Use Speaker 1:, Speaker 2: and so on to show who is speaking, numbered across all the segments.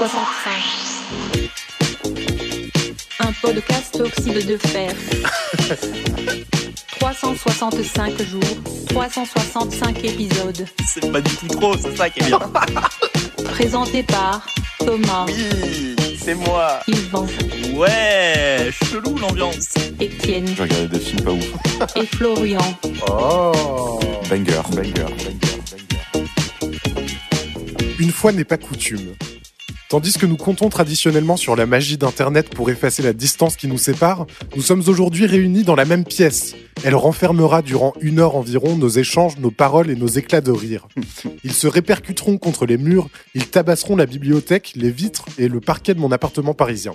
Speaker 1: 365. Un podcast oxyde de fer. 365 jours, 365 épisodes.
Speaker 2: C'est pas du tout trop, c'est ça qui est bien.
Speaker 1: Présenté par Thomas,
Speaker 2: Oui, c'est moi.
Speaker 1: Yvan,
Speaker 2: Ouais, chelou l'ambiance.
Speaker 1: Étienne
Speaker 3: J'ai regardé des films pas ouf.
Speaker 1: et Florian.
Speaker 3: Banger, banger, banger, banger.
Speaker 4: Une fois n'est pas coutume. Tandis que nous comptons traditionnellement sur la magie d'Internet pour effacer la distance qui nous sépare, nous sommes aujourd'hui réunis dans la même pièce. Elle renfermera durant une heure environ nos échanges, nos paroles et nos éclats de rire. Ils se répercuteront contre les murs, ils tabasseront la bibliothèque, les vitres et le parquet de mon appartement parisien.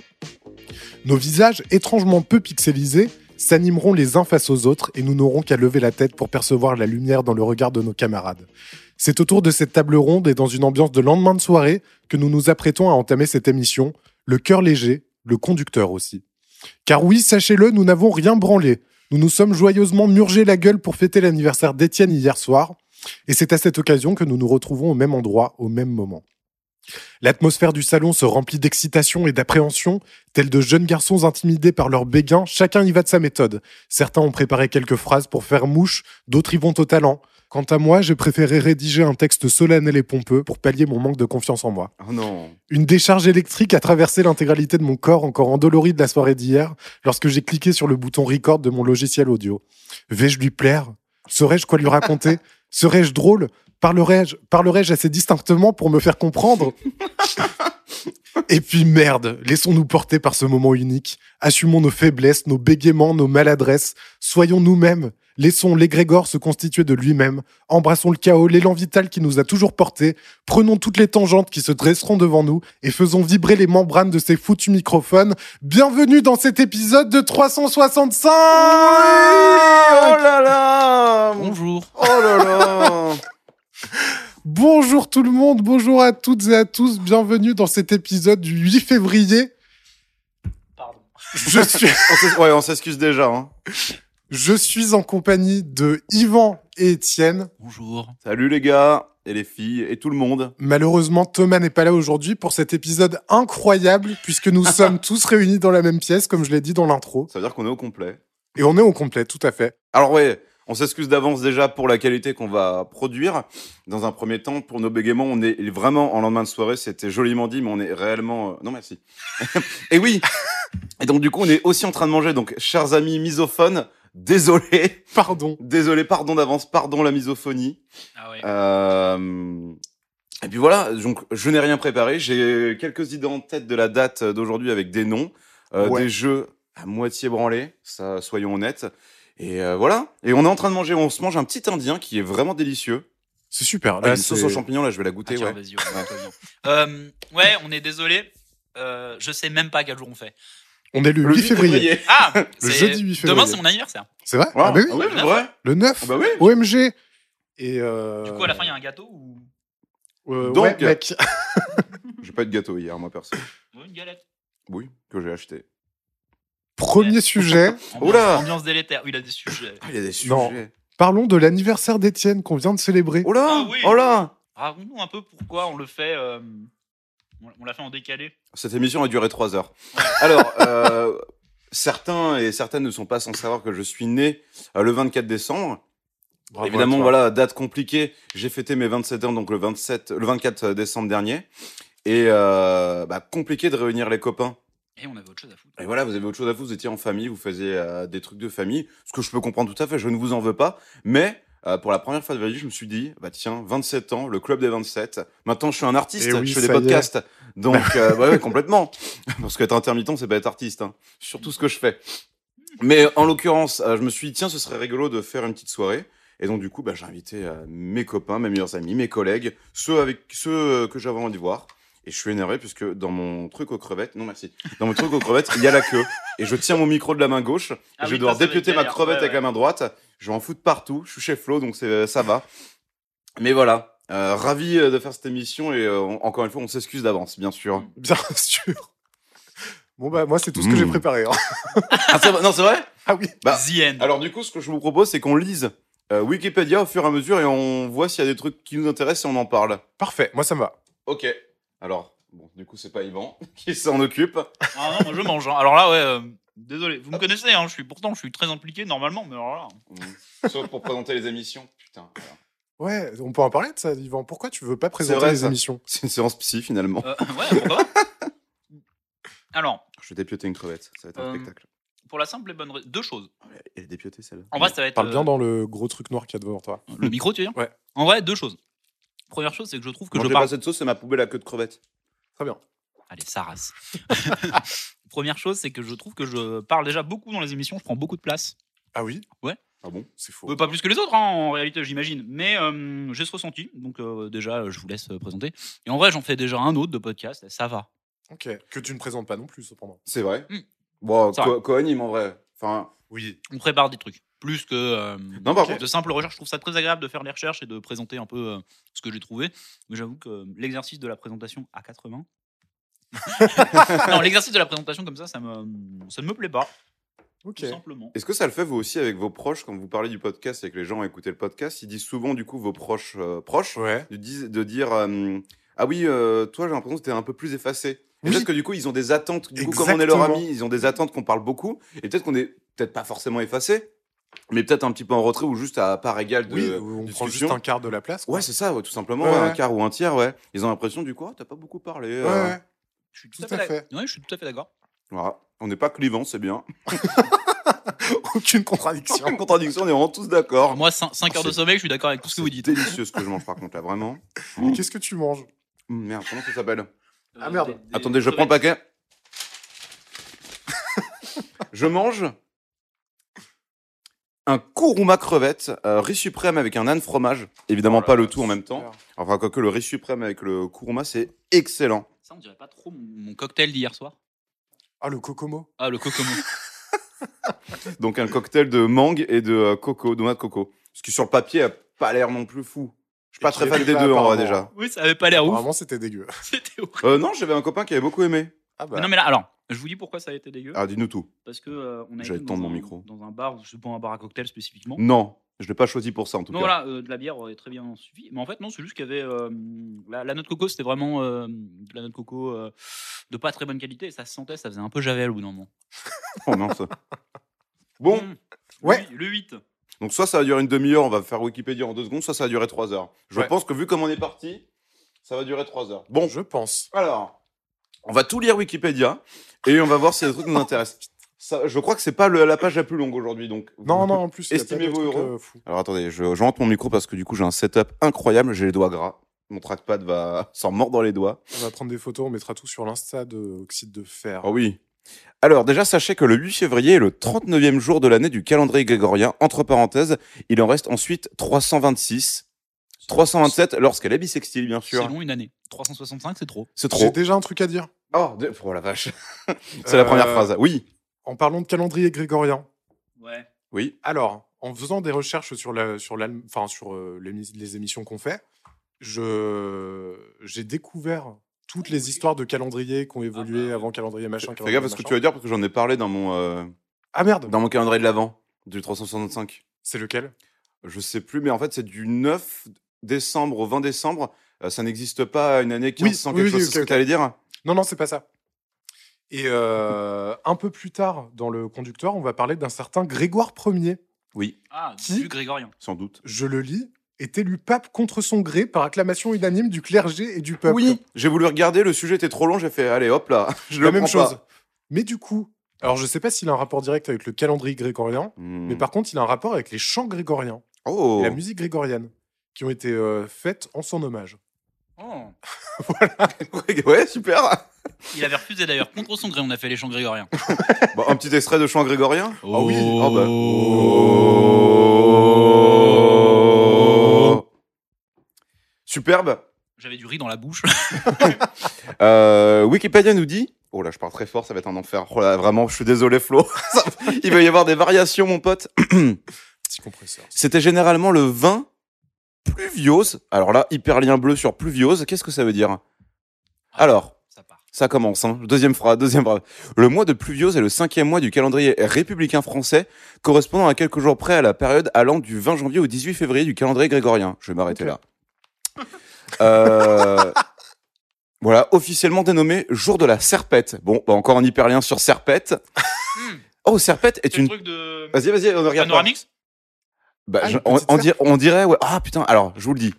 Speaker 4: Nos visages, étrangement peu pixelisés, s'animeront les uns face aux autres et nous n'aurons qu'à lever la tête pour percevoir la lumière dans le regard de nos camarades. C'est autour de cette table ronde et dans une ambiance de lendemain de soirée que nous nous apprêtons à entamer cette émission, le cœur léger, le conducteur aussi. Car oui, sachez-le, nous n'avons rien branlé. Nous nous sommes joyeusement murgé la gueule pour fêter l'anniversaire d'Étienne hier soir, et c'est à cette occasion que nous nous retrouvons au même endroit, au même moment. L'atmosphère du salon se remplit d'excitation et d'appréhension, tels de jeunes garçons intimidés par leur béguin, chacun y va de sa méthode. Certains ont préparé quelques phrases pour faire mouche, d'autres y vont au talent. Quant à moi, j'ai préféré rédiger un texte solennel et pompeux pour pallier mon manque de confiance en moi.
Speaker 2: Oh non.
Speaker 4: Une décharge électrique a traversé l'intégralité de mon corps encore endolori de la soirée d'hier lorsque j'ai cliqué sur le bouton record de mon logiciel audio. Vais-je lui plaire Saurais-je quoi lui raconter Serais-je drôle Parlerais-je parlerais-je assez distinctement pour me faire comprendre Et puis merde, laissons-nous porter par ce moment unique. Assumons nos faiblesses, nos bégaiements, nos maladresses. Soyons nous-mêmes. Laissons l'égrégore se constituer de lui-même. Embrassons le chaos, l'élan vital qui nous a toujours portés. Prenons toutes les tangentes qui se dresseront devant nous et faisons vibrer les membranes de ces foutus microphones. Bienvenue dans cet épisode de 365
Speaker 2: Oh là là. Bonjour. Oh là là.
Speaker 4: Bonjour tout le monde, bonjour à toutes et à tous, bienvenue dans cet épisode du 8 février.
Speaker 2: Pardon.
Speaker 4: Je suis,
Speaker 2: on s'ex- ouais, on s'excuse déjà. hein.
Speaker 4: je suis en compagnie de Yvan et Étienne.
Speaker 5: Bonjour.
Speaker 2: Salut les gars et les filles et tout le monde.
Speaker 4: Malheureusement, Thomas n'est pas là aujourd'hui pour cet épisode incroyable puisque nous sommes tous réunis dans la même pièce, comme je l'ai dit dans l'intro.
Speaker 2: Ça veut dire qu'on est au complet.
Speaker 4: Et on est au complet, tout à fait.
Speaker 2: Alors ouais, on s'excuse d'avance déjà pour la qualité qu'on va produire. Dans un premier temps, pour nos bégaiements, on est vraiment en lendemain de soirée, c'était joliment dit, mais on est réellement... euh, Non merci. et oui Et donc du coup, on est aussi en train de manger, donc chers amis misophones, désolé,
Speaker 4: Pardon.
Speaker 2: désolé, pardon d'avance, pardon la misophonie.
Speaker 5: Ah ouais.
Speaker 2: Euh, Et puis voilà, donc je n'ai rien préparé, j'ai quelques idées en tête de la date d'aujourd'hui avec des noms, euh,
Speaker 4: Ouais.
Speaker 2: des jeux à moitié branlés, ça, soyons honnêtes. Et euh, voilà, et on est en train de manger, on se mange un petit indien qui est vraiment délicieux.
Speaker 4: C'est super.
Speaker 2: Ah,
Speaker 4: Là,
Speaker 2: une sauce
Speaker 4: c'est-
Speaker 2: aux champignons, là je vais la goûter,
Speaker 5: Ah, tiens,
Speaker 2: ouais.
Speaker 5: vas-y, ouais, toi, viens. Euh, ouais, on est désolé. Euh, je sais même pas quel jour on fait.
Speaker 4: on est le,
Speaker 2: Le
Speaker 4: 8 février.
Speaker 5: Ah,
Speaker 4: Le
Speaker 5: c'est-
Speaker 4: jeudi 8 février.
Speaker 5: Demain, c'est mon anniversaire.
Speaker 4: C'est vrai
Speaker 2: Wow.
Speaker 4: Ah bah oui,
Speaker 2: Ah oui, c'est vrai
Speaker 4: Le 9,
Speaker 2: Ah bah oui.
Speaker 4: OMG. Et euh,
Speaker 5: Du coup, à la fin, il y a un gâteau ou
Speaker 4: euh,
Speaker 2: Donc-
Speaker 4: ouais, mec.
Speaker 2: J'ai pas eu de gâteau hier, moi perso.
Speaker 5: ou une galette.
Speaker 2: Oui, que j'ai acheté.
Speaker 4: Premier sujet.
Speaker 5: Ambiance,
Speaker 2: Oula.
Speaker 5: ambiance délétère. Oui, il a des sujets.
Speaker 2: Ah, il y a des sujets.
Speaker 4: Non. Parlons de l'anniversaire d'Étienne qu'on vient de célébrer.
Speaker 2: Oh là,
Speaker 5: Ah oui.
Speaker 2: oh là
Speaker 5: Raconte-nous un peu pourquoi on le fait. euh, on on l'a fait en décalé.
Speaker 2: Cette émission a duré trois heures. Alors, euh, certains et certaines ne sont pas sans savoir que je suis né euh, le 24 décembre.
Speaker 4: Bravo à
Speaker 2: Évidemment,
Speaker 4: toi.
Speaker 2: voilà, date compliquée. J'ai fêté mes 27 ans, donc le, 27, le 24 décembre dernier. Et euh, bah, compliqué de réunir les copains.
Speaker 5: Et on avait autre chose à foutre.
Speaker 2: Et voilà, vous avez autre chose à vous, vous étiez en famille, vous faisiez euh, des trucs de famille, ce que je peux comprendre tout à fait, je ne vous en veux pas. Mais euh, pour la première fois de ma vie, je me suis dit, bah tiens, 27 ans, le club des 27. Maintenant, je suis un artiste,
Speaker 4: Eh oui,
Speaker 2: je fais
Speaker 4: ça
Speaker 2: des
Speaker 4: y est.
Speaker 2: podcasts. Donc, euh, ouais, ouais, complètement. Parce qu'être intermittent, c'est pas être artiste, hein. surtout ce que je fais. Mais en l'occurrence, euh, je me suis dit, tiens, ce serait rigolo de faire une petite soirée. Et donc, du coup, bah, j'ai invité euh, mes copains, mes meilleurs amis, mes collègues, ceux, avec, ceux euh, que j'avais envie de voir. Et je suis énervé puisque dans mon truc aux crevettes, non merci, dans mon truc aux crevettes, il y a la queue. Et je tiens mon micro de la main gauche.
Speaker 5: Ah
Speaker 2: et je vais
Speaker 5: oui,
Speaker 2: devoir
Speaker 5: ça, ça va être
Speaker 2: dépioter ma
Speaker 5: galère.
Speaker 2: crevette
Speaker 5: Ouais,
Speaker 2: avec
Speaker 5: ouais.
Speaker 2: la main droite. Je vais en foutre partout. Je suis chez Flo, donc c'est- euh, ça va. Mais voilà, euh, ravi euh, de faire cette émission. Et euh, on- encore une fois, on s'excuse d'avance, bien sûr.
Speaker 5: Mm.
Speaker 4: Bien sûr. Bon, bah, moi, c'est tout ce que
Speaker 2: Mm.
Speaker 4: j'ai préparé. hein.
Speaker 2: Ah, c'est vrai- non, c'est vrai
Speaker 4: Ah oui.
Speaker 2: Bah,
Speaker 5: The end.
Speaker 2: Alors du coup, ce que je vous propose, c'est qu'on lise euh, Wikipédia au fur et à mesure et on voit s'il y a des trucs qui nous intéressent et on en parle.
Speaker 4: Parfait. Moi, ça me va.
Speaker 2: Ok. Alors, Bon, du coup, c'est pas Yvan qui s'en occupe.
Speaker 5: Ah non, moi, je mange. hein. Alors là, ouais, euh, désolé. Vous me connaissez, hein, je suis, pourtant, je suis très impliqué normalement, mais alors là. hein.
Speaker 2: Mm. Sauf pour présenter les émissions. Putain. voilà.
Speaker 4: Ouais, on peut en parler de ça, Yvan. Pourquoi tu veux pas présenter
Speaker 2: vrai,
Speaker 4: les
Speaker 2: ça.
Speaker 4: émissions
Speaker 2: C'est une séance psy finalement.
Speaker 5: Euh, ouais, pourquoi pas Alors,
Speaker 2: Je vais dépioter une crevette. Ça va être un
Speaker 5: Euh,
Speaker 2: spectacle.
Speaker 5: pour la simple et bonne raison. Deux choses.
Speaker 2: Elle est dépiotée celle-là.
Speaker 5: En vrai, ça va être.
Speaker 4: Parle
Speaker 5: euh,
Speaker 4: bien dans le gros truc noir qu'il y a devant toi.
Speaker 5: Le micro, tu veux dire
Speaker 4: Ouais.
Speaker 5: En vrai, deux choses. Première chose, c'est que je trouve que
Speaker 2: Quand
Speaker 5: je
Speaker 2: j'ai
Speaker 5: parle.
Speaker 2: pas cette sauce, c'est ma poubelle à queue de crevette.
Speaker 4: Très bien.
Speaker 5: Allez, ça race. Première chose, c'est que je trouve que je parle déjà beaucoup dans les émissions, je prends beaucoup de place.
Speaker 4: Ah oui
Speaker 2: Ah bon
Speaker 4: C'est faux.
Speaker 5: Euh, pas plus que les autres, hein, en réalité, j'imagine. Mais euh, j'ai ce ressenti, donc euh, déjà, euh, je vous laisse euh, présenter. Et en vrai, j'en fais déjà un autre de podcast, ça va.
Speaker 4: Ok. Que tu ne présentes pas non plus, cependant.
Speaker 2: C'est vrai.
Speaker 5: Mm.
Speaker 2: Bon,
Speaker 5: C'est
Speaker 2: co- co-anime en vrai. Enfin,
Speaker 4: Oui.
Speaker 5: On prépare des trucs. Plus que euh,
Speaker 2: Non, bah, par contre-
Speaker 5: de simples recherches. Je trouve ça très agréable de faire des recherches et de présenter un peu euh, ce que j'ai trouvé. Mais j'avoue que euh, l'exercice de la présentation à 80. non, l'exercice de la présentation comme ça, ça me, ça ne me plaît pas,
Speaker 4: Ok.
Speaker 5: tout simplement.
Speaker 2: est-ce que ça le fait vous aussi avec vos proches quand vous parlez du podcast et que les gens écoutaient le podcast Ils disent souvent du coup vos proches euh, proches
Speaker 4: Ouais.
Speaker 2: de, dis- de dire euh, ah oui euh, toi j'ai l'impression que t'es un peu plus effacé. Et
Speaker 4: Oui.
Speaker 2: Peut-être que du coup ils ont des attentes. Du coup comme on est leur
Speaker 4: Exactement.
Speaker 2: ami, ils ont des attentes qu'on parle beaucoup et peut-être qu'on est peut-être pas forcément effacé, mais peut-être un petit peu en retrait ou juste à part égale de
Speaker 4: oui, on prend juste
Speaker 2: discussion.
Speaker 4: un quart de la place. quoi.
Speaker 2: Ouais, c'est ça, ouais, tout simplement,
Speaker 4: Ouais,
Speaker 2: ouais, un
Speaker 4: ouais.
Speaker 2: quart ou un tiers, ouais. Ils ont l'impression du coup, Ah, t'as pas beaucoup parlé.
Speaker 4: Ouais,
Speaker 2: euh.
Speaker 4: ouais.
Speaker 5: Je suis tout,
Speaker 4: Tout
Speaker 5: à fait,
Speaker 4: à
Speaker 5: d'ac- Ouais, je suis tout à fait d'accord.
Speaker 2: Voilà. On n'est pas clivant, c'est bien.
Speaker 4: Aucune contradiction.
Speaker 2: En contradiction, on est vraiment tous d'accord.
Speaker 5: Alors moi, 5, heures de
Speaker 2: c'est-
Speaker 5: sommeil, je suis d'accord avec tout ce que vous dites.
Speaker 2: Délicieux ce que je mange par contre là, vraiment.
Speaker 4: Mais Qu'est-ce que tu manges
Speaker 2: Hum, Merde, comment ça s'appelle
Speaker 4: Ah, merde.
Speaker 5: Euh, des- des
Speaker 2: Attendez, je prends le
Speaker 5: crevettes.
Speaker 2: paquet. je mange un kuruma crevette, euh, riz suprême avec un âne fromage.
Speaker 5: Oh
Speaker 2: Évidemment, pas le tout en même temps. Enfin, quoique le riz suprême avec le kuruma, c'est excellent.
Speaker 5: Ça, on dirait pas trop mon, mon cocktail d'hier soir.
Speaker 4: Ah, le Kokomo.
Speaker 5: Ah, le cocomo.
Speaker 2: Donc, un cocktail de mangue et de euh, coco, de noix de coco. Ce qui, sur le papier, a pas l'air non plus fou. Je suis pas
Speaker 4: Et qui
Speaker 2: très fan
Speaker 4: était
Speaker 2: des
Speaker 4: pas,
Speaker 2: deux en vrai
Speaker 4: apparemment.
Speaker 2: déjà.
Speaker 5: oui, ça avait pas
Speaker 2: Ah,
Speaker 5: l'air ouf.
Speaker 4: Vraiment, c'était dégueu.
Speaker 5: C'était horrible.
Speaker 2: Euh, non, j'avais un copain qui avait beaucoup aimé.
Speaker 4: Ah
Speaker 5: Mais Non, mais là, alors, je vous dis pourquoi ça a été dégueu.
Speaker 2: Bah. Ah, dis-nous tout.
Speaker 5: Parce que euh, on a
Speaker 2: J'allais
Speaker 5: été dans,
Speaker 2: tendre mon
Speaker 5: un-
Speaker 2: micro.
Speaker 5: dans un bar, je sais pas un bar à cocktail spécifiquement.
Speaker 2: Non, je l'ai pas choisi pour ça en tout
Speaker 5: Non,
Speaker 2: cas.
Speaker 5: voilà, euh, de la bière aurait très bien suffi. Mais en fait, non, c'est juste qu'il y avait. euh, la, la noix de coco, c'était vraiment euh, de la noix de coco euh, de pas très bonne qualité. Et ça se sentait, ça faisait un peu Javel au bout d'un moment.
Speaker 2: Oh, mince. Bon,
Speaker 5: Mmh.
Speaker 4: Ouais.
Speaker 5: Le, 8.
Speaker 2: donc soit ça va durer une demi-heure, on va faire Wikipédia en deux secondes, soit ça va durer trois heures. Je
Speaker 4: Ouais.
Speaker 2: pense que vu comme on est parti, ça va durer trois heures. Bon,
Speaker 4: Je pense.
Speaker 2: alors, on va tout lire Wikipédia et on va voir si les trucs nous intéressent. Ça, je crois que c'est pas le- la page la plus longue aujourd'hui, donc.
Speaker 4: Non, non, en plus. il y a
Speaker 2: Estimez-vous
Speaker 4: plein de trucs,
Speaker 2: heureux.
Speaker 4: euh, fous.
Speaker 2: Alors attendez, je, je rentre mon micro parce que du coup j'ai un setup incroyable, j'ai les doigts gras. Mon trackpad va s'en mordre dans les doigts.
Speaker 4: On va prendre des photos, on mettra tout sur l'Insta de Oxyde de Fer.
Speaker 2: Ah oui. Alors déjà, sachez que le 8 février est le 39e jour de l'année du calendrier grégorien. Entre parenthèses, il en reste ensuite 326. 327 lorsqu'elle est bisextile, bien
Speaker 5: C'est
Speaker 2: sûr.
Speaker 5: long, une année. 365, c'est trop.
Speaker 2: C'est
Speaker 4: J'ai
Speaker 2: trop.
Speaker 4: déjà un truc à dire.
Speaker 2: Oh, de- oh la vache. C'est la première
Speaker 4: Euh,
Speaker 2: phrase. Oui.
Speaker 4: En parlant de calendrier grégorien,
Speaker 5: Ouais.
Speaker 2: Oui.
Speaker 4: Alors, en faisant des recherches sur, la, sur, l'Allem- enfin, sur euh, les, mis- les émissions qu'on fait, je, j'ai découvert toutes les histoires de calendriers qui ont évolué
Speaker 5: bah.
Speaker 4: avant calendrier machin.
Speaker 2: Ah Fais gaffe à ce que tu vas dire parce que j'en ai parlé dans mon, euh,
Speaker 4: Ah merde
Speaker 2: dans mon calendrier de l'avant du 365.
Speaker 4: C'est lequel
Speaker 2: Je sais plus, mais en fait, c'est du 9 décembre au 20 décembre. Euh, ça n'existe pas une année 1500
Speaker 4: oui,
Speaker 2: quelque
Speaker 4: oui,
Speaker 2: chose.
Speaker 4: ok,
Speaker 2: c'est ce que
Speaker 4: ok.
Speaker 2: t'allais dire
Speaker 4: Non, non, c'est pas ça. Et euh, un peu plus tard dans le conducteur, on va parler d'un certain Grégoire Ier.
Speaker 2: Oui,
Speaker 5: Ah,
Speaker 4: Qui
Speaker 5: du grégorien.
Speaker 2: sans doute.
Speaker 4: Je le lis est élu pape contre son gré par acclamation unanime du clergé et du peuple.
Speaker 2: Oui, j'ai voulu regarder, le sujet était trop long, j'ai fait allez hop là, je le
Speaker 4: la même
Speaker 2: prends pas.
Speaker 4: chose. Mais du coup, alors je sais pas s'il a un rapport direct avec le calendrier grégorien,
Speaker 2: Hmm.
Speaker 4: Mais par contre, il a un rapport avec les chants grégoriens et
Speaker 2: Oh,
Speaker 4: la musique grégorienne qui ont été euh, faites en son hommage.
Speaker 5: Oh.
Speaker 2: ouais, super.
Speaker 5: Il avait refusé d'ailleurs. Contre son gré, on a fait les chants grégoriens.
Speaker 2: Bon, un petit extrait de chant grégorien.
Speaker 5: Oh
Speaker 4: oui.
Speaker 2: Oh, bah.
Speaker 4: Oh.
Speaker 2: Superbe.
Speaker 5: J'avais du riz dans la bouche.
Speaker 2: Euh, Wikipédia nous dit. Oh là, je parle très fort, ça va être un enfer. Oh là, vraiment, je suis désolé, Flo. Ça- Il va y avoir des variations, mon pote.
Speaker 4: Petit compresseur.
Speaker 2: C'était généralement le vin pluviose. Alors là, hyperlien bleu sur pluviose. Qu'est-ce que ça veut dire Alors,
Speaker 5: Ça part.
Speaker 2: Ça commence, hein. Deuxième phrase, deuxième phrase. Le mois de pluviose est le cinquième mois du calendrier républicain français, correspondant à quelques jours près à la période allant du 20 janvier au 18 février du calendrier grégorien. Je vais m'arrêter
Speaker 4: Ok.
Speaker 2: là. Euh, Voilà, officiellement dénommé Jour de la Serpette. Bon, bah encore un hyperlien sur Serpette. oh, Serpette est
Speaker 5: Hmm. C'est le
Speaker 2: une...
Speaker 5: truc de.
Speaker 2: Vas-y, vas-y, on ne regarde pas.
Speaker 5: Panoramix
Speaker 2: Bah,
Speaker 4: Ah,
Speaker 2: je-
Speaker 4: une
Speaker 2: on,
Speaker 4: petite
Speaker 2: on dir- on dirait, ouais. Ah putain, alors je vous le dis.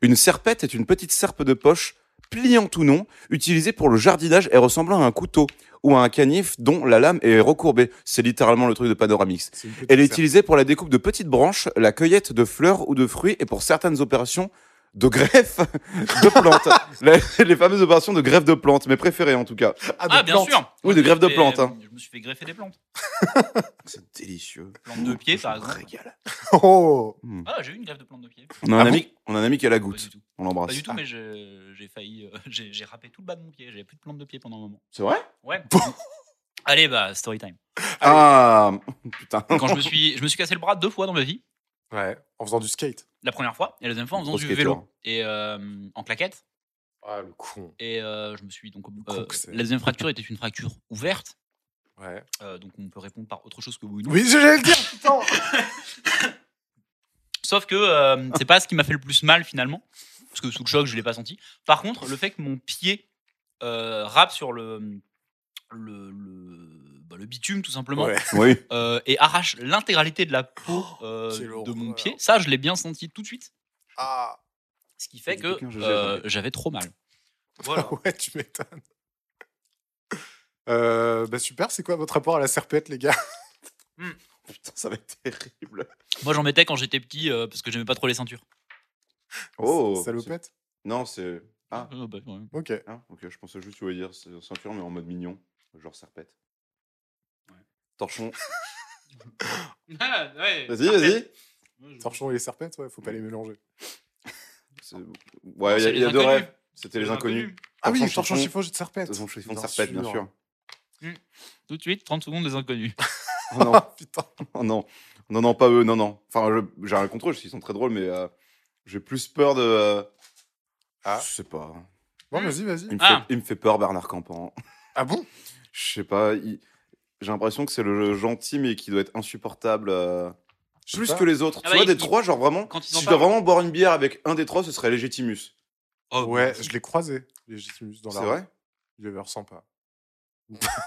Speaker 2: Une serpette est une petite serpe de poche, pliante ou non, utilisée pour le jardinage et ressemblant à un couteau ou à un canif dont la lame est recourbée. C'est littéralement le truc de Panoramix.
Speaker 4: C'est une petite
Speaker 2: Elle est
Speaker 4: serpe.
Speaker 2: utilisée pour la découpe de petites branches, la cueillette de fleurs ou de fruits et pour certaines opérations de greffe de plantes. les, les fameuses opérations de greffe de plantes, mes préférées en tout cas.
Speaker 4: de
Speaker 5: Ah, bien
Speaker 4: plantes.
Speaker 5: sûr
Speaker 2: Oui, de greffe de
Speaker 5: Et,
Speaker 2: plantes,
Speaker 5: euh,
Speaker 2: hein.
Speaker 5: Je me suis fait greffer des plantes.
Speaker 2: C'est délicieux.
Speaker 5: Plantes de pied, par exemple.
Speaker 2: Régal.
Speaker 4: Oh
Speaker 5: Ah, j'ai eu une greffe de plantes de pied.
Speaker 2: On a,
Speaker 4: Ah
Speaker 2: un
Speaker 4: bon
Speaker 2: ami, on a un ami qui a la
Speaker 5: Pas
Speaker 2: goutte.
Speaker 5: du tout.
Speaker 2: On
Speaker 5: Pas
Speaker 2: l'embrasse.
Speaker 5: du tout, mais je- j'ai failli. euh, j'ai j'ai râpé tout le bas de mon pied. J'avais plus de plantes de pied pendant un moment.
Speaker 2: C'est vrai
Speaker 5: Ouais. Allez, bah, story time.
Speaker 2: Ah, putain.
Speaker 5: Quand je me suis, je me suis cassé le bras deux fois dans ma vie.
Speaker 4: oh. Ouais, en faisant du skate.
Speaker 5: La première fois et la deuxième fois en faisant
Speaker 2: Gros
Speaker 5: du
Speaker 2: skater.
Speaker 5: vélo et euh, en claquette.
Speaker 4: Ah, le con.
Speaker 5: Et euh, je me suis donc euh,
Speaker 4: con que c'est.
Speaker 5: la deuxième fracture était une fracture ouverte,
Speaker 4: Ouais.
Speaker 5: euh, donc on peut répondre par autre chose que oui ou non.
Speaker 4: Oui, j'allais le dire, putain
Speaker 5: Sauf que euh, c'est pas ce qui m'a fait le plus mal finalement, parce que sous le choc je l'ai pas senti. Par contre, le fait que mon pied euh, rappe sur le le, le- bah, le bitume tout simplement
Speaker 4: Ouais.
Speaker 2: Oui.
Speaker 5: euh, et arrache l'intégralité de la peau euh,
Speaker 4: quelle
Speaker 5: de mon
Speaker 4: horreur.
Speaker 5: pied, ça je l'ai bien senti tout de suite,
Speaker 4: Ah
Speaker 5: ce qui fait
Speaker 2: Vas-y,
Speaker 5: que
Speaker 2: pique un GG,
Speaker 5: euh,
Speaker 2: t'inquiète.
Speaker 5: j'avais trop mal. Voilà.
Speaker 4: Ouais, tu m'étonnes. Euh, bah super, c'est quoi votre rapport à la serpette, les gars
Speaker 2: Putain, ça va être terrible.
Speaker 5: Moi j'en mettais quand j'étais petit euh, parce que j'aimais pas trop les ceintures.
Speaker 2: Oh
Speaker 4: Salopette
Speaker 2: c'est- Non, c'est. Ah,
Speaker 5: Euh, bah, ouais.
Speaker 4: Ok.
Speaker 2: hein, ok, je pensais juste que tu voulais dire ce- ceinture, mais en mode mignon. Genre serpette. Torchon. Vas-y, vas-y.
Speaker 4: Torchon et les serpettes, ouais,
Speaker 2: Hmm.
Speaker 4: faut pas les mélanger.
Speaker 2: C'est- Ouais, il y a,
Speaker 5: c'est
Speaker 2: il y a
Speaker 5: les
Speaker 2: deux
Speaker 5: inconnus.
Speaker 2: rêves. C'était les inconnus.
Speaker 4: Ah oui,
Speaker 2: Torchon,
Speaker 4: torchon,
Speaker 2: chiffon.
Speaker 4: chiffon, j'ai de serpette.
Speaker 2: Torchon, chiffon de
Speaker 4: Bien
Speaker 2: serpette, bien
Speaker 4: sûr.
Speaker 2: sûr.
Speaker 5: Tout de suite, 30 secondes des inconnus.
Speaker 2: Oh non,
Speaker 4: Ah putain.
Speaker 2: oh non, non, non, pas eux, non, non. Enfin, je- j'ai rien contre eux, ils sont très drôles, mais euh, j'ai plus peur de. euh,
Speaker 4: Ah.
Speaker 2: Je sais pas.
Speaker 4: Bon, vas-y, vas-y.
Speaker 2: Il me,
Speaker 5: Ah.
Speaker 2: fait, il me fait peur, Bernard Campan.
Speaker 4: Ah bon
Speaker 2: Je sais pas, il- j'ai l'impression que c'est le gentil, mais qui doit être insupportable. euh,
Speaker 4: Je sais
Speaker 2: Plus
Speaker 4: pas.
Speaker 2: que les autres.
Speaker 5: Ah
Speaker 2: tu
Speaker 5: bah,
Speaker 2: vois, des
Speaker 5: il-
Speaker 2: trois, genre vraiment.
Speaker 5: Quand ils en
Speaker 2: Si je dois
Speaker 5: parlent.
Speaker 2: vraiment boire une bière avec un des trois, ce serait Légitimus.
Speaker 5: Oh,
Speaker 4: Ouais, je l'ai croisé, légitimus, dans la
Speaker 2: C'est
Speaker 4: rue.
Speaker 2: vrai
Speaker 4: Il le ressent pas.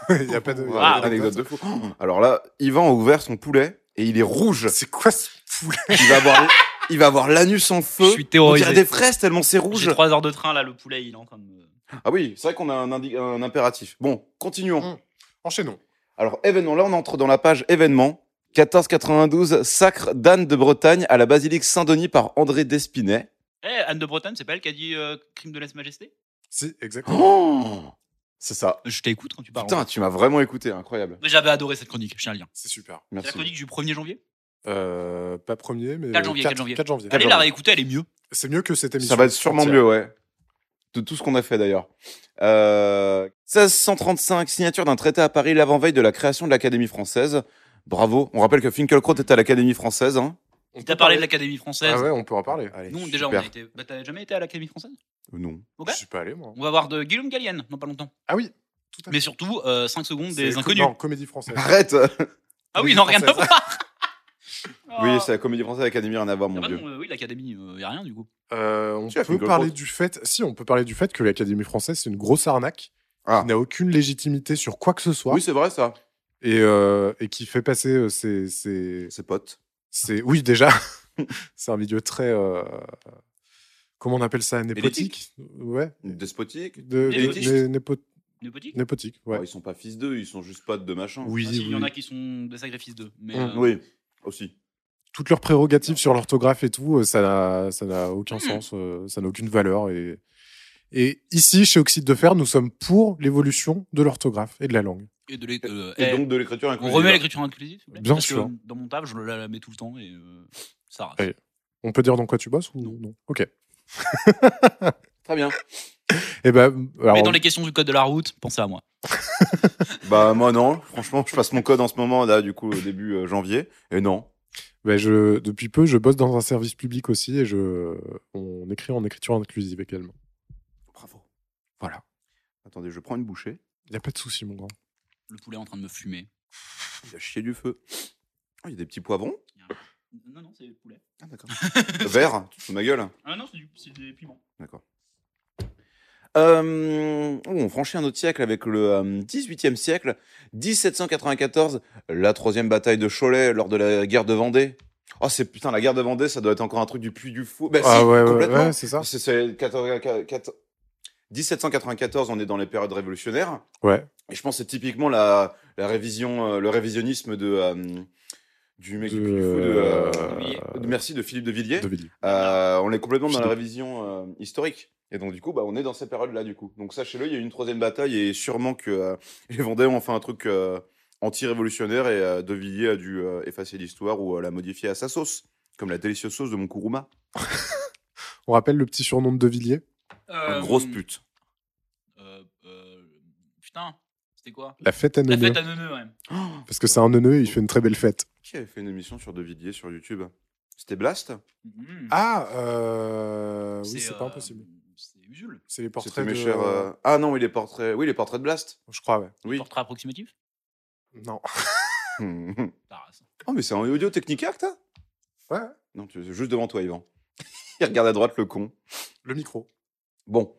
Speaker 4: il y a pas de.
Speaker 2: Ouais,
Speaker 5: Ah,
Speaker 2: Anecdote de fou. Alors là, Yvan a ouvert son poulet et il est rouge.
Speaker 4: C'est quoi ce poulet
Speaker 2: Il va avoir, il va avoir l'anus en
Speaker 5: Je suis
Speaker 2: feu. On dirait des
Speaker 5: terrorisé.
Speaker 2: fraises tellement c'est
Speaker 5: J'ai
Speaker 2: rouge.
Speaker 5: 3 heures de train là, le poulet il est en train de me.
Speaker 2: Ah oui, c'est vrai qu'on a un, indi- un impératif. Bon, continuons.
Speaker 4: Mm. Enchaînons.
Speaker 2: Alors, événement, là, on entre dans la page événement. 1492, sacre d'Anne de Bretagne à la basilique Saint-Denis par André Despinet.
Speaker 5: Eh, Anne de Bretagne, c'est pas elle qui a dit euh, crime de lèse-majesté
Speaker 4: Si, exactement.
Speaker 2: Oh c'est ça.
Speaker 5: Je t'écoute quand tu
Speaker 4: Bah,
Speaker 5: parles.
Speaker 2: Putain, tu m'as vraiment écouté, incroyable.
Speaker 5: Mais j'avais adoré cette chronique, je tiens à le dire.
Speaker 4: C'est super.
Speaker 5: C'est la
Speaker 2: Merci.
Speaker 5: chronique du 1er janvier.
Speaker 4: Euh, pas premier, mais.
Speaker 5: 4 janvier,
Speaker 4: 4
Speaker 5: 4 janvier.
Speaker 4: janvier.
Speaker 5: Allez la réécouter, elle est mieux.
Speaker 4: C'est mieux que cette émission.
Speaker 2: Ça va être sûrement
Speaker 4: entière.
Speaker 2: mieux, ouais. De tout ce qu'on a fait d'ailleurs. Euh, 1635, signature d'un traité à Paris l'avant-veille de la création de l'Académie française. Bravo. On rappelle que Finkielkraut était à l'Académie française. Hein.
Speaker 4: On
Speaker 5: T'as
Speaker 4: peut
Speaker 5: parlé de
Speaker 4: parler-
Speaker 5: l'Académie française.
Speaker 4: Ah ouais, on peut en parler.
Speaker 2: Allez,
Speaker 5: Nous, déjà, on
Speaker 2: super.
Speaker 5: a été. Bah, t'as jamais été à l'Académie française
Speaker 2: Euh, Non.
Speaker 5: Ouais.
Speaker 4: Je suis pas allé, moi.
Speaker 5: On va voir de Guillaume Gallienne dans pas longtemps.
Speaker 4: Ah oui. Tout à fait.
Speaker 5: Mais surtout, 5 secondes
Speaker 4: C'est
Speaker 5: des
Speaker 4: com-
Speaker 5: inconnus.
Speaker 4: Non, comédie française.
Speaker 2: Arrête
Speaker 5: Ah oui, non, rien à
Speaker 4: Française.
Speaker 5: voir Ah.
Speaker 2: Oui, c'est la Comédie française, l'Académie, rien à voir,
Speaker 5: Ah
Speaker 2: mon
Speaker 5: bah
Speaker 2: dieu.
Speaker 5: non, euh, oui, l'Académie, euh, y a rien du coup.
Speaker 4: Euh, on
Speaker 2: Tu as fait
Speaker 4: peut
Speaker 2: une
Speaker 4: parler
Speaker 2: GoPro.
Speaker 4: du fait. Si, on peut parler du fait que l'Académie française, c'est une grosse arnaque.
Speaker 2: Ah.
Speaker 4: Qui n'a aucune légitimité sur quoi que ce soit.
Speaker 2: Oui, c'est vrai, ça.
Speaker 4: Et, euh, et qui fait passer euh, ses, ses-
Speaker 2: C'est potes.
Speaker 4: C'est oui déjà. c'est un milieu très euh, comment on appelle ça népotique. Ouais.
Speaker 2: Despotique.
Speaker 4: De,
Speaker 5: Élitiste.
Speaker 4: de- né- népo-
Speaker 5: Le petit
Speaker 4: népotique. Ouais.
Speaker 2: Oh, ils sont pas fils d'eux, ils sont juste potes de machin.
Speaker 4: Oui.
Speaker 5: Ah, si, Il y en
Speaker 4: oui.
Speaker 5: a qui sont des sacrifices d'eux. Mais,
Speaker 4: Hum,
Speaker 5: euh,
Speaker 2: Mmh, Oui, aussi.
Speaker 4: Toutes leurs prérogatives sur l'orthographe et tout, euh, ça n'a ça n'a
Speaker 5: Mm.
Speaker 4: aucun sens, euh, ça n'a aucune valeur et et ici chez Oxyde de Fer, nous sommes pour l'évolution de l'orthographe et de la langue.
Speaker 5: Et de l'é- euh,
Speaker 2: Et
Speaker 5: eh,
Speaker 2: donc euh, de l'écriture
Speaker 5: on
Speaker 2: inclusive.
Speaker 5: remet l'écriture inclusive s'il vous plaît
Speaker 4: Bien
Speaker 5: Parce que
Speaker 4: sûr.
Speaker 5: dans mon table, je la, la mets tout le temps et euh, ça rase.
Speaker 4: Ouais. On peut dire dans quoi tu bosses ou
Speaker 5: Non.
Speaker 4: non, Ok.
Speaker 2: Très bien.
Speaker 4: Et ben alors,
Speaker 5: Mais dans les questions du code de la route, pensez à moi.
Speaker 2: Bah, moi, non. Franchement, je passe mon code en ce moment, là, du coup, au début euh, janvier. Et non.
Speaker 4: ben, je depuis peu, je bosse dans un service public aussi et je on écrit en écriture inclusive également.
Speaker 2: Bravo.
Speaker 4: Voilà.
Speaker 2: Attendez, je prends une bouchée.
Speaker 4: Il y a pas de souci mon grand.
Speaker 5: Le poulet est en train de me fumer.
Speaker 2: Il a chié du feu. Oh, il y a des petits poivrons.
Speaker 5: Non, non, c'est le poulet.
Speaker 2: Ah, d'accord. Vert, tu te fous de ma gueule.
Speaker 5: Ah non, c'est du- c'est des piments.
Speaker 2: D'accord. Euh, on franchit un autre siècle avec le euh, 18e siècle, 1794, la troisième bataille de Cholet lors de la guerre de Vendée. Oh, c'est putain, la guerre de Vendée, ça doit être encore un truc du puits du fou. Bah,
Speaker 6: Ah
Speaker 2: si,
Speaker 6: ouais, ouais,
Speaker 2: complètement.
Speaker 6: ouais, c'est ça.
Speaker 2: C'est- c'est 14 14 1794, on est dans les périodes révolutionnaires.
Speaker 6: Ouais.
Speaker 2: Et je pense que c'est typiquement la, la révision, euh, le révisionnisme de, euh, du mec du
Speaker 6: De,
Speaker 2: Puy du Fou, de, euh,
Speaker 6: euh,
Speaker 2: Villiers. De- merci, de Philippe de Villiers.
Speaker 6: De Villiers.
Speaker 2: Euh, on est complètement dans la
Speaker 6: Philippe.
Speaker 2: révision euh, historique. Et donc, du coup, bah, on est dans cette période-là, du coup. Donc, sachez-le, il y a eu une troisième bataille et sûrement que euh, les Vendéens ont fait un truc euh, anti-révolutionnaire et euh, De Villiers a dû euh, effacer l'histoire ou euh, la modifier à sa sauce, comme la délicieuse sauce de Montourouma.
Speaker 6: On rappelle le petit surnom de De Villiers
Speaker 5: Euh,
Speaker 2: Grosse pute.
Speaker 5: euh, euh, putain, c'était quoi
Speaker 6: La fête à
Speaker 5: La
Speaker 6: Neuneu.
Speaker 5: fête à Neuneu, ouais.
Speaker 6: Parce que c'est un neuneu et il fait une très belle fête.
Speaker 2: Qui avait fait une émission sur De Villiers sur YouTube C'était Blast
Speaker 5: Mhm.
Speaker 2: bah
Speaker 6: Ah, euh... oui, c'est pas
Speaker 5: euh,
Speaker 6: impossible.
Speaker 5: C'est Usul.
Speaker 6: C'est les
Speaker 2: C'était
Speaker 6: portraits
Speaker 2: mes
Speaker 6: de...
Speaker 2: chers. euh, Ah non, oui, les portraits. Oui, les portraits de Blast.
Speaker 6: Je crois, ouais.
Speaker 2: Oui.
Speaker 5: Portrait approximatif
Speaker 6: Non.
Speaker 2: Hmm.
Speaker 5: Ta race.
Speaker 2: oh, mais c'est un audio technique acte hein
Speaker 6: Ouais.
Speaker 2: Non, tu... c'est juste devant toi, Yvan. Il regarde à droite le con.
Speaker 6: Le micro.
Speaker 2: Bon.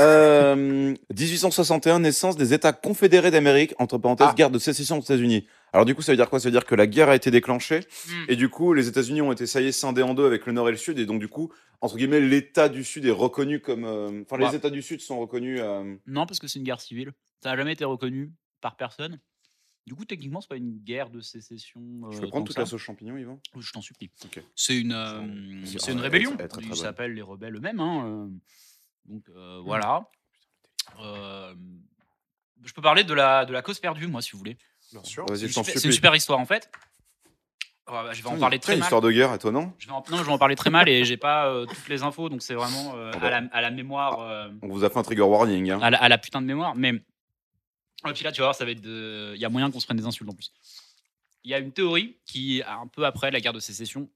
Speaker 2: Euh, 1861, naissance des États confédérés d'Amérique, entre parenthèses,
Speaker 6: Ah.
Speaker 2: guerre de sécession aux États-Unis. Alors, du coup, ça veut dire quoi Ça veut dire que la guerre a été déclenchée.
Speaker 5: Mm.
Speaker 2: Et du coup, les États-Unis ont été, ça y est, scindés en deux avec le Nord et le Sud. Et donc, du coup, entre guillemets, l'État du Sud est reconnu comme. euh, Enfin, les
Speaker 5: Ouais.
Speaker 2: États du Sud sont reconnus. euh,
Speaker 5: Non, parce que c'est une guerre civile. Ça n'a jamais été reconnu par personne. Du coup, techniquement, c'est pas une guerre de sécession.
Speaker 2: Je
Speaker 5: euh,
Speaker 2: peux prendre
Speaker 5: tant que
Speaker 2: toute
Speaker 5: ça.
Speaker 2: la sauce champignon, Yvan
Speaker 5: Je t'en supplie.
Speaker 2: Ok.
Speaker 5: C'est une, euh,
Speaker 2: Sans-
Speaker 5: c'est
Speaker 2: sans-
Speaker 5: une
Speaker 2: elle-
Speaker 5: rébellion.
Speaker 2: elle est très, très
Speaker 5: Ils
Speaker 2: bonne. Mmh.
Speaker 5: s'appellent les rebelles eux-mêmes. hein, euh, Donc euh, voilà. Euh, je peux parler de la, de la cause perdue, moi, si vous voulez.
Speaker 6: Bien sûr.
Speaker 2: Vas-y,
Speaker 5: C'est une,
Speaker 2: je t'en
Speaker 5: super- c'est
Speaker 2: supplie. Mmh,
Speaker 5: une super histoire, en fait. Euh, je vais en parler très
Speaker 2: Putain,
Speaker 5: mal.
Speaker 2: Histoire de guerre, étonnant.
Speaker 5: Je vais en, non, je vais en parler très mal et j'ai pas euh, toutes les infos, donc c'est vraiment euh,
Speaker 2: Ah
Speaker 5: à,
Speaker 2: bah.
Speaker 5: la, à la mémoire. euh,
Speaker 2: On vous a fait un trigger warning. Hein.
Speaker 5: à la, à la putain de mémoire. Mais oh, et puis là, tu vas voir, ça va être. de- Il y a moyen qu'on se prenne des insultes en plus. Il y a une théorie qui, un peu après la guerre de sécession,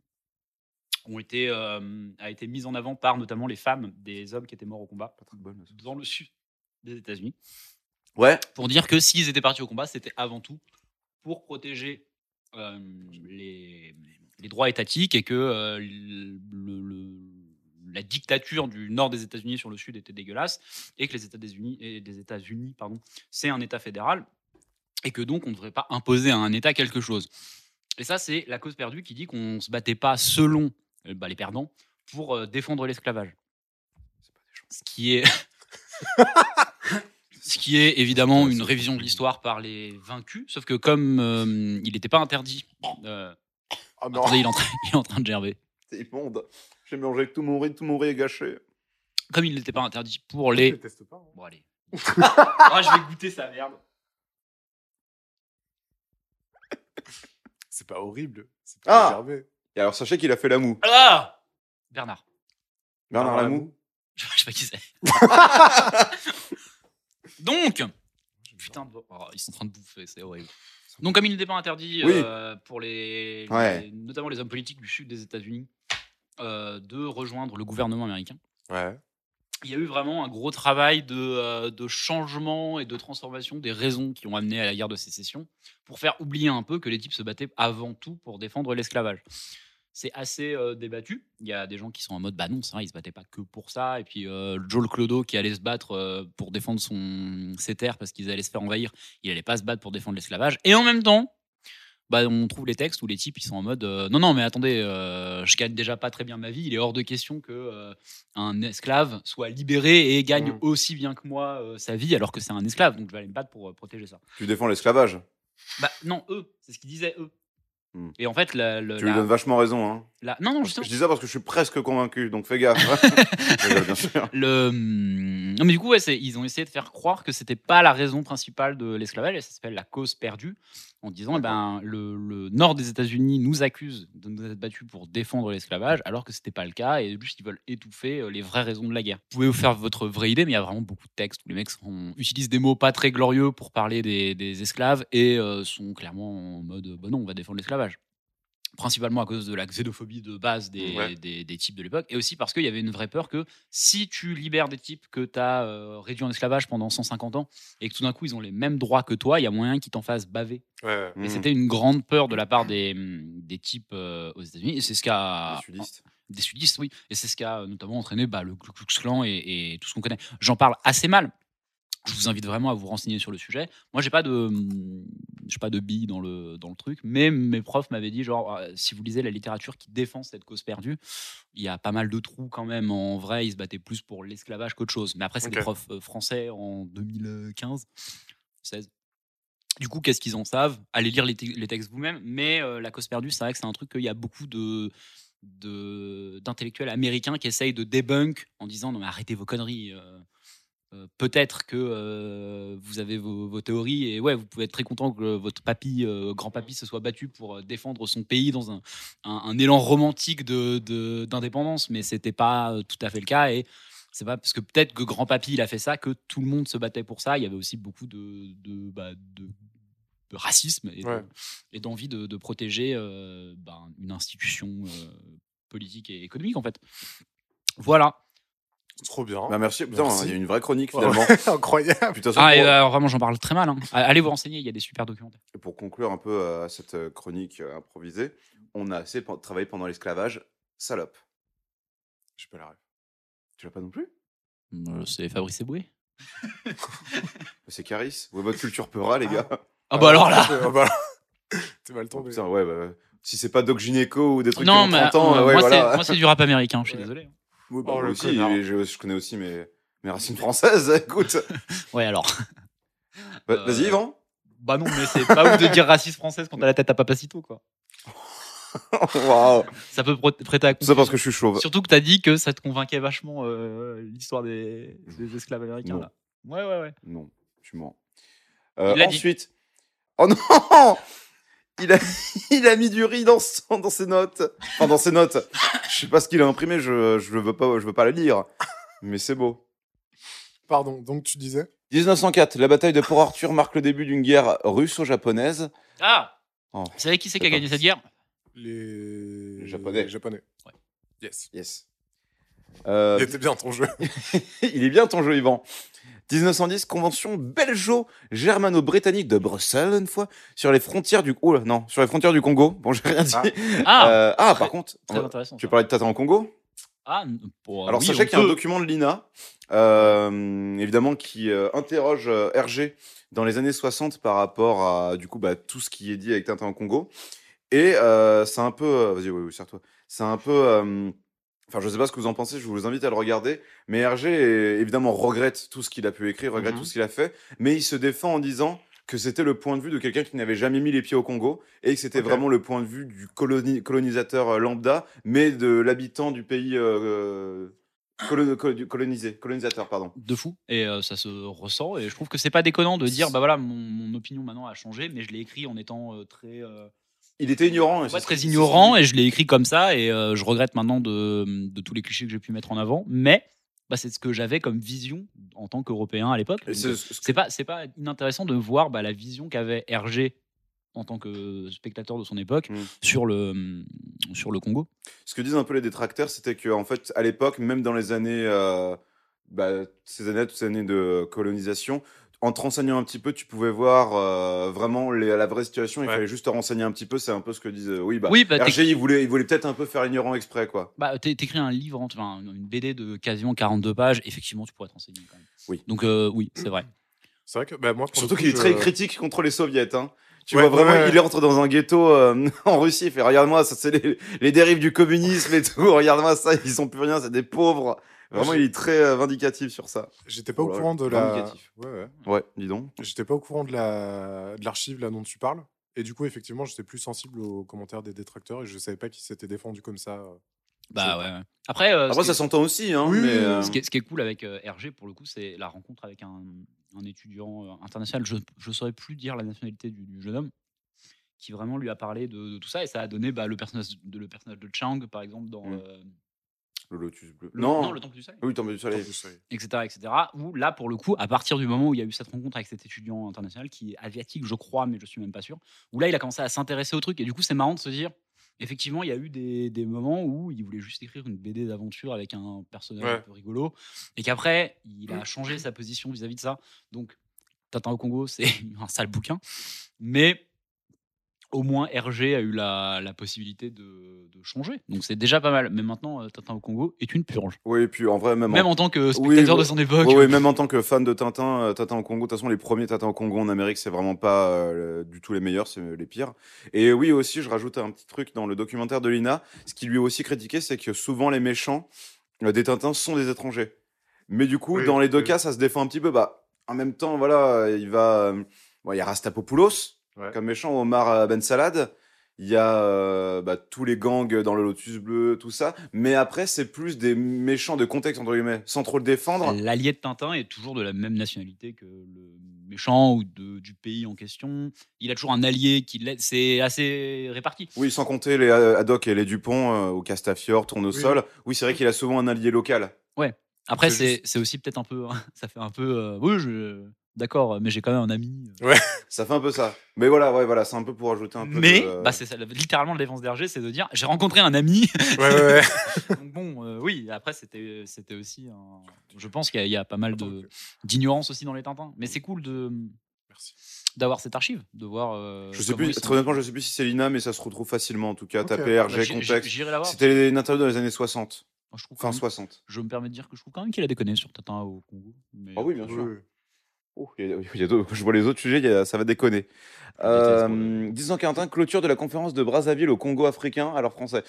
Speaker 5: ont été, euh, a été mise en avant par notamment les femmes des hommes qui étaient morts au combat dans le sud des États-Unis,
Speaker 2: Ouais.
Speaker 5: pour dire que s'ils étaient partis au combat, c'était avant tout pour protéger euh, les, les droits étatiques et que euh, le- le- la dictature du nord des États-Unis sur le sud était dégueulasse et que les États-Unis et des États-Unis pardon c'est un État fédéral et que donc on ne devrait pas imposer à un État quelque chose. Et ça c'est la cause perdue qui dit qu'on ne se battait pas selon euh, bah, les perdants pour euh, défendre l'esclavage. Ce qui est ce qui est évidemment une révision de l'histoire par les vaincus, sauf que comme euh, il n'était pas interdit euh,
Speaker 2: Ah non,
Speaker 5: Attendez, il est, en train, il est en train de gerber.
Speaker 2: c'est immonde. J'ai mélangé avec tout mon riz, tout mon riz est gâché.
Speaker 5: Comme il n'était pas interdit pour
Speaker 6: Je
Speaker 5: les.
Speaker 6: déteste pas. hein.
Speaker 5: Bon, allez. Ah, je vais goûter sa merde.
Speaker 6: C'est pas horrible. C'est pas
Speaker 2: Ah.
Speaker 6: réservé.
Speaker 2: Et alors, sachez qu'il a fait la moue.
Speaker 5: Ah Bernard.
Speaker 2: Bernard
Speaker 5: Ah,
Speaker 2: Lamou.
Speaker 5: Je sais pas qui c'est. Donc. Putain de. oh, ils sont en train de bouffer, c'est horrible. Donc, comme il n'était pas interdit
Speaker 2: Oui.
Speaker 5: euh, pour les,
Speaker 2: Ouais.
Speaker 5: les- Notamment les hommes politiques du sud des États-Unis euh, de rejoindre le gouvernement américain.
Speaker 6: Ouais.
Speaker 5: il y a eu vraiment un gros travail de, euh, de changement et de transformation des raisons qui ont amené à la guerre de sécession pour faire oublier un peu que les types se battaient avant tout pour défendre l'esclavage. C'est assez euh, débattu. Il y a des gens qui sont en mode bah non, c'est vrai, ils se battaient pas que pour ça. Et puis euh, Joel Clodo qui allait se battre euh, pour défendre son, ses terres parce qu'ils allaient se faire envahir, il allait pas se battre pour défendre l'esclavage. Et en même temps, bah, on trouve les textes où les types ils sont en mode euh, non non mais attendez euh, je gagne déjà pas très bien ma vie il est hors de question que euh, un esclave soit libéré et gagne
Speaker 6: Mm.
Speaker 5: aussi bien que moi euh, sa vie alors que c'est un esclave donc je vais aller me battre pour euh, protéger ça
Speaker 2: Tu défends l'esclavage.
Speaker 5: bah non eux c'est ce qu'ils disaient eux
Speaker 2: Mm.
Speaker 5: et en fait la, la-
Speaker 2: Tu lui
Speaker 5: la-
Speaker 2: donnes vachement raison. Hein.
Speaker 5: la- non non
Speaker 2: Je
Speaker 5: justement
Speaker 2: dis ça parce que je suis presque convaincu, donc fais gaffe. Je rigole, bien sûr.
Speaker 5: le mm, non mais du coup ouais, c'est- ils ont essayé de faire croire que c'était pas la raison principale de l'esclavage et ça s'appelle la cause perdue en disant eh ben le, le nord des États-Unis nous accuse de nous être battus pour défendre l'esclavage alors que c'était pas le cas et juste ils veulent étouffer euh, les vraies raisons de la guerre. Vous pouvez vous faire votre vraie idée mais il y a vraiment beaucoup de textes où les mecs sont- utilisent des mots pas très glorieux pour parler des, des esclaves et euh, sont clairement en mode bah non on va défendre l'esclavage. Principalement à cause de la xénophobie de base des,
Speaker 2: Ouais.
Speaker 5: des- des types de l'époque, et aussi parce qu'il y avait une vraie peur que si tu libères des types que tu as réduits en esclavage pendant 150 ans et que tout d'un coup ils ont les mêmes droits que toi, il y a moyen qu'ils t'en fassent baver.
Speaker 6: Ouais.
Speaker 5: Et
Speaker 2: Hmm.
Speaker 5: c'était une grande peur de la part des, des types mmh, euh, aux États-Unis. Et c'est ce
Speaker 2: Les
Speaker 5: qu'a.
Speaker 2: sudistes.
Speaker 5: des sudistes, oui. Et c'est ce qui a euh, notamment entraîné bah, le Ku Klux Klan et, et tout ce qu'on connaît. J'en parle assez mal. Je vous invite vraiment à vous renseigner sur le sujet. Moi, j'ai pas de, hum, j'ai pas de billes dans le, dans le truc, mais mes profs m'avaient dit genre, Ah, si vous lisez la littérature qui défend cette cause perdue, il y a pas mal de trous quand même. En vrai, ils se battaient plus pour l'esclavage qu'autre chose. Mais après, c'est des
Speaker 4: Ok.
Speaker 5: profs euh, français en 2015, 16. Du coup, qu'est-ce qu'ils en savent Allez lire les, te- les textes vous-même. Mais euh, la cause perdue, c'est vrai que c'est un truc qu'il y a beaucoup de de- d'intellectuels américains qui essayent de débunk en disant non mais arrêtez vos conneries. euh, euh, Peut-être que euh, vous avez vos, vos théories et ouais, vous pouvez être très content que votre papy, euh, grand-papy, se soit battu pour euh, défendre son pays dans un, un- un élan romantique de- de- d'indépendance, mais c'était pas euh, tout à fait le cas. Et c'est pas parce que peut-être que grand-papy il a fait ça que tout le monde se battait pour ça. Il y avait aussi beaucoup de, de, bah, de- de racisme et de-
Speaker 4: Ouais.
Speaker 5: et d'envie de, de protéger euh, ben, une institution euh, politique et économique en fait. Voilà.
Speaker 4: Trop bien.
Speaker 2: Bah, merci. Putain,
Speaker 4: Merci.
Speaker 2: il y a une vraie chronique finalement.
Speaker 6: Incroyable.
Speaker 2: Putain, ça,
Speaker 5: Ah, et,
Speaker 2: pour-
Speaker 5: euh, vraiment, j'en parle très mal. hein. Allez vous renseigner, il y a des super documentaires.
Speaker 2: Et pour conclure un peu euh, cette euh, chronique euh, improvisée, on a assez pen- travaillé pendant l'esclavage, salope.
Speaker 4: Je peux la
Speaker 2: Tu l'as pas non plus Euh,
Speaker 5: c'est Fabrice Eboué.
Speaker 2: C'est Caris. Où est votre culture peura, les
Speaker 4: Ah.
Speaker 2: gars
Speaker 5: Ah bah alors là
Speaker 6: Euh,
Speaker 4: Ah bah, T'es mal tombé.
Speaker 2: Putain, ouais, bah, si c'est pas Doc Gynéco ou des trucs
Speaker 5: Non,
Speaker 2: qui ont
Speaker 5: mais
Speaker 2: 30 ans,
Speaker 5: euh,
Speaker 2: euh, ouais,
Speaker 5: moi,
Speaker 2: voilà.
Speaker 5: c'est- moi, c'est du rap américain, je suis
Speaker 4: Ouais.
Speaker 5: désolé. hein.
Speaker 2: Oui, bah,
Speaker 4: Oh,
Speaker 2: moi
Speaker 4: le
Speaker 2: aussi,
Speaker 4: connard.
Speaker 2: je, je connais aussi mes, mes racines françaises, écoute.
Speaker 5: Ouais, alors.
Speaker 2: Va-
Speaker 5: Euh,
Speaker 2: Vas-y, Yvan.
Speaker 5: Bah non, mais c'est pas ouf de dire raciste française quand t'as la tête à Papacito, quoi.
Speaker 2: Waouh.
Speaker 5: Ça peut pro- prêter à
Speaker 2: Tout ça
Speaker 5: confusion.
Speaker 2: parce que je suis chauve.
Speaker 5: Surtout que t'as dit que ça te convainquait vachement euh, l'histoire des, des esclaves américains,
Speaker 2: Non.
Speaker 5: là. Ouais, ouais, ouais.
Speaker 2: Non, tu mens. Euh,
Speaker 5: Il l'a dit.
Speaker 2: ensuite. Oh non il a, il a mis du riz dans, son- dans ses notes. Enfin, dans ses notes. Je sais pas ce qu'il a imprimé, je, je, veux pas, je veux pas le lire. Mais c'est beau.
Speaker 6: Pardon, donc tu disais
Speaker 2: 1904, la bataille de Port Arthur marque le début d'une guerre russo-japonaise.
Speaker 5: Ah
Speaker 2: Oh.
Speaker 5: Vous savez qui c'est qui a
Speaker 2: D'accord.
Speaker 5: gagné cette guerre
Speaker 6: Les
Speaker 2: Japonais.
Speaker 6: Les Japonais.
Speaker 4: Yes.
Speaker 2: Yes. Euh,
Speaker 4: Il était bien ton jeu.
Speaker 2: il est bien ton jeu, Yvan. 1910, convention belgeo-germano-britannique de Bruxelles, une fois, sur les frontières du... Oula, non, sur les frontières du Congo. Bon, j'ai rien dit. Euh, Ah,
Speaker 5: Ah
Speaker 2: par contre,
Speaker 5: Très
Speaker 2: euh,
Speaker 5: intéressant.
Speaker 2: tu
Speaker 5: ça.
Speaker 2: parlais de Tata en Congo
Speaker 5: Ah, n- pour-
Speaker 2: Alors
Speaker 5: oui,
Speaker 2: sachez
Speaker 5: on
Speaker 2: qu'il y a un
Speaker 5: peut.
Speaker 2: document de l'INA, euh, évidemment, qui euh, interroge euh, Hergé dans les années 60 par rapport à du coup bah, tout ce qui est dit avec Tintin en Congo. Et euh, c'est un peu, euh, vas-y, oui, oui, serre-toi. C'est un peu, euh, enfin, je sais pas ce que vous en pensez. Je vous invite à le regarder. Mais Hergé euh, évidemment regrette tout ce qu'il a pu écrire, regrette
Speaker 5: Mhm.
Speaker 2: tout ce qu'il a fait, mais il se défend en disant que c'était le point de vue de quelqu'un qui n'avait jamais mis les pieds au Congo et que c'était
Speaker 4: Ok.
Speaker 2: vraiment le point de vue du coloni- colonisateur euh, lambda, mais de l'habitant du pays euh, colo- colo- du colonisé, colonisateur, pardon.
Speaker 5: de fou et euh, ça se ressent et je trouve que c'est pas déconnant de dire bah voilà mon, mon opinion maintenant a changé mais je l'ai écrit en étant euh, très euh,
Speaker 2: Il était ignorant. et
Speaker 5: ouais,
Speaker 2: c'est ce
Speaker 5: très
Speaker 2: qui-
Speaker 5: ignorant
Speaker 2: c'est
Speaker 5: et je l'ai écrit comme ça et euh, je regrette maintenant de, de tous les clichés que j'ai pu mettre en avant mais bah, c'est ce que j'avais comme vision en tant qu'européen à l'époque
Speaker 2: ce qui-
Speaker 5: Donc, euh,
Speaker 2: et c'est ce-
Speaker 5: c'est pas c'est pas inintéressant de voir bah, la vision qu'avait Hergé en tant que spectateur de son époque
Speaker 2: Mm.
Speaker 5: sur le sur le Congo
Speaker 2: ce que disent un peu les détracteurs, c'était que en fait, à l'époque, même dans les années, euh, bah, ces années, toutes ces années de colonisation, en te renseignant un petit peu, tu pouvais voir euh, vraiment les- la vraie situation. Il
Speaker 4: Ouais.
Speaker 2: fallait juste te renseigner un petit peu. C'est un peu ce que disent. euh, oui, bah.
Speaker 5: oui bah, t'es-
Speaker 2: Hergé, il voulait, il voulait peut-être un peu faire l'ignorant exprès, quoi.
Speaker 5: Bah, t'é- t'écris un livre, enfin une BD de quasiment 42 pages, effectivement, tu pourrais te renseigner quand même.
Speaker 2: Oui.
Speaker 5: Donc, euh, oui, c'est vrai.
Speaker 4: C'est vrai que bah, moi, pour le
Speaker 2: Surtout
Speaker 4: coup,
Speaker 2: qu'il est
Speaker 4: je-
Speaker 2: très critique contre les soviets. Hein. Tu
Speaker 4: Ouais,
Speaker 2: vois vraiment,
Speaker 4: ouais, ouais.
Speaker 2: il entre dans un ghetto euh, en Russie, il fait regarde-moi, ça c'est les, les dérives du communisme et tout, regarde-moi ça, ils sont plus rien, c'est des pauvres. Vraiment,
Speaker 6: Moi,
Speaker 2: il est très euh, vindicatif sur ça.
Speaker 6: J'étais pas
Speaker 2: Oh
Speaker 6: au
Speaker 2: là,
Speaker 6: courant de
Speaker 2: vraiment
Speaker 6: la.
Speaker 2: négatif.
Speaker 6: Ouais, ouais.
Speaker 2: Ouais, dis donc.
Speaker 6: J'étais pas au courant de la de l'archive là dont tu parles. Et du coup, effectivement, j'étais plus sensible aux commentaires des détracteurs et je savais pas qu'ils s'étaient défendus comme ça. euh.
Speaker 5: Bah, ouais. ouais. Après, euh,
Speaker 2: Après,
Speaker 5: ce,
Speaker 2: ça
Speaker 5: qui,
Speaker 2: s'entend aussi, hein,
Speaker 6: Oui,
Speaker 2: mais
Speaker 6: oui, oui,
Speaker 2: euh,
Speaker 5: ce qui est, ce qui est cool avec euh, Hergé, pour le coup, c'est la rencontre avec un, un étudiant euh, international. Je ne saurais plus dire la nationalité du, du jeune homme, qui vraiment lui a parlé de, de tout ça, et ça a donné bah, le, personnage de, le personnage de Chang, par exemple, dans.
Speaker 2: Mm.
Speaker 5: euh,
Speaker 2: le Lotus bleu.
Speaker 5: le-
Speaker 2: non,
Speaker 5: le Temple du Soleil.
Speaker 2: oui, Temple du Soleil.
Speaker 5: etc., etc. Où là, pour le coup, à partir du moment où il y a eu cette rencontre avec cet étudiant international, qui est asiatique, je crois, mais je suis même pas sûr, où là, il a commencé à s'intéresser au truc. Et du coup, c'est marrant de se dire, effectivement, il y a eu des, des moments où il voulait juste écrire une BD d'aventure avec un personnage
Speaker 4: Ouais.
Speaker 5: un peu rigolo, et qu'après, il a changé sa position vis-à-vis de ça. Donc, Tintin au Congo, c'est un sale bouquin. Mais au moins Hergé a eu la, la possibilité de, de changer. Donc c'est déjà pas mal. Mais maintenant, euh, Tintin au Congo est une purge.
Speaker 2: Oui, et puis en vrai, même,
Speaker 5: Même
Speaker 2: en...
Speaker 5: en tant que spectateur
Speaker 2: oui.
Speaker 5: de son époque.
Speaker 2: Ouais, ouais, même en tant que fan de Tintin, euh, Tintin au Congo, de toute façon, les premiers Tintin au Congo en Amérique, c'est vraiment pas euh, du tout les meilleurs, c'est les pires. Et oui, aussi, je rajoute un petit truc dans le documentaire de Lina, ce qui lui est aussi critiqué, c'est que souvent les méchants euh, des Tintins sont des étrangers. Mais du coup,
Speaker 4: Oui,
Speaker 2: dans les deux
Speaker 4: oui.
Speaker 2: cas, ça se défend un petit peu. Bah, en même temps, voilà, il va. euh, bon, il y a Rastapopoulos,
Speaker 4: Ouais.
Speaker 2: comme méchant, Omar euh, Ben Salad. Il y a euh, bah, tous les gangs dans le Lotus Bleu, tout ça. Mais après, c'est plus des méchants de contexte, entre guillemets, sans trop le défendre.
Speaker 5: L'allié de Tintin est toujours de la même nationalité que le méchant ou de- du pays en question. Il a toujours un allié qui l'aide. C'est assez réparti.
Speaker 2: Oui, sans compter les euh, Haddock et les Dupont euh, au Castafiore, Tournesol. Oui, c'est vrai qu'il a souvent un allié local.
Speaker 5: Après,
Speaker 4: C'est
Speaker 5: c'est
Speaker 4: juste-
Speaker 5: c'est aussi peut-être un peu. hein, Ça fait un peu. euh, oui, je. D'accord, mais j'ai quand même un ami. euh,
Speaker 2: Ça fait un peu ça. Mais voilà, ouais, voilà, c'est un peu pour ajouter un peu.
Speaker 5: mais,
Speaker 2: de, euh,
Speaker 5: bah, c'est ça, la- littéralement, la défense d'Hergé, c'est de dire j'ai rencontré un ami.
Speaker 4: Ouais, ouais, ouais.
Speaker 5: Donc bon, euh, oui, après, c'était c'était aussi. un- Je pense qu'il y, a- il y a pas mal de- d'ignorance aussi dans les Tintins. Mais c'est cool de
Speaker 4: Merci.
Speaker 5: d'avoir cette archive, de voir. euh,
Speaker 2: je sais
Speaker 5: comment
Speaker 2: plus,
Speaker 5: ils sont-
Speaker 2: très honnêtement, je sais plus si c'est Lina, mais ça se retrouve facilement en tout cas.
Speaker 4: Ok.
Speaker 2: Taper
Speaker 5: Bah,
Speaker 2: RG
Speaker 5: j'ai- j'ai-
Speaker 2: contexte.
Speaker 5: J'irai la voir.
Speaker 2: C'était une interview dans les années 60,
Speaker 5: Je trouve quand
Speaker 2: fin
Speaker 5: même-
Speaker 2: 60.
Speaker 5: je me permets de dire que je trouve quand même qu'il a déconné sur Tintin au Congo. mais- euh,
Speaker 2: Ah oui, bien
Speaker 4: Oui,
Speaker 2: sûr.
Speaker 4: oui.
Speaker 2: Oh, il y a- il y a d'autres- je vois les autres sujets, il y a- ça va déconner. Euh, 1941, clôture de la conférence de Brazzaville au Congo africain, alors français.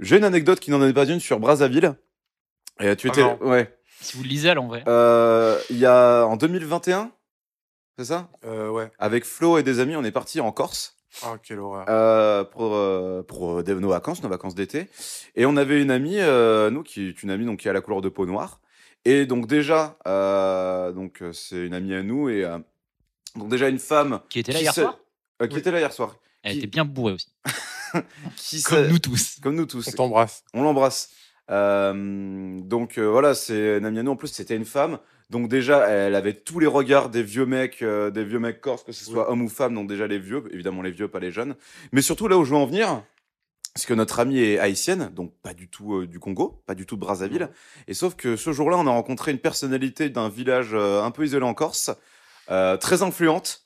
Speaker 2: J'ai une anecdote qui n'en est pas une sur Brazzaville. Et tu
Speaker 4: Ah
Speaker 2: étais.
Speaker 4: non.
Speaker 2: ouais.
Speaker 5: Si vous le lisez à l'envers,
Speaker 2: Euh, Il y a en 2021, c'est ça
Speaker 4: Euh, ouais.
Speaker 2: Avec Flo et des amis, on est parti en Corse
Speaker 4: Ah, quelle horreur.
Speaker 2: euh, pour, euh, pour euh, des- nos vacances, nos vacances d'été. Et on avait une amie, euh, nous, qui est une amie donc, qui a la couleur de peau noire. Et donc déjà, euh, donc euh, c'est une amie à nous et euh, donc déjà une femme
Speaker 5: qui était là
Speaker 2: qui
Speaker 5: hier
Speaker 2: se-
Speaker 5: soir,
Speaker 2: euh, qui
Speaker 4: Oui.
Speaker 2: était là hier soir,
Speaker 5: elle
Speaker 2: qui-
Speaker 5: était bien bourrée aussi.
Speaker 2: qui
Speaker 5: Comme
Speaker 2: se-
Speaker 5: nous tous.
Speaker 2: comme nous tous,
Speaker 4: On t'embrasse.
Speaker 2: On l'embrasse. Euh, donc euh, voilà, c'est Namiano. En plus, c'était une femme. Donc déjà, elle avait tous les regards des vieux mecs, euh, des vieux mecs corses, que ce soit hommes ou femmes. Donc déjà les vieux, évidemment les vieux, pas les jeunes. Mais surtout là où je veux en venir, c'est que notre amie est haïtienne, donc pas du tout euh, du Congo, pas du tout de Brazzaville. Et sauf que ce jour-là, on a rencontré une personnalité d'un village euh, un peu isolé en Corse, euh, très influente,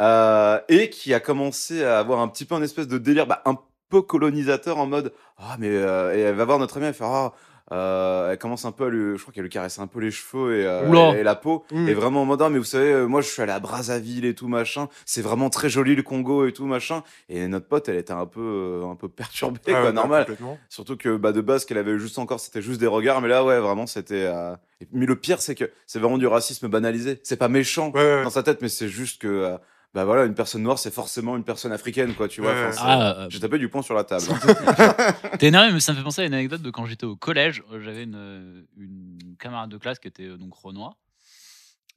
Speaker 2: euh, et qui a commencé à avoir un petit peu un espèce de délire, bah, un peu colonisateur en mode ah mais euh, et elle va voir notre amie, elle fait ah euh, elle commence un peu à lui, je crois qu'elle lui caresse un peu les cheveux et, euh,
Speaker 5: Oula.
Speaker 2: et- et la peau,
Speaker 4: Mm.
Speaker 2: et vraiment en mode ah mais vous savez, euh, moi je suis allé à Brazzaville et tout machin, c'est vraiment très joli le Congo et tout machin, et notre pote elle était un peu euh, un peu perturbée
Speaker 4: Ah,
Speaker 2: quoi,
Speaker 4: ouais,
Speaker 2: normal.
Speaker 4: complètement.
Speaker 2: Surtout que bah, de base, qu'elle avait eu juste encore, c'était juste des regards, mais là, ouais, vraiment, c'était. euh, et- Mais le pire, c'est que c'est vraiment du racisme banalisé. C'est pas méchant
Speaker 4: Ouais, ouais, ouais.
Speaker 2: dans sa tête, mais c'est juste que. euh, bah voilà, une personne noire, c'est forcément une personne africaine, quoi, tu vois.
Speaker 4: Ouais.
Speaker 2: enfin, c'est-
Speaker 5: Ah, euh,
Speaker 2: J'ai tapé du poing sur la table.
Speaker 5: T'es énervé, mais ça me fait penser à une anecdote de quand j'étais au collège. Euh, J'avais une, euh, une camarade de classe qui était euh, donc Renoir.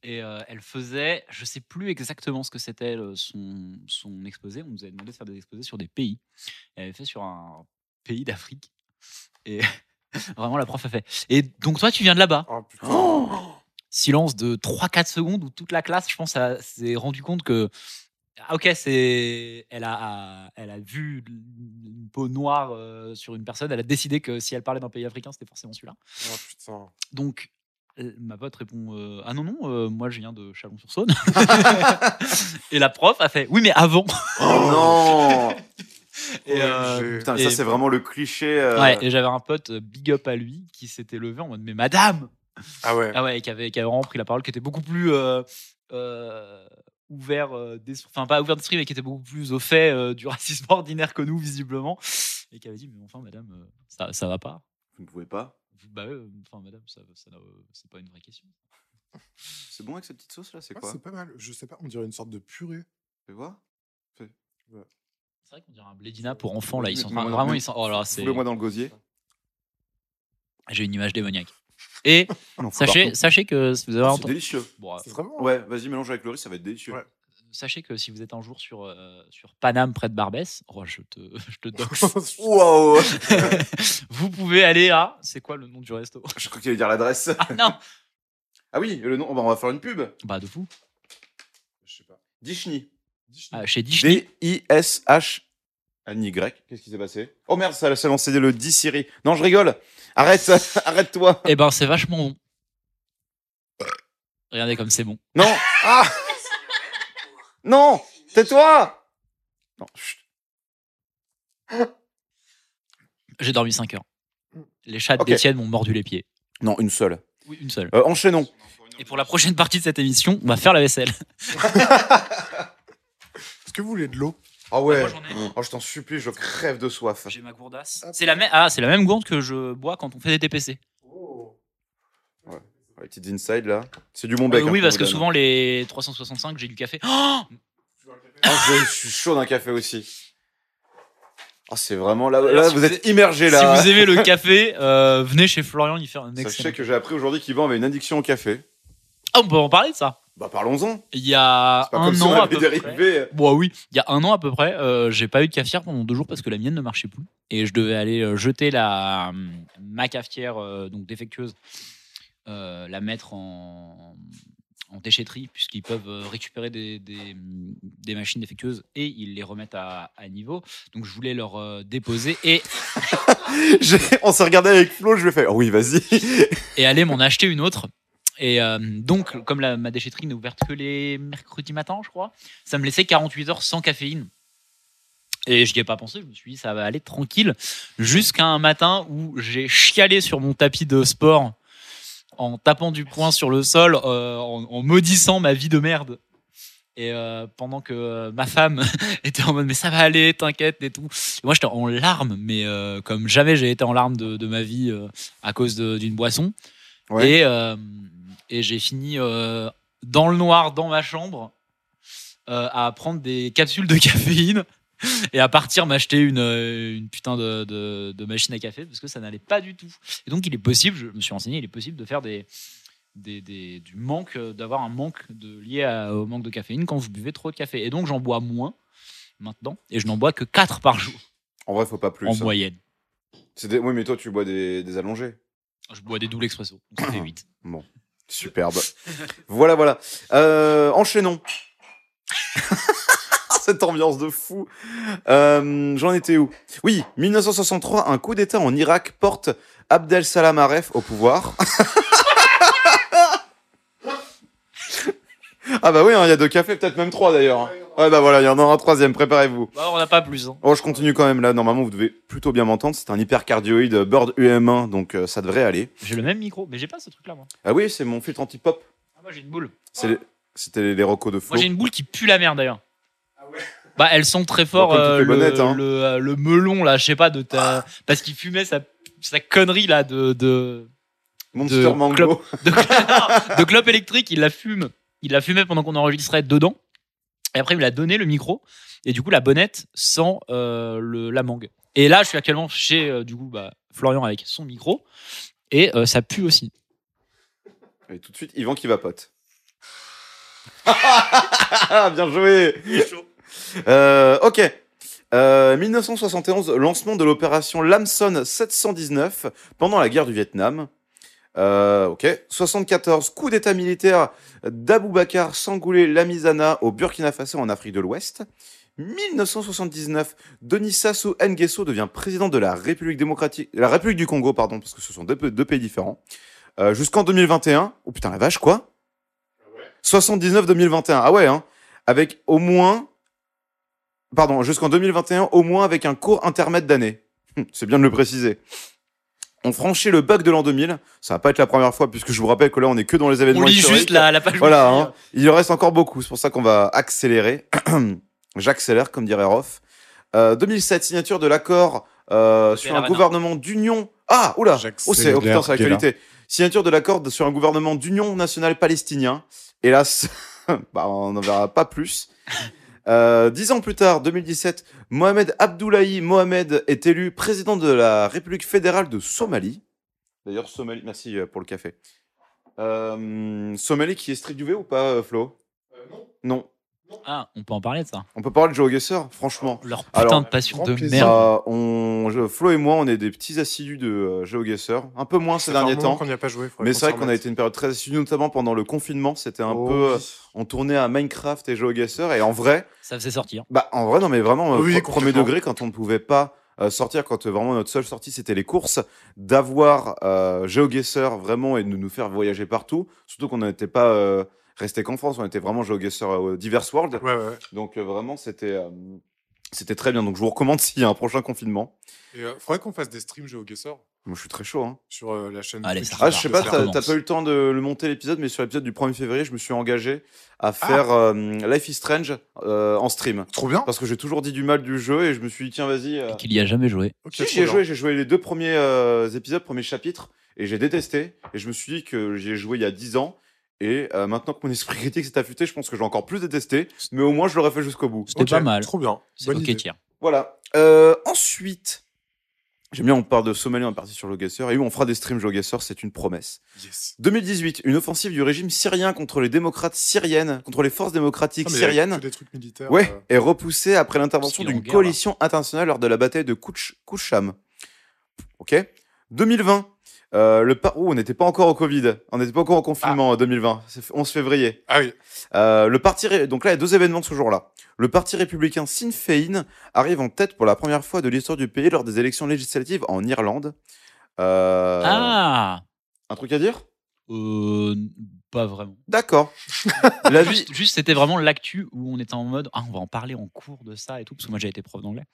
Speaker 5: Et euh, elle faisait, je sais plus exactement ce que c'était euh, son, son exposé. On nous avait demandé de faire des exposés sur des pays. Elle avait fait sur un pays d'Afrique. Et vraiment, la prof a fait. Et donc, toi, tu viens de là-bas.
Speaker 4: Ah, putain.
Speaker 2: Oh!
Speaker 5: Silence de 3-4 secondes où toute la classe, je pense, a- s'est rendu compte que. Ah, ok, c'est. Elle a, a- elle a vu une peau noire euh, sur une personne. Elle a décidé que si elle parlait d'un pays africain, c'était forcément celui-là.
Speaker 4: Ah, putain.
Speaker 5: Donc, euh, ma pote répond euh, Ah non, non, euh, moi je viens de Chalon-sur-Saône. et la prof a fait Oui, mais avant.
Speaker 2: Oh non
Speaker 5: Et, euh,
Speaker 2: Putain, mais ça,
Speaker 5: Et-
Speaker 2: c'est vraiment le cliché. euh,
Speaker 5: ouais, et j'avais un pote euh, big up à lui qui s'était levé en mode Mais madame
Speaker 4: Ah ouais.
Speaker 5: Ah ouais, qui avait, qui avait vraiment pris la parole, qui était beaucoup plus euh, euh, ouvert, euh, d'es- enfin pas ouvert d'esprit, mais qui était beaucoup plus au fait euh, du racisme ordinaire que nous, visiblement. Et qui avait dit, mais enfin, madame, euh, ça, ça va pas.
Speaker 2: Vous ne pouvez pas.
Speaker 5: Vous- Bah ouais, enfin, madame, ça, ça n'a- euh, c'est pas une vraie question.
Speaker 2: C'est bon avec cette petite sauce là, c'est
Speaker 4: Ah,
Speaker 2: quoi
Speaker 4: c'est
Speaker 6: pas mal, je sais pas, on dirait une sorte de purée.
Speaker 2: Tu vois
Speaker 5: C'est vrai qu'on dirait un blédina pour enfants, là. Ils sont
Speaker 2: Mets-moi dans-
Speaker 5: vraiment,
Speaker 2: mets-
Speaker 5: ils sont. Oh là, c'est.
Speaker 2: Foulez-moi dans le gosier.
Speaker 5: J'ai une image démoniaque. Et
Speaker 4: Oh,
Speaker 2: Ah non, faut
Speaker 5: sachez,
Speaker 2: partout.
Speaker 5: sachez que si vous avez
Speaker 2: Ah, C'est
Speaker 5: entendu.
Speaker 2: délicieux.
Speaker 5: Bon, euh,
Speaker 4: C'est vraiment.
Speaker 2: Ouais, vas-y, mélange avec le riz, ça va être délicieux.
Speaker 4: Ouais.
Speaker 5: sachez que si vous êtes un jour sur, euh, sur Paname près de Barbès, oh, je te, je te dox.
Speaker 2: Wow
Speaker 5: vous pouvez aller à. C'est quoi le nom du resto
Speaker 2: Je crois qu'il allait dire l'adresse.
Speaker 5: Ah non
Speaker 2: Ah oui, le nom, bah, on va faire une pub.
Speaker 5: Bah de fou.
Speaker 4: Je sais pas.
Speaker 2: Dishni.
Speaker 5: Ah, chez Disney.
Speaker 2: D-I-S-H. Annie Y. Qu'est-ce qui s'est passé Oh merde, ça s'est lancé le D Siri. Non, je rigole. Arrête, arrête-toi.
Speaker 5: Eh ben c'est vachement bon. Regardez comme c'est bon.
Speaker 2: Non. Ah Non Tais-toi Non, chut.
Speaker 5: J'ai dormi 5 heures. Les chats
Speaker 2: Ok.
Speaker 5: d'Étienne m'ont mordu les pieds.
Speaker 2: Non, une seule.
Speaker 5: Oui, une seule.
Speaker 2: Euh, enchaînons.
Speaker 5: Et pour la prochaine partie de cette émission, on va faire la vaisselle.
Speaker 6: Est-ce que vous voulez de l'eau
Speaker 2: Ah ouais.
Speaker 5: Moi, j'en ai.
Speaker 2: Oh, je t'en supplie, je crève de soif.
Speaker 5: J'ai ma gourdasse. C'est la, même- ah, c'est la même gourde que je bois quand on fait des TPC.
Speaker 2: Les petites inside là. C'est du bon bec.
Speaker 5: Euh,
Speaker 2: hein,
Speaker 5: oui,
Speaker 2: qu'on
Speaker 5: parce que
Speaker 2: vous donne.
Speaker 5: souvent, les 365, j'ai du café. Oh
Speaker 2: Ah, je, je suis chaud d'un café aussi. Ah, c'est vraiment là,
Speaker 5: Alors,
Speaker 2: là
Speaker 5: si
Speaker 2: vous
Speaker 5: vous
Speaker 2: êtes immergé
Speaker 5: si
Speaker 2: là.
Speaker 5: vous aimez le café, euh, venez chez Florian y faire un excellent.
Speaker 2: Sachez que j'ai appris aujourd'hui qu'Yvan avait une addiction au café.
Speaker 5: Ah, on peut en parler de ça.
Speaker 2: Bah parlons-en.
Speaker 5: Il y a
Speaker 2: C'est pas comme
Speaker 5: un
Speaker 2: si
Speaker 5: an
Speaker 2: on
Speaker 5: à
Speaker 2: avait
Speaker 5: peu près.
Speaker 2: dérivé.
Speaker 5: Bon, ah oui, il y a un an à peu près, euh, j'ai pas eu de cafetière pendant deux jours parce que la mienne ne marchait plus. Et je devais aller euh, jeter la, hum, ma cafetière, euh, donc défectueuse, euh, la mettre en, en déchetterie, puisqu'ils peuvent euh, récupérer des, des, hum, des machines défectueuses et ils les remettent à, à niveau. Donc je voulais leur euh, déposer et,
Speaker 2: J'ai- On s'est regardé avec Flo, je lui ai fait. Oh oui, vas-y.
Speaker 5: et aller m'en acheter une autre. Et euh, donc, comme la, ma déchetterie n'est ouverte que les mercredis matins, je crois, ça me laissait 48 heures sans caféine. Et je n'y ai pas pensé, je me suis dit, ça va aller tranquille. Jusqu'à un matin où j'ai chialé sur mon tapis de sport en tapant du poing sur le sol, euh, en, en maudissant ma vie de merde. Et euh, pendant que euh, ma femme était en mode, mais ça va aller, t'inquiète et tout. Et moi, j'étais en larmes, mais euh, comme jamais j'ai été en larmes de, de ma vie euh, à cause de- d'une boisson.
Speaker 2: Ouais.
Speaker 5: Et, euh, et j'ai fini euh, dans le noir, dans ma chambre, euh, à prendre des capsules de caféine et à partir m'acheter une, euh, une putain de, de- de machine à café parce que ça n'allait pas du tout. Et donc, il est possible, je me suis renseigné, il est possible de faire des. Des, des- du manque euh, d'avoir un manque de lié à- au manque de caféine quand vous buvez trop de café et donc j'en bois moins maintenant et je n'en bois que 4 par jour
Speaker 2: En vrai, faut pas plus.
Speaker 5: en
Speaker 2: hein.
Speaker 5: moyenne
Speaker 2: C'est des- Oui, mais toi, tu bois des, des allongés.
Speaker 5: je bois des doubles expresso donc ça fait 8
Speaker 2: Superbe. voilà, voilà. Euh, enchaînons. Cette ambiance de fou. Euh, J'en étais où Oui, 1963, un coup d'État en Irak porte Abdel Salam Aref au pouvoir. ah bah oui, hein, il y a deux cafés, peut-être même trois d'ailleurs. hein. Ouais bah voilà, il y en a un troisième, préparez-vous.
Speaker 5: Bah, on n'a pas plus hein.
Speaker 2: Oh, je continue quand même là. Normalement, vous devez plutôt bien m'entendre. C'est un hypercardioïde Bird UM1, donc euh, ça devrait aller.
Speaker 5: j'ai le même micro mais j'ai pas ce truc là moi
Speaker 2: Ah oui, c'est mon filtre anti-pop.
Speaker 5: Ah, moi j'ai une boule
Speaker 2: C'est les- C'était les, les recos de Flo.
Speaker 5: moi j'ai une boule qui pue la merde d'ailleurs bah elles sont très fort
Speaker 2: Bon, comme
Speaker 5: euh,
Speaker 2: toutes les
Speaker 5: le,
Speaker 2: bonnettes, hein. Ah.
Speaker 5: le, euh, le melon là je sais pas de ta parce qu'il fumait sa, sa connerie là de de
Speaker 2: Monster
Speaker 5: de
Speaker 2: Mango.
Speaker 5: clope. de, non, de clope électrique il la fume il la fumait pendant qu'on enregistrait dedans et après il me l'a donné le micro et du coup la bonnette sans euh, le, la mangue et là je suis actuellement chez euh, du coup bah, Florian avec son micro et euh, ça pue aussi
Speaker 2: Et tout de suite, Yvan qui vapote. bien joué. Euh, ok. Euh, 1971, lancement de l'opération Lamson 719 pendant la guerre du Vietnam. Euh, ok. 74, coup d'état militaire d'Aboubacar Sangoulé Lamizana au Burkina Faso en Afrique de l'Ouest. 1979, Denis Sassou Nguesso devient président de la République démocratique, la République du Congo, pardon, parce que ce sont deux, deux pays différents. Euh, jusqu'en 2021. Oh putain, la vache, quoi 79-2021. Ah ouais, hein. Avec au moins. Pardon, jusqu'en 2021, au moins avec un court intermède d'année. Hum, C'est bien de le préciser. On franchit le bug de l'an 2000. Ça va pas être la première fois, puisque je vous rappelle que là, on est que dans les événements
Speaker 5: on lit
Speaker 2: historiques.
Speaker 5: juste la, la page
Speaker 2: Voilà,
Speaker 5: Wikipédia.
Speaker 2: hein. il en reste encore beaucoup. C'est pour ça qu'on va accélérer. J'accélère, comme dirait Roff. Euh, 2007, signature de l'accord euh, sur un
Speaker 5: Arena.
Speaker 2: gouvernement d'union. Ah, oula Oh, c'est
Speaker 6: J'accélère,
Speaker 2: oh, putain, c'est
Speaker 6: Guéla.
Speaker 2: l'actualité. Signature de l'accord de- sur un gouvernement d'union nationale palestinien. Hélas, bah, on n'en verra pas plus. Euh, Dix ans plus tard, 2017, Mohamed Abdoulaye Mohamed est élu président de la République fédérale de Somalie. D'ailleurs, Somalie, merci euh, pour le café. Euh, Somalie qui est street du V ou pas, euh, Flo non. Non.
Speaker 5: Ah, on peut en parler de ça.
Speaker 2: On peut parler de Joe Gesser, franchement.
Speaker 5: Leur putain
Speaker 2: Alors,
Speaker 5: de passion
Speaker 6: grand
Speaker 5: de
Speaker 6: plaisir.
Speaker 5: merde.
Speaker 2: Euh, on, je- Flo et moi, on est des petits assidus de euh, GeoGuessr. Un peu moins ces
Speaker 4: Ça fait un
Speaker 2: derniers
Speaker 4: moment
Speaker 2: temps.
Speaker 4: qu'on n'y a pas joué. faudrait
Speaker 2: Mais c'est vrai
Speaker 4: s'y
Speaker 2: qu'on a
Speaker 4: remette.
Speaker 2: été une période très assidue, notamment pendant le confinement. C'était un
Speaker 4: Oh,
Speaker 2: peu. euh,
Speaker 4: oui.
Speaker 2: on tournait à Minecraft et GeoGuessr. Et en vrai,
Speaker 5: Ça faisait sortir.
Speaker 2: bah, en vrai, non, mais vraiment, euh,
Speaker 4: Oui,
Speaker 2: pre- premier
Speaker 4: complètement.
Speaker 2: degré, quand on ne pouvait pas euh, sortir, quand euh, vraiment notre seule sortie c'était les courses, d'avoir euh, GeoGuessr vraiment et de nous faire voyager partout. Surtout qu'on n'était pas euh, resté qu'en France, on était vraiment GeoGuessr euh, Diverse World.
Speaker 4: Ouais, ouais, ouais.
Speaker 2: Donc euh, vraiment, c'était euh, C'était très bien. Donc, je vous recommande s'il y a un prochain confinement.
Speaker 4: Et, euh, faudrait qu'on fasse des streams jeux au Guessor
Speaker 2: Moi, je suis très chaud. hein.
Speaker 4: sur euh, la chaîne.
Speaker 5: Allez,
Speaker 4: Twitch.
Speaker 5: ça
Speaker 2: Ah, je sais pas,
Speaker 5: ça
Speaker 2: t'as
Speaker 5: recommence.
Speaker 2: t'as pas eu le temps de le monter l'épisode, mais sur l'épisode du 1er février, je me suis engagé à faire euh, Life is Strange euh, en stream.
Speaker 4: Trop bien.
Speaker 2: Parce que j'ai toujours dit du mal du jeu et je me suis dit, tiens, vas-y. euh,
Speaker 5: Qu'il y a jamais joué.
Speaker 4: Ok,
Speaker 2: si,
Speaker 4: trop
Speaker 2: j'y ai
Speaker 4: bien.
Speaker 2: joué, j'ai joué les deux premiers euh, épisodes, premiers chapitres, et j'ai détesté. Et je me suis dit que j'y ai joué il y a 10 ans. Et euh, maintenant que mon esprit critique s'est affûté, je pense que je vais encore plus détester. Mais au moins, je l'aurais fait jusqu'au bout.
Speaker 5: C'était
Speaker 4: Ok,
Speaker 5: pas mal.
Speaker 4: Trop bien.
Speaker 5: C'est
Speaker 4: Bonne
Speaker 5: ok,
Speaker 4: idée.
Speaker 5: tiens.
Speaker 2: Voilà. Euh, ensuite, j'aime bien, on part de Somalie, on est parti sur le Guesseur. Et oui, on fera des streams Jogasser, c'est une promesse.
Speaker 4: Yes.
Speaker 2: 2018, une offensive du régime syrien contre les démocrates syriennes, contre les forces démocratiques
Speaker 4: Ah, mais avec
Speaker 2: syriennes,
Speaker 4: tous Des trucs militaires.
Speaker 2: ouais,
Speaker 4: euh,
Speaker 2: est repoussée après l'intervention
Speaker 5: Parce qu'ils
Speaker 2: d'une
Speaker 5: sont en guerre, là.
Speaker 2: coalition internationale lors de la bataille de Kouch- Koucham. Ok. 2020, euh, le par... Ouh, on n'était pas encore au Covid, on n'était pas encore au confinement en 2020, c'est f- 11 février.
Speaker 4: Ah oui.
Speaker 2: Euh, le parti ré- donc là il y a deux événements ce jour-là. Le parti républicain Sinn Féin arrive en tête pour la première fois de l'histoire du pays lors des élections législatives en Irlande. Euh,
Speaker 5: Ah
Speaker 2: Un truc à dire
Speaker 5: euh, Pas vraiment.
Speaker 2: D'accord. La vie-
Speaker 5: Juste, juste, c'était vraiment l'actu où on était en mode ah, on va en parler en cours de ça et tout, parce que moi j'ai été prof d'anglais.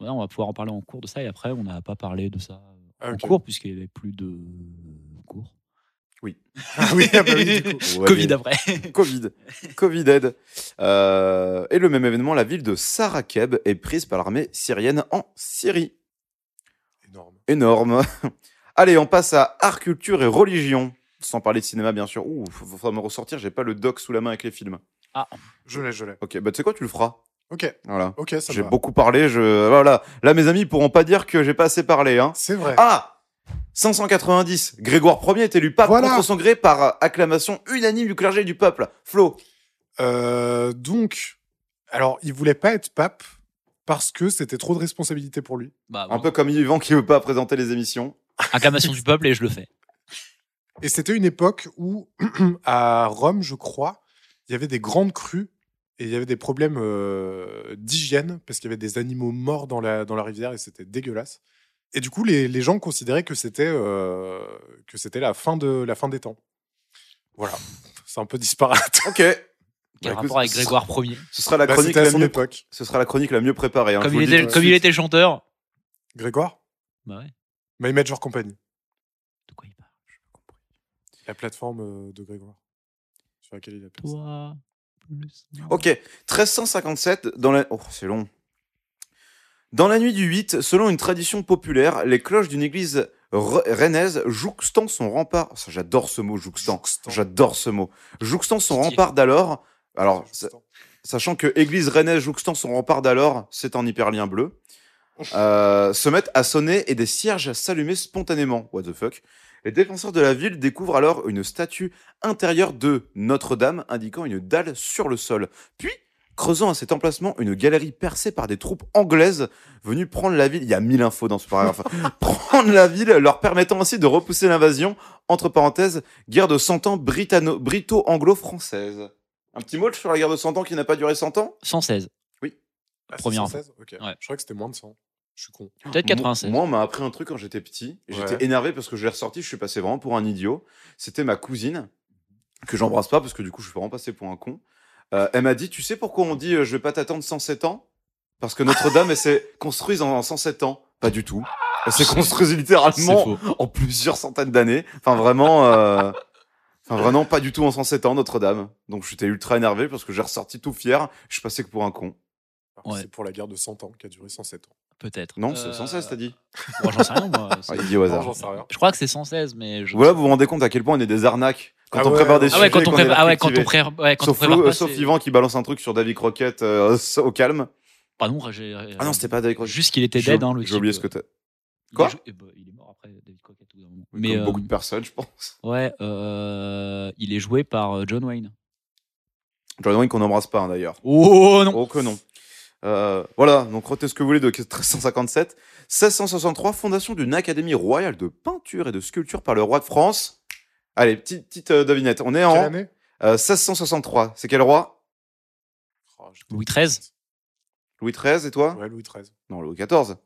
Speaker 5: Ouais, on va pouvoir en parler en cours de ça et après on n'a pas parlé de ça
Speaker 4: Ah,
Speaker 5: en
Speaker 4: ok.
Speaker 5: cours puisqu'il n'y avait plus de cours.
Speaker 4: Ah oui, ah bah oui, du coup.
Speaker 2: Ouais,
Speaker 5: Covid
Speaker 2: mais-
Speaker 5: après.
Speaker 2: Covid. Covid aide. Euh, et le même événement, la ville de Sarakeb est prise par l'armée syrienne en Syrie.
Speaker 4: Énorme.
Speaker 2: Énorme. Allez, on passe à art, culture et religion. Sans parler de cinéma, bien sûr. Ouh, faut- faut me ressortir, j'ai pas le doc sous la main avec les films.
Speaker 4: Je l'ai, je l'ai.
Speaker 2: Ok, bah tu sais quoi, tu le feras.
Speaker 4: Ok,
Speaker 2: Voilà.
Speaker 4: ok, ça me
Speaker 2: J'ai
Speaker 4: va.
Speaker 2: beaucoup parlé, je. Voilà. Là, mes amis ils pourront pas dire que j'ai pas assez parlé, hein.
Speaker 4: C'est vrai.
Speaker 2: Ah 590, Grégoire Ier est élu pape
Speaker 4: Voilà.
Speaker 2: contre son gré par euh, acclamation unanime du clergé et du peuple. Flo,
Speaker 4: Euh, donc, alors, il voulait pas être pape parce que c'était trop de responsabilité pour lui.
Speaker 5: Bah,
Speaker 2: un
Speaker 5: voilà.
Speaker 2: peu comme Yvan qui veut pas présenter les émissions.
Speaker 5: Acclamation du peuple et je le fais.
Speaker 4: Et c'était une époque où, à Rome, je crois, il y avait des grandes crues et il y avait des problèmes euh, d'hygiène parce qu'il y avait des animaux morts dans la, dans la rivière et c'était dégueulasse. Et du coup, les, les gens considéraient que c'était euh, que c'était la, fin de, la fin des temps. Voilà. C'est un peu disparate.
Speaker 2: Ok.
Speaker 5: Quel
Speaker 2: Bah, écoute,
Speaker 5: rapport avec
Speaker 2: ce-
Speaker 5: Grégoire Ier
Speaker 2: Ce sera la
Speaker 4: Bah,
Speaker 2: chronique
Speaker 4: c'était à
Speaker 2: la
Speaker 4: son
Speaker 2: mieux.
Speaker 4: époque.
Speaker 2: Ce sera la chronique la mieux préparée. hein,
Speaker 5: Comme,
Speaker 2: je vous
Speaker 5: il
Speaker 2: le dis
Speaker 5: était,
Speaker 2: tout de
Speaker 5: comme il
Speaker 2: suite.
Speaker 5: était chanteur.
Speaker 4: Grégoire
Speaker 5: Bah ouais,
Speaker 4: My Major Company.
Speaker 5: de quoi il parle
Speaker 4: La plateforme euh, de Grégoire. Sur laquelle il a placé.
Speaker 5: Toi, plus.
Speaker 2: Ok. 1357 dans la. Oh, c'est long. Dans la nuit du 8, selon une tradition populaire, les cloches d'une église re- rennaise jouxtant son rempart. Ça, j'adore ce mot, jouxtant.
Speaker 4: Jouxtant.
Speaker 2: J'adore ce mot. Jouxtant son
Speaker 5: Stylé.
Speaker 2: rempart d'alors.
Speaker 4: Ah,
Speaker 2: Alors, sa-
Speaker 4: Jouxtant.
Speaker 2: sachant que église rennaise jouxtant son rempart d'alors, c'est en hyperlien bleu. euh, se mettent à sonner et des cierges s'allumer spontanément. What the fuck Les défenseurs de la ville découvrent alors une statue intérieure de Notre-Dame indiquant une dalle sur le sol. Puis, creusant à cet emplacement une galerie percée par des troupes anglaises venues prendre la ville. Il y a mille infos dans ce paragraphe. prendre la ville, leur permettant ainsi de repousser l'invasion. Entre parenthèses, guerre de 100 ans britano- brito-anglo-française. Un petit mot sur la guerre de 100 ans qui n'a pas duré 100 ans
Speaker 5: 116.
Speaker 4: Ah, c'est
Speaker 5: Première
Speaker 4: 116? Ok.
Speaker 5: Ouais.
Speaker 4: Je crois que c'était moins de 100. Je suis con.
Speaker 5: Peut-être 96.
Speaker 2: Moi, moi, on m'a appris un truc quand j'étais petit. et J'étais
Speaker 4: Ouais.
Speaker 2: énervé parce que je l'ai ressorti. Je suis passé vraiment pour un idiot. C'était ma cousine que j'embrasse pas parce que du coup, je suis vraiment passé pour un con. Euh, elle m'a dit, tu sais pourquoi on dit euh, je vais pas t'attendre 107 ans Parce que Notre-Dame, elle s'est construite en, en 107 ans. Pas du tout. Elle s'est construite
Speaker 5: C'est
Speaker 2: littéralement
Speaker 5: faux.
Speaker 2: en plusieurs centaines d'années. Enfin, vraiment. euh, Enfin, vraiment pas du tout en 107 ans, Notre-Dame. Donc, j'étais ultra énervé parce que j'ai ressorti tout fier. Je suis passé que pour un con.
Speaker 4: Alors que
Speaker 5: Ouais.
Speaker 4: C'est pour la guerre de 100 ans qui a duré 107 ans.
Speaker 5: Peut-être.
Speaker 2: Non, c'est
Speaker 5: Euh,
Speaker 2: 116, t'as dit
Speaker 5: moi, J'en sais rien, moi. C'est-
Speaker 2: Ah, Il dit au
Speaker 4: Non,
Speaker 2: hasard.
Speaker 4: j'en sais rien.
Speaker 5: Je crois que c'est 116, mais je.
Speaker 2: Voilà, vous vous rendez compte à quel point on est des arnaques quand
Speaker 4: Ah
Speaker 2: on
Speaker 4: ouais,
Speaker 2: prépare des
Speaker 4: ouais.
Speaker 5: Ah
Speaker 2: sujets.
Speaker 5: ouais, quand on
Speaker 2: qu'on
Speaker 5: prépare,
Speaker 2: est
Speaker 5: ah ouais, quand on
Speaker 2: cultivé.
Speaker 5: prépare, ouais, quand on
Speaker 2: sauf,
Speaker 5: prépare
Speaker 2: Flo-
Speaker 5: pas,
Speaker 2: sauf
Speaker 5: c'est-
Speaker 2: Yvan qui balance un truc sur David Croquette euh, au calme.
Speaker 5: Pardon, j'ai.
Speaker 2: Ah non, c'était pas David Croquette.
Speaker 5: Juste qu'il était
Speaker 2: J'ai-
Speaker 5: dead, hein, le
Speaker 2: J'ai oublié ce que
Speaker 5: type.
Speaker 2: t'as.
Speaker 5: Il
Speaker 2: Quoi
Speaker 5: est jou- eh ben, Il est mort après David Crockett. au bout d'un moment.
Speaker 2: Mais
Speaker 5: Mais euh,
Speaker 2: beaucoup de personnes, je pense.
Speaker 5: ouais, euh, il est joué par euh, John Wayne.
Speaker 2: J'aurais demandé qu'on n'embrasse pas hein, d'ailleurs.
Speaker 5: Oh non.
Speaker 2: Oh que non. Euh, voilà, donc retenez ce que vous voulez de 1357. 1663, fondation d'une académie royale de peinture et de sculpture par le roi de France. Allez, petite, petite euh, devinette. On est
Speaker 4: Quelle
Speaker 2: en
Speaker 4: année
Speaker 2: euh, 1663. C'est quel roi
Speaker 4: Oh, je-
Speaker 5: Louis XIII.
Speaker 2: Louis XIII et toi
Speaker 4: Ouais, Louis XIII.
Speaker 2: Non, Louis XIV.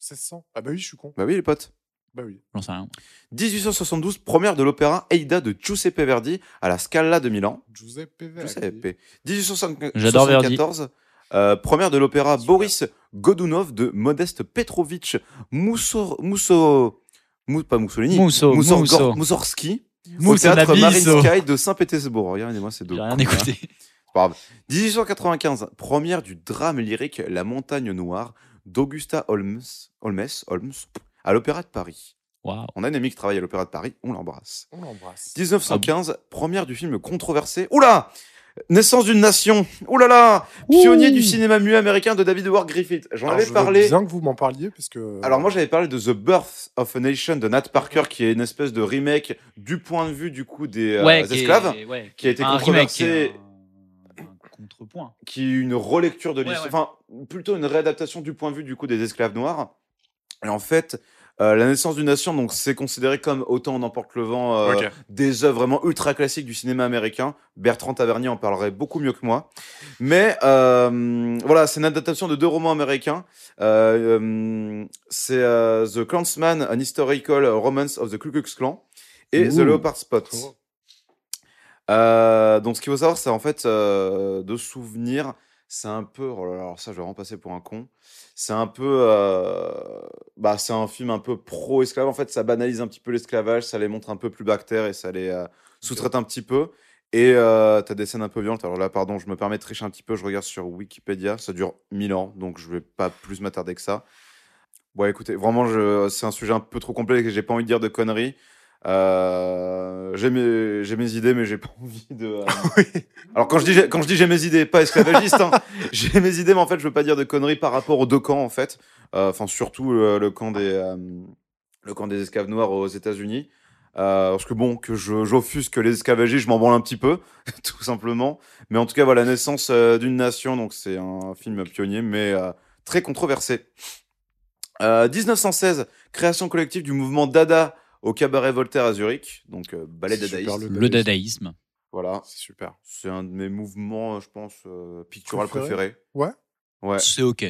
Speaker 4: 1600. Ah bah oui, je suis con.
Speaker 2: Bah oui, les potes.
Speaker 4: Bah oui.
Speaker 5: J'en sais rien.
Speaker 2: 1872, première de l'opéra Aida de Giuseppe Verdi à la Scala de Milan.
Speaker 4: Giuseppe Verdi.
Speaker 2: Giuseppe. 1874,
Speaker 5: J'adore Verdi.
Speaker 2: Euh, première de l'opéra Boris Godunov de Modeste Petrovitch Mousso... Mousso... Mou- pas Mussolini.
Speaker 5: Mousseau,
Speaker 2: Moussor-
Speaker 5: Mousseau.
Speaker 2: Gor- Moussorski, au
Speaker 5: Mousse,
Speaker 2: théâtre
Speaker 5: Nabiso.
Speaker 2: Marinsky de Saint-Pétersbourg. Regardez-moi ces deux.
Speaker 5: J'ai rien
Speaker 2: cons, hein.
Speaker 5: écouté.
Speaker 2: 1895, première du drame lyrique La Montagne Noire d'Augusta Holmes, Holmes, Holmes à l'Opéra de Paris.
Speaker 5: Waouh.
Speaker 2: On a un ami qui travaille à l'Opéra de Paris, on l'embrasse.
Speaker 4: On l'embrasse.
Speaker 2: 1915, première du film controversé. Oula Naissance d'une nation. Oula là Pionnier
Speaker 5: Ouh.
Speaker 2: du cinéma muet américain de David Howard Griffith. J'en
Speaker 4: Alors,
Speaker 2: avais
Speaker 4: je veux
Speaker 2: parlé.
Speaker 4: bien que vous m'en parliez parce que. euh,
Speaker 2: Alors moi j'avais parlé de The Birth of a Nation de Nat Parker qui est une espèce de remake du point de vue du coup des euh,
Speaker 5: Ouais, qui est-
Speaker 2: esclaves
Speaker 5: ouais.
Speaker 2: qui a été
Speaker 5: Un remake, qui
Speaker 2: controversé
Speaker 5: est un- un contrepoint.
Speaker 2: qui est une relecture de
Speaker 5: Ouais,
Speaker 2: l'histoire, enfin plutôt une réadaptation du point de vue du coup des esclaves noirs. Et en fait, euh, la naissance d'une nation, donc c'est considéré comme autant on emporte le vent, euh,
Speaker 4: Ok.
Speaker 2: des œuvres vraiment ultra classiques du cinéma américain. Bertrand Tavernier en parlerait beaucoup mieux que moi. Mais euh, voilà, c'est une adaptation de deux romans américains. Euh, euh, c'est euh, The Clansman, An Historical Romance of the Ku Klux Klan, et The
Speaker 4: Ouh.
Speaker 2: Leopard Spot. Euh, donc, ce qu'il faut savoir, c'est en fait euh, de souvenir, c'est un peu. oh là là, alors ça, je vais vraiment passer pour un con. C'est un peu. euh, bah, c'est un film un peu pro-esclavage. En fait, ça banalise un petit peu l'esclavage, ça les montre un peu plus bactères et ça les euh, sous-traite un petit peu. Et euh, t'as des scènes un peu violentes. Alors là, pardon, je me permets de tricher un petit peu. Je regarde sur Wikipédia. Ça dure 1000 ans, donc je vais pas plus m'attarder que ça. Bon, écoutez, vraiment, je- c'est un sujet un peu trop complexe et j'ai pas envie de dire de conneries. Euh, j'ai mes, j'ai mes idées, mais j'ai pas envie de. euh, Alors quand je dis j'ai- quand je dis j'ai mes idées, pas esclavagiste, hein. j'ai mes idées, mais en fait je veux pas dire de conneries par rapport aux deux camps en fait. Euh, Enfin surtout le, le camp des euh, le camp des esclaves noirs aux États-Unis. Euh, parce que bon, que je- j'offusque les esclavagistes, je m'en branle un petit peu, tout simplement. Mais en tout cas, voilà, naissance euh, d'une nation, donc c'est un film pionnier, mais euh, très controversé. Euh, 1916, création collective du mouvement Dada au cabaret Voltaire à Zurich, donc euh, ballet
Speaker 4: C'est super,
Speaker 2: dadaïste.
Speaker 4: le
Speaker 5: Le dadaïsme.
Speaker 2: Voilà,
Speaker 4: C'est super.
Speaker 2: c'est un de mes mouvements, euh, je pense, euh, pictural
Speaker 4: Préféré
Speaker 2: préféré.
Speaker 4: Ouais.
Speaker 2: Ouais.
Speaker 5: C'est ok.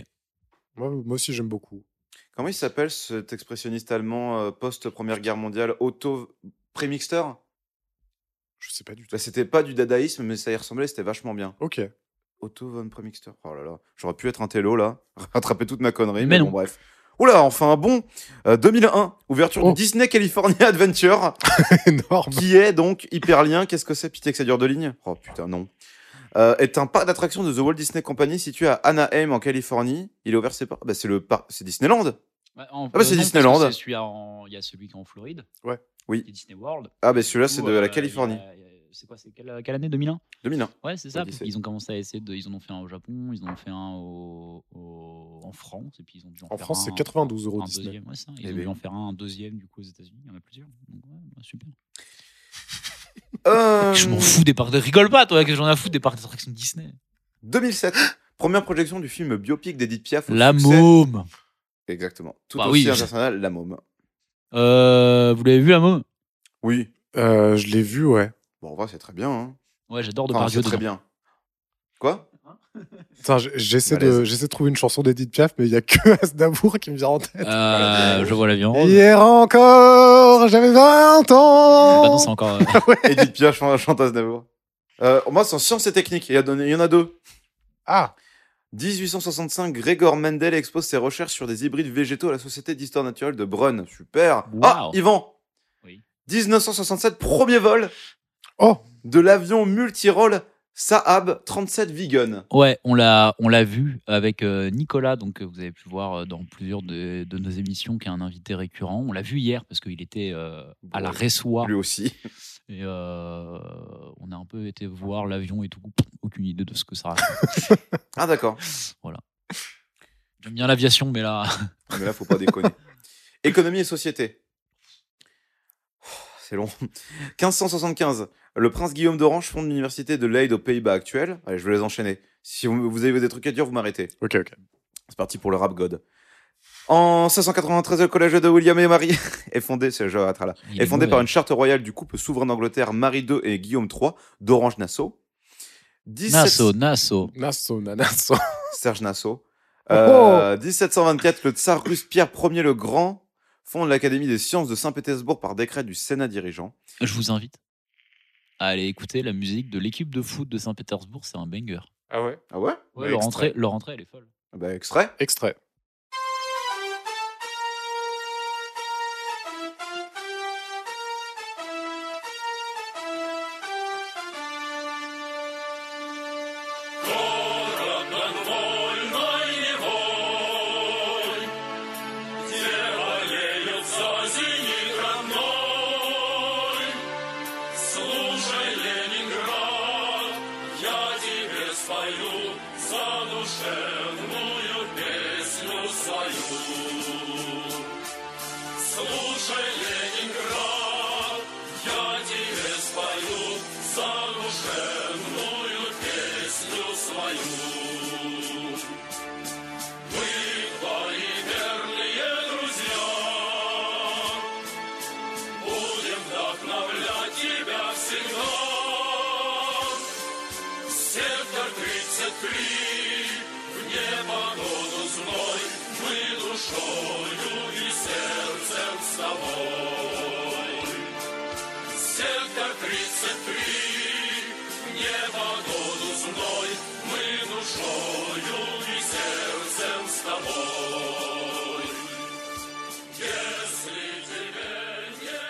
Speaker 4: Moi, moi aussi, j'aime beaucoup.
Speaker 2: Comment il s'appelle cet expressionniste allemand euh, post-première guerre mondiale, Otto Premixter
Speaker 4: Je sais pas du tout.
Speaker 2: Bah, C'était pas du dadaïsme, mais ça y ressemblait, c'était vachement bien.
Speaker 4: Ok.
Speaker 2: Otto von Premixter. Oh là là, j'aurais pu être un télo là, rattraper toute ma connerie,
Speaker 5: Mais
Speaker 2: mais,
Speaker 5: non.
Speaker 2: bon, bref. Oula, enfin bon, euh, 2001, ouverture
Speaker 4: Oh.
Speaker 2: du Disney California Adventure.
Speaker 4: Énorme.
Speaker 2: qui est donc Hyperlien. Qu'est-ce que c'est Pitié que ça dure deux lignes Oh putain, non. Euh, est un parc d'attractions de The Walt Disney Company situé à Anaheim en Californie. Il est ouvert ses par- Bah, c'est le parc, c'est Disneyland.
Speaker 5: ah
Speaker 2: bah, c'est Disneyland.
Speaker 5: Il y a celui qui est en Floride.
Speaker 4: Ouais.
Speaker 2: Oui.
Speaker 5: Qui est Disney World.
Speaker 2: Ah bah celui-là c'est
Speaker 5: Où,
Speaker 2: de
Speaker 5: euh,
Speaker 2: la Californie.
Speaker 5: il y a- il y a- C'est quoi C'est quelle, quelle année 2001
Speaker 2: 2001.
Speaker 5: Ouais, c'est ça.
Speaker 2: Ouais,
Speaker 5: parce
Speaker 2: c'est-
Speaker 5: qu'ils ont commencé à essayer de. Ils en ont fait un au Japon, ils en ont fait un au, au- en France, et puis ils ont dû en,
Speaker 4: En
Speaker 5: faire
Speaker 4: France, c'est
Speaker 5: un-
Speaker 4: 92 euros
Speaker 5: un
Speaker 4: Disney.
Speaker 5: deuxième, ouais, ça. Ils
Speaker 2: Eh
Speaker 5: ont
Speaker 2: ben.
Speaker 5: dû en faire un, un deuxième du coup aux États-Unis. Il y en a plusieurs. Donc, ouais, bah, super.
Speaker 2: Euh,
Speaker 5: Je m'en fous des parcs. de- Rigole pas, toi, que j'en ai à foutre des parcs d'attractions Disney.
Speaker 2: 2007. Première projection du film biopic d'Edith Piaf. au
Speaker 5: La
Speaker 2: succès-
Speaker 5: môme.
Speaker 2: Exactement. Tout
Speaker 5: Bah
Speaker 2: aussi
Speaker 5: oui,
Speaker 2: international, La Môme.
Speaker 5: Euh, vous l'avez vu, la môme
Speaker 2: Oui.
Speaker 4: Euh, je l'ai vu, ouais.
Speaker 2: Bon, en vrai, c'est très bien. Hein.
Speaker 5: Ouais, j'adore de
Speaker 2: Enfin,
Speaker 5: parler
Speaker 2: c'est très bien. Quoi
Speaker 4: Putain, j- j'essaie de,
Speaker 2: Malaise.
Speaker 4: j'essaie de trouver une chanson d'Edith Piaf, mais il y a que Asnavour qui me vient en tête.
Speaker 5: Euh, je vois la
Speaker 2: Oh.
Speaker 5: viande.
Speaker 4: Hier encore, j'avais 20 ans.
Speaker 5: Bah non, c'est encore. euh,
Speaker 2: Edith Piaf chan- chante Aznavour. Euh, moi, c'est en sciences et techniques. Il y, en a- il y en a deux.
Speaker 4: Ah,
Speaker 2: 1865, Gregor Mendel expose ses recherches sur des hybrides végétaux à la Société d'histoire naturelle de Brunn. Super. Ah,
Speaker 5: Wow.
Speaker 2: Yvan.
Speaker 5: Oui.
Speaker 2: 1967, premier vol
Speaker 4: Oh.
Speaker 2: de l'avion multirole Saab 37 Vigan.
Speaker 5: Ouais, on l'a, on l'a vu avec euh, Nicolas, donc euh, vous avez pu voir euh, dans plusieurs de, de nos émissions, qui est un invité récurrent. On l'a vu hier parce qu'il était euh, à la
Speaker 2: Ouais.
Speaker 5: Ressoie
Speaker 2: Lui aussi.
Speaker 5: et euh, on a un peu été voir l'avion et tout. Aucune idée de ce que ça. raconte.
Speaker 2: Ah, d'accord.
Speaker 5: J'aime bien l'aviation, mais là,
Speaker 2: Mais là, faut pas déconner. Économie et société. Oh, C'est long. 1575. Le prince Guillaume d'Orange fonde l'université de Leyde aux Pays-Bas actuels. Allez, je vais les enchaîner. Si vous, vous avez des trucs à dire, vous m'arrêtez.
Speaker 4: ok, ok.
Speaker 2: C'est parti pour le rap god. En 593, le collège de William et Marie est fondé, c'est je vais arrêter là.
Speaker 5: il
Speaker 2: est fondé
Speaker 5: mauvais.
Speaker 2: par une charte royale du couple souverain d'Angleterre Marie II et Guillaume III d'Orange Nassau. 17...
Speaker 5: Nassau, Nassau.
Speaker 4: Nassau, Nassau.
Speaker 2: Serge Nassau. Euh, 1724, le tsar russe Pierre Ier le Grand fonde l'Académie des sciences de Saint-Pétersbourg par décret du Sénat dirigeant.
Speaker 5: Je vous invite à aller écouter la musique de l'équipe de foot de Saint-Pétersbourg. C'est un banger.
Speaker 4: Ah ouais
Speaker 2: Ah ouais
Speaker 5: Ouais,
Speaker 4: Bah,
Speaker 5: leur,
Speaker 4: extrait.
Speaker 5: entrée, leur entrée, elle est folle.
Speaker 2: Ah Bah extrait.
Speaker 6: Extrait.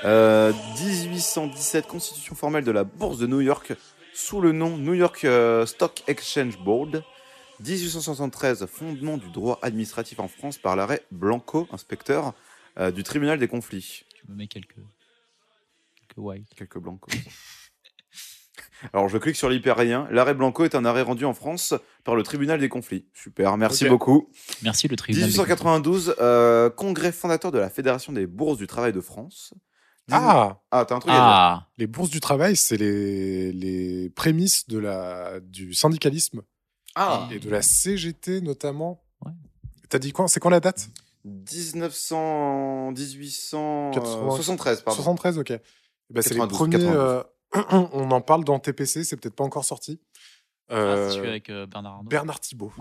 Speaker 2: Euh, 1817, constitution formelle de la Bourse de New York sous le nom New York euh, Stock Exchange Board. 1873, fondement du droit administratif en France par l'arrêt Blanco, inspecteur euh, du tribunal des conflits.
Speaker 5: Tu me mets quelques, quelques white.
Speaker 2: Quelques Blancos. Alors, je clique sur l'hyperlien. L'arrêt Blanco est un arrêt rendu en France par le tribunal des conflits. Super, merci
Speaker 4: Ok.
Speaker 2: beaucoup.
Speaker 5: Merci le tribunal. des
Speaker 2: 1892, euh, congrès fondateur de la Fédération des bourses du travail de France.
Speaker 4: Ah
Speaker 2: Ah, t'as un truc à dire
Speaker 5: Ah,
Speaker 4: Les bourses du travail, c'est les, les prémices de la, du syndicalisme
Speaker 2: Ah
Speaker 4: et de la CGT notamment.
Speaker 5: Ouais.
Speaker 4: T'as dit quand C'est quand la date
Speaker 2: 1900... 1873, pardon.
Speaker 4: 73, ok. Eh ben, c'est les
Speaker 2: 92,
Speaker 4: premiers. euh, on en parle dans TPC, c'est peut-être pas encore sorti.
Speaker 5: ah, c'est
Speaker 4: Euh,
Speaker 5: celui avec euh, Bernard Arnault.
Speaker 4: Bernard Thibault.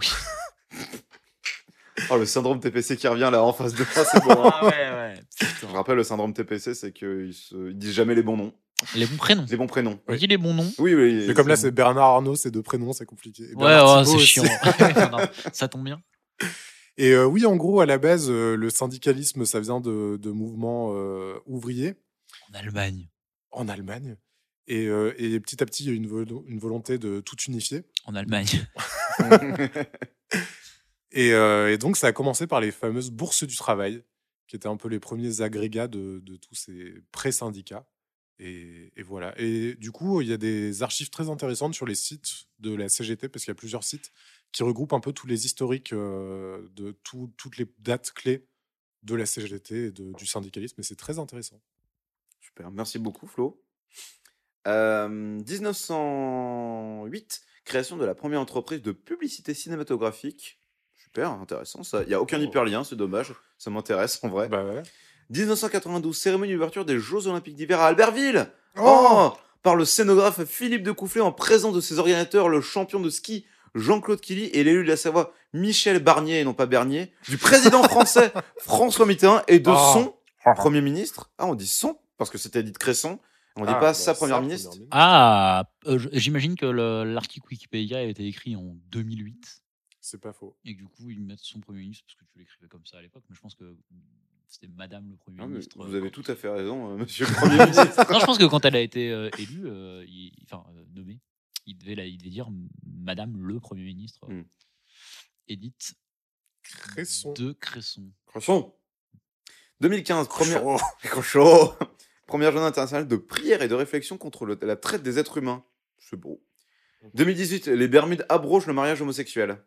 Speaker 2: Oh, le syndrome TPC qui revient là en face de moi, c'est bon. hein.
Speaker 5: Ah ouais, ouais.
Speaker 2: Je rappelle, le syndrome TPC, c'est qu'ils se... ils disent jamais les bons noms,
Speaker 5: Les bons prénoms.
Speaker 2: les bons prénoms.
Speaker 5: On dit les bons noms.
Speaker 2: Oui, oui.
Speaker 4: Mais comme là, c'est Bernard Arnault, c'est deux prénoms, c'est compliqué. Et
Speaker 5: Ouais,
Speaker 4: Bernard
Speaker 5: oh,
Speaker 4: Thibault
Speaker 5: c'est
Speaker 4: aussi.
Speaker 5: chiant. Non, non, ça tombe bien.
Speaker 4: Et euh, oui, en gros, à la base, euh, le syndicalisme, ça vient de, de mouvements euh, ouvriers
Speaker 5: En Allemagne.
Speaker 4: en Allemagne. Et, euh, et petit à petit, il y a eu une, vo- une volonté de tout unifier.
Speaker 5: En Allemagne.
Speaker 4: Et, euh, et donc, ça a commencé par les fameuses bourses du travail, qui étaient un peu les premiers agrégats de, de tous ces pré-syndicats. Et, et voilà. Et du coup, il y a des archives très intéressantes sur les sites de la CGT, parce qu'il y a plusieurs sites qui regroupent un peu tous les historiques euh, de tout- toutes les dates clés de la CGT et de- du syndicalisme. Et c'est très intéressant.
Speaker 2: Super, merci beaucoup Flo. Euh, 1908, création de la première entreprise de publicité cinématographique. Super, intéressant ça. Il n'y a aucun
Speaker 4: Oh.
Speaker 2: hyperlien, c'est dommage. Ça m'intéresse en vrai.
Speaker 4: Bah ouais.
Speaker 2: 1992, cérémonie d'ouverture des Jeux Olympiques d'hiver à Albertville.
Speaker 4: Oh
Speaker 2: Oh, Par le scénographe Philippe de Coufflet en présence de ses organisateurs, le champion de ski Jean-Claude Killy et l'élu de la Savoie Michel Barnier, et non pas Bernier, du président français François Mitterrand et de
Speaker 4: Oh.
Speaker 2: son premier ministre. Ah, on dit son parce que c'était dit Cresson. On dit
Speaker 4: Ah,
Speaker 2: pas
Speaker 4: bah,
Speaker 2: sa première ministre.
Speaker 5: Ah, euh, j- j'imagine que le- l'article Wikipédia a été écrit en 2008
Speaker 4: C'est pas faux.
Speaker 5: et que du coup ils mettent son premier ministre parce que tu l'écrivais comme ça à l'époque, mais je pense que c'était Madame le premier
Speaker 2: Ah, mais
Speaker 5: ministre.
Speaker 2: vous
Speaker 5: euh,
Speaker 2: avez
Speaker 5: quand-
Speaker 2: tout à fait raison, euh, monsieur le premier ministre.
Speaker 5: Non, je pense que quand elle a été euh, élue, euh, il- enfin euh, nommée, il devait, la- il devait dire Madame le premier ministre. euh,
Speaker 2: Hmm.
Speaker 5: Edith
Speaker 4: Cresson.
Speaker 5: de Cresson.
Speaker 2: Cresson. 2015, première.
Speaker 4: Chaud.
Speaker 2: Trop chaud. Première journée internationale de prière et de réflexion contre le- la traite des êtres humains. C'est beau. 2018, les Bermudes abrogent le mariage homosexuel.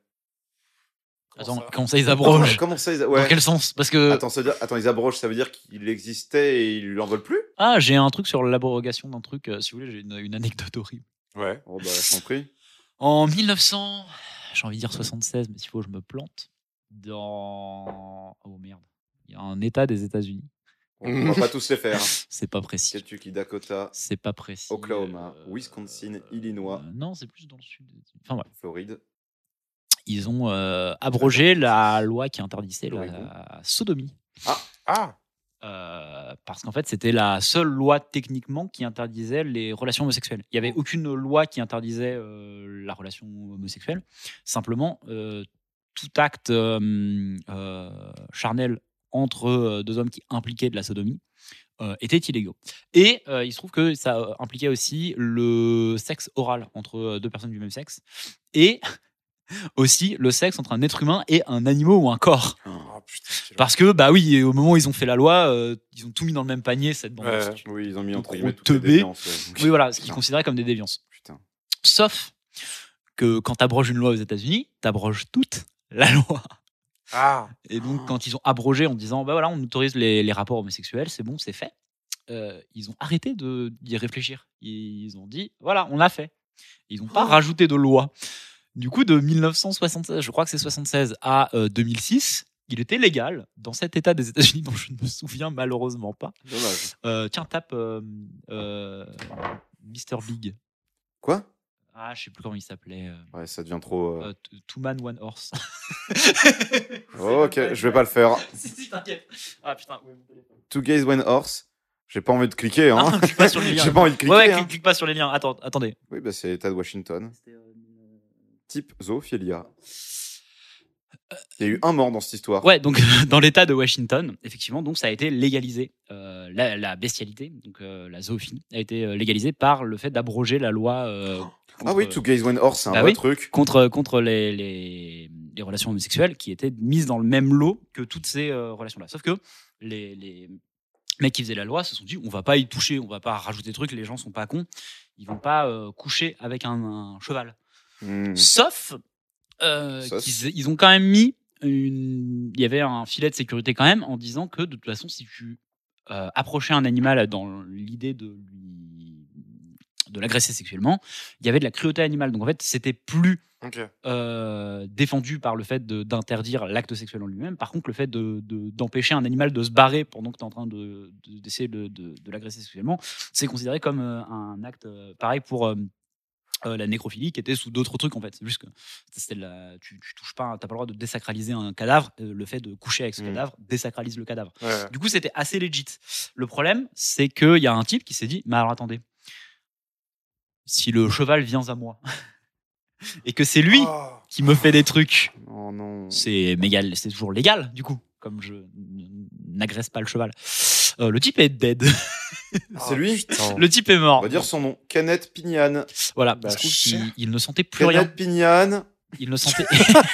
Speaker 5: Attends,
Speaker 4: ça
Speaker 5: comment ça ils abrogent
Speaker 2: Comment ça ils...
Speaker 5: Dans
Speaker 2: Ouais.
Speaker 5: quel sens Parce que
Speaker 2: Attends, ça veut dire... Attends, ils abrogent, ça veut dire qu'il existait et ils l'en veulent plus
Speaker 5: ah, j'ai un truc sur l'abrogation d'un truc. euh, si vous voulez, j'ai une, une anecdote horrible.
Speaker 4: Ouais.
Speaker 2: Oh bah, je t'en prie.
Speaker 5: En 1900, j'ai envie de dire 76, mais s'il faut, je me plante. Dans oh merde, il y a un État des États-Unis.
Speaker 2: On va pas tous les faire.
Speaker 5: C'est pas précis.
Speaker 2: Kentucky, Dakota,
Speaker 5: C'est pas précis.
Speaker 2: Oklahoma,
Speaker 5: euh,
Speaker 2: Wisconsin,
Speaker 5: euh,
Speaker 2: Illinois.
Speaker 5: non, c'est plus dans le sud. des États-Unis. Enfin bref.
Speaker 2: Floride.
Speaker 5: ils ont euh, abrogé la loi qui interdisait la,
Speaker 2: L'Oregon.
Speaker 5: sodomie.
Speaker 4: Ah
Speaker 5: euh, parce qu'en fait, c'était la seule loi techniquement qui interdisait les relations homosexuelles. Il n'y avait aucune loi qui interdisait euh, la relation homosexuelle. Simplement, euh, tout acte euh, euh, charnel entre euh, deux hommes qui impliquaient de la sodomie euh, était illégaux. Et euh, il se trouve que ça euh, impliquait aussi le sexe oral entre euh, deux personnes du même sexe et aussi le sexe entre un être humain et un animal ou un corps.
Speaker 4: Ah, putain, quel
Speaker 5: Parce que, bah oui, au moment où ils ont fait la loi, euh, ils ont tout mis dans le même panier, cette bande. de
Speaker 4: Ouais.
Speaker 5: stupes.
Speaker 2: Oui, ils ont mis
Speaker 5: Donc,
Speaker 2: entre guillemets
Speaker 5: gros
Speaker 2: toutes les
Speaker 5: teubé.
Speaker 2: déviances. ouais. Donc,
Speaker 5: Oui, voilà, ce qu'ils
Speaker 2: Putain.
Speaker 5: considéraient comme des déviances.
Speaker 2: Putain.
Speaker 5: Sauf que quand t'abroges une loi aux États-Unis, t'abroges toute la loi.
Speaker 4: Ah,
Speaker 5: Et donc, quand ils ont abrogé en disant, bah voilà, on autorise les, les rapports homosexuels, c'est bon, c'est fait, euh, ils ont arrêté de- d'y réfléchir. Ils ont dit, voilà, on l'a fait. Ils n'ont pas rajouté de loi. Du coup, de 1976, je crois que c'est 76 à euh, 2006, il était légal dans cet état des États-Unis dont je ne me souviens malheureusement pas.
Speaker 2: Dommage.
Speaker 5: Euh, tiens, tape euh, euh, Mr. Big.
Speaker 2: Quoi
Speaker 5: Ah, je sais plus comment il s'appelait. euh,
Speaker 2: Ouais, ça devient trop. euh,
Speaker 5: euh, t- Two Man, One Horse. Euh,
Speaker 2: ok, je vais pas le faire.
Speaker 5: si, si, t'inquiète. Ah putain, ouais, mon téléphone.
Speaker 2: Two Gays One Horse. J'ai pas envie de cliquer, hein.
Speaker 5: Ah, clique pas sur les liens.
Speaker 2: J'ai pas envie de cliquer.
Speaker 5: Ouais, ouais,
Speaker 2: hein.
Speaker 5: clique, clique pas sur les liens. Attends, attendez.
Speaker 2: Oui, bah c'est Tad Washington. Type zoophilia. Il y a eu un mort dans cette histoire.
Speaker 5: Ouais, donc dans l'État de Washington, effectivement, donc ça a été légalisé. Euh, la, la bestialité, donc euh, la zoophilie, a été euh, légalisée par le fait d'abroger la loi. euh,
Speaker 2: ah
Speaker 5: contre-
Speaker 2: oui, Two Gays One Horse, c'est un
Speaker 5: Bah
Speaker 2: vrai
Speaker 5: oui.
Speaker 2: truc.
Speaker 5: contre, contre les, les, les relations homosexuelles qui étaient mises dans le même lot que toutes ces euh, relations-là. Sauf que les, les mecs qui faisaient la loi se sont dit on va pas y toucher, on va pas rajouter des trucs, les gens sont pas cons, ils vont pas euh, coucher avec un, un cheval.
Speaker 2: Hmm.
Speaker 5: Sauf euh,
Speaker 2: Sauf.
Speaker 5: qu'ils ils ont quand même mis une. Il y avait un filet de sécurité quand même en disant que de toute façon, si tu euh, approchais un animal dans l'idée de lui de l'agresser sexuellement, il y avait de la cruauté animale. Donc en fait, c'était plus
Speaker 4: ok.
Speaker 5: euh, défendu par le fait de- d'interdire l'acte sexuel en lui-même. Par contre, le fait d'empêcher de, d'empêcher un animal de se barrer pendant que tu es en train de- de- d'essayer de, de- de l'agresser sexuellement, c'est considéré comme euh, un acte euh, pareil pour euh, euh, la nécrophilie qui était sous d'autres trucs en fait. C'est juste que c'était de la- tu, tu touches pas, un- t'as pas le droit de désacraliser un cadavre. Euh, le fait de coucher avec ce
Speaker 2: Mm.
Speaker 5: cadavre désacralise le cadavre.
Speaker 4: Ouais.
Speaker 5: Du coup, c'était assez legit. Le problème, c'est qu'il y a un type qui s'est dit, mais alors attendez, si le cheval vient à moi et que c'est lui
Speaker 4: Ah,
Speaker 5: qui me fait des trucs,
Speaker 2: Oh non.
Speaker 5: c'est méga- c'est toujours légal du coup, comme je n- n'agresse pas le cheval. Euh, le type est dead.
Speaker 2: C'est lui
Speaker 5: oh, Le type est
Speaker 2: On
Speaker 5: mort.
Speaker 2: va dire son nom. Canette Pignane.
Speaker 5: Voilà,
Speaker 4: Bah,
Speaker 5: il se trouve
Speaker 4: cher.
Speaker 5: qu'il il ne sentait plus rien.
Speaker 2: Canette Pignane.
Speaker 5: Il ne sentait,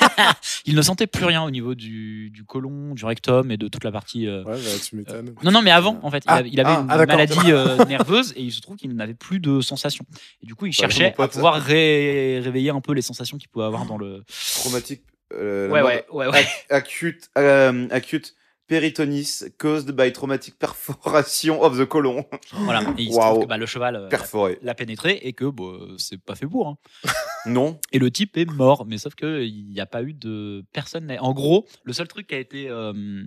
Speaker 5: il ne sentait plus rien au niveau du, du côlon, du rectum et de toute la partie. euh,
Speaker 4: Ouais, bah, tu m'étonnes.
Speaker 5: Non, non, mais avant, en fait, il
Speaker 4: Ah,
Speaker 5: avait- il avait
Speaker 2: ah,
Speaker 5: une
Speaker 4: ah, d'accord.
Speaker 5: maladie euh, nerveuse et il se trouve qu'il n'avait plus de sensations. Et du coup, il
Speaker 2: mon
Speaker 5: cherchait à
Speaker 2: pote.
Speaker 5: pouvoir ré- réveiller un peu les sensations qu'il pouvait avoir dans le.
Speaker 2: Traumatique. euh, la
Speaker 5: Ouais,
Speaker 2: mort
Speaker 5: ouais, ouais, ouais.
Speaker 2: de- Acute. euh, acute. Peritonis caused by traumatic perforation of the colon.
Speaker 5: Voilà. Et il se
Speaker 2: Waouh.
Speaker 5: trouve que bah, le cheval euh,
Speaker 2: Perforé.
Speaker 5: l'a pénétré et que bah, c'est pas fait pour. hein.
Speaker 2: Non.
Speaker 5: Et le type est mort, mais sauf que il n'y a pas eu de personne. En gros, le seul truc qui a été, euh,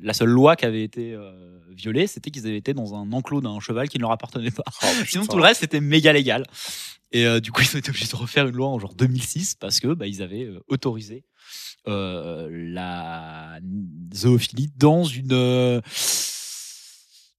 Speaker 5: la seule loi qui avait été euh, violée, c'était qu'ils avaient été dans un enclos d'un cheval qui ne leur appartenait pas. Sinon, tout le reste c'était méga légal. Et euh, du coup, ils ont été obligés de refaire une loi en genre 2006 parce que bah, ils avaient euh, autorisé euh, la zoophilie dans une euh,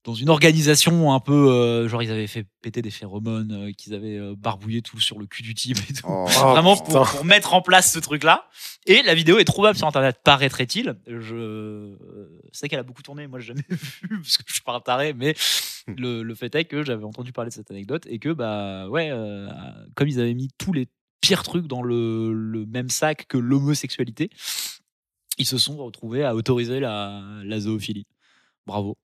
Speaker 5: dans une organisation un peu euh, genre ils avaient fait péter des phéromones euh, qu'ils avaient euh, barbouillé tout sur le cul du type et tout.
Speaker 2: Oh.
Speaker 4: Oh,
Speaker 5: Vraiment
Speaker 4: putain.
Speaker 5: pour, pour mettre en place ce truc-là. Et la vidéo est trouvable sur Internet, paraîtrait-il. Je euh, sais qu'elle a beaucoup tourné, moi j'ai jamais vu, parce que je suis pas un taré, mais
Speaker 4: Hmm.
Speaker 5: le, le fait est que j'avais entendu parler de cette anecdote et que, bah ouais, euh, comme ils avaient mis tous les pires trucs dans le, le même sac que l'homosexualité, ils se sont retrouvés à autoriser la, la zoophilie. Bravo.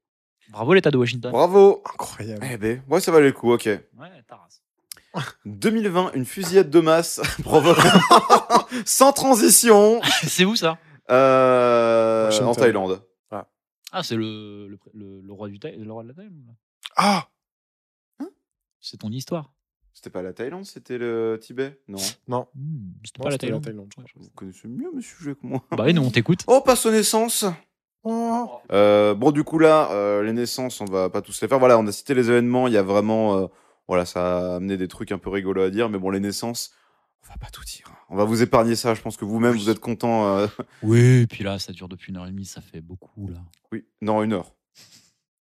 Speaker 5: Bravo l'État de Washington.
Speaker 2: Bravo.
Speaker 4: Incroyable.
Speaker 2: Eh ben, ouais, ça valait le coup, ok.
Speaker 5: Ouais, Taras.
Speaker 2: 2020, une fusillade de masse provoque. Sans transition.
Speaker 5: C'est où ça
Speaker 2: Euh, en
Speaker 4: Washington.
Speaker 2: Thaïlande.
Speaker 5: Ah, c'est le, le, le- le roi du Thaï- le roi de la Thaïlande. là.
Speaker 4: Ah
Speaker 5: C'est ton histoire.
Speaker 2: C'était pas la Thaïlande, c'était le Tibet Non.
Speaker 4: Non.
Speaker 5: Hmm, c'était
Speaker 4: Non,
Speaker 5: pas la
Speaker 4: c'était
Speaker 5: Thaïlande.
Speaker 4: je crois.
Speaker 2: Vous connaissez mieux mes sujets que moi.
Speaker 5: Bah oui, nous on t'écoute.
Speaker 2: Oh, passe aux naissances
Speaker 4: Oh.
Speaker 2: Euh, Bon, du coup, là, euh, les naissances, on va pas tous les faire. Voilà, on a cité les événements, il y a vraiment... euh, voilà, ça a amené des trucs un peu rigolos à dire, mais bon, les naissances, on va pas tout dire. On va vous épargner ça, je pense que vous-même, vous êtes content. euh,
Speaker 5: Oui, et puis là, ça dure depuis une heure et demie, ça fait beaucoup là.
Speaker 2: Oui, non, une heure.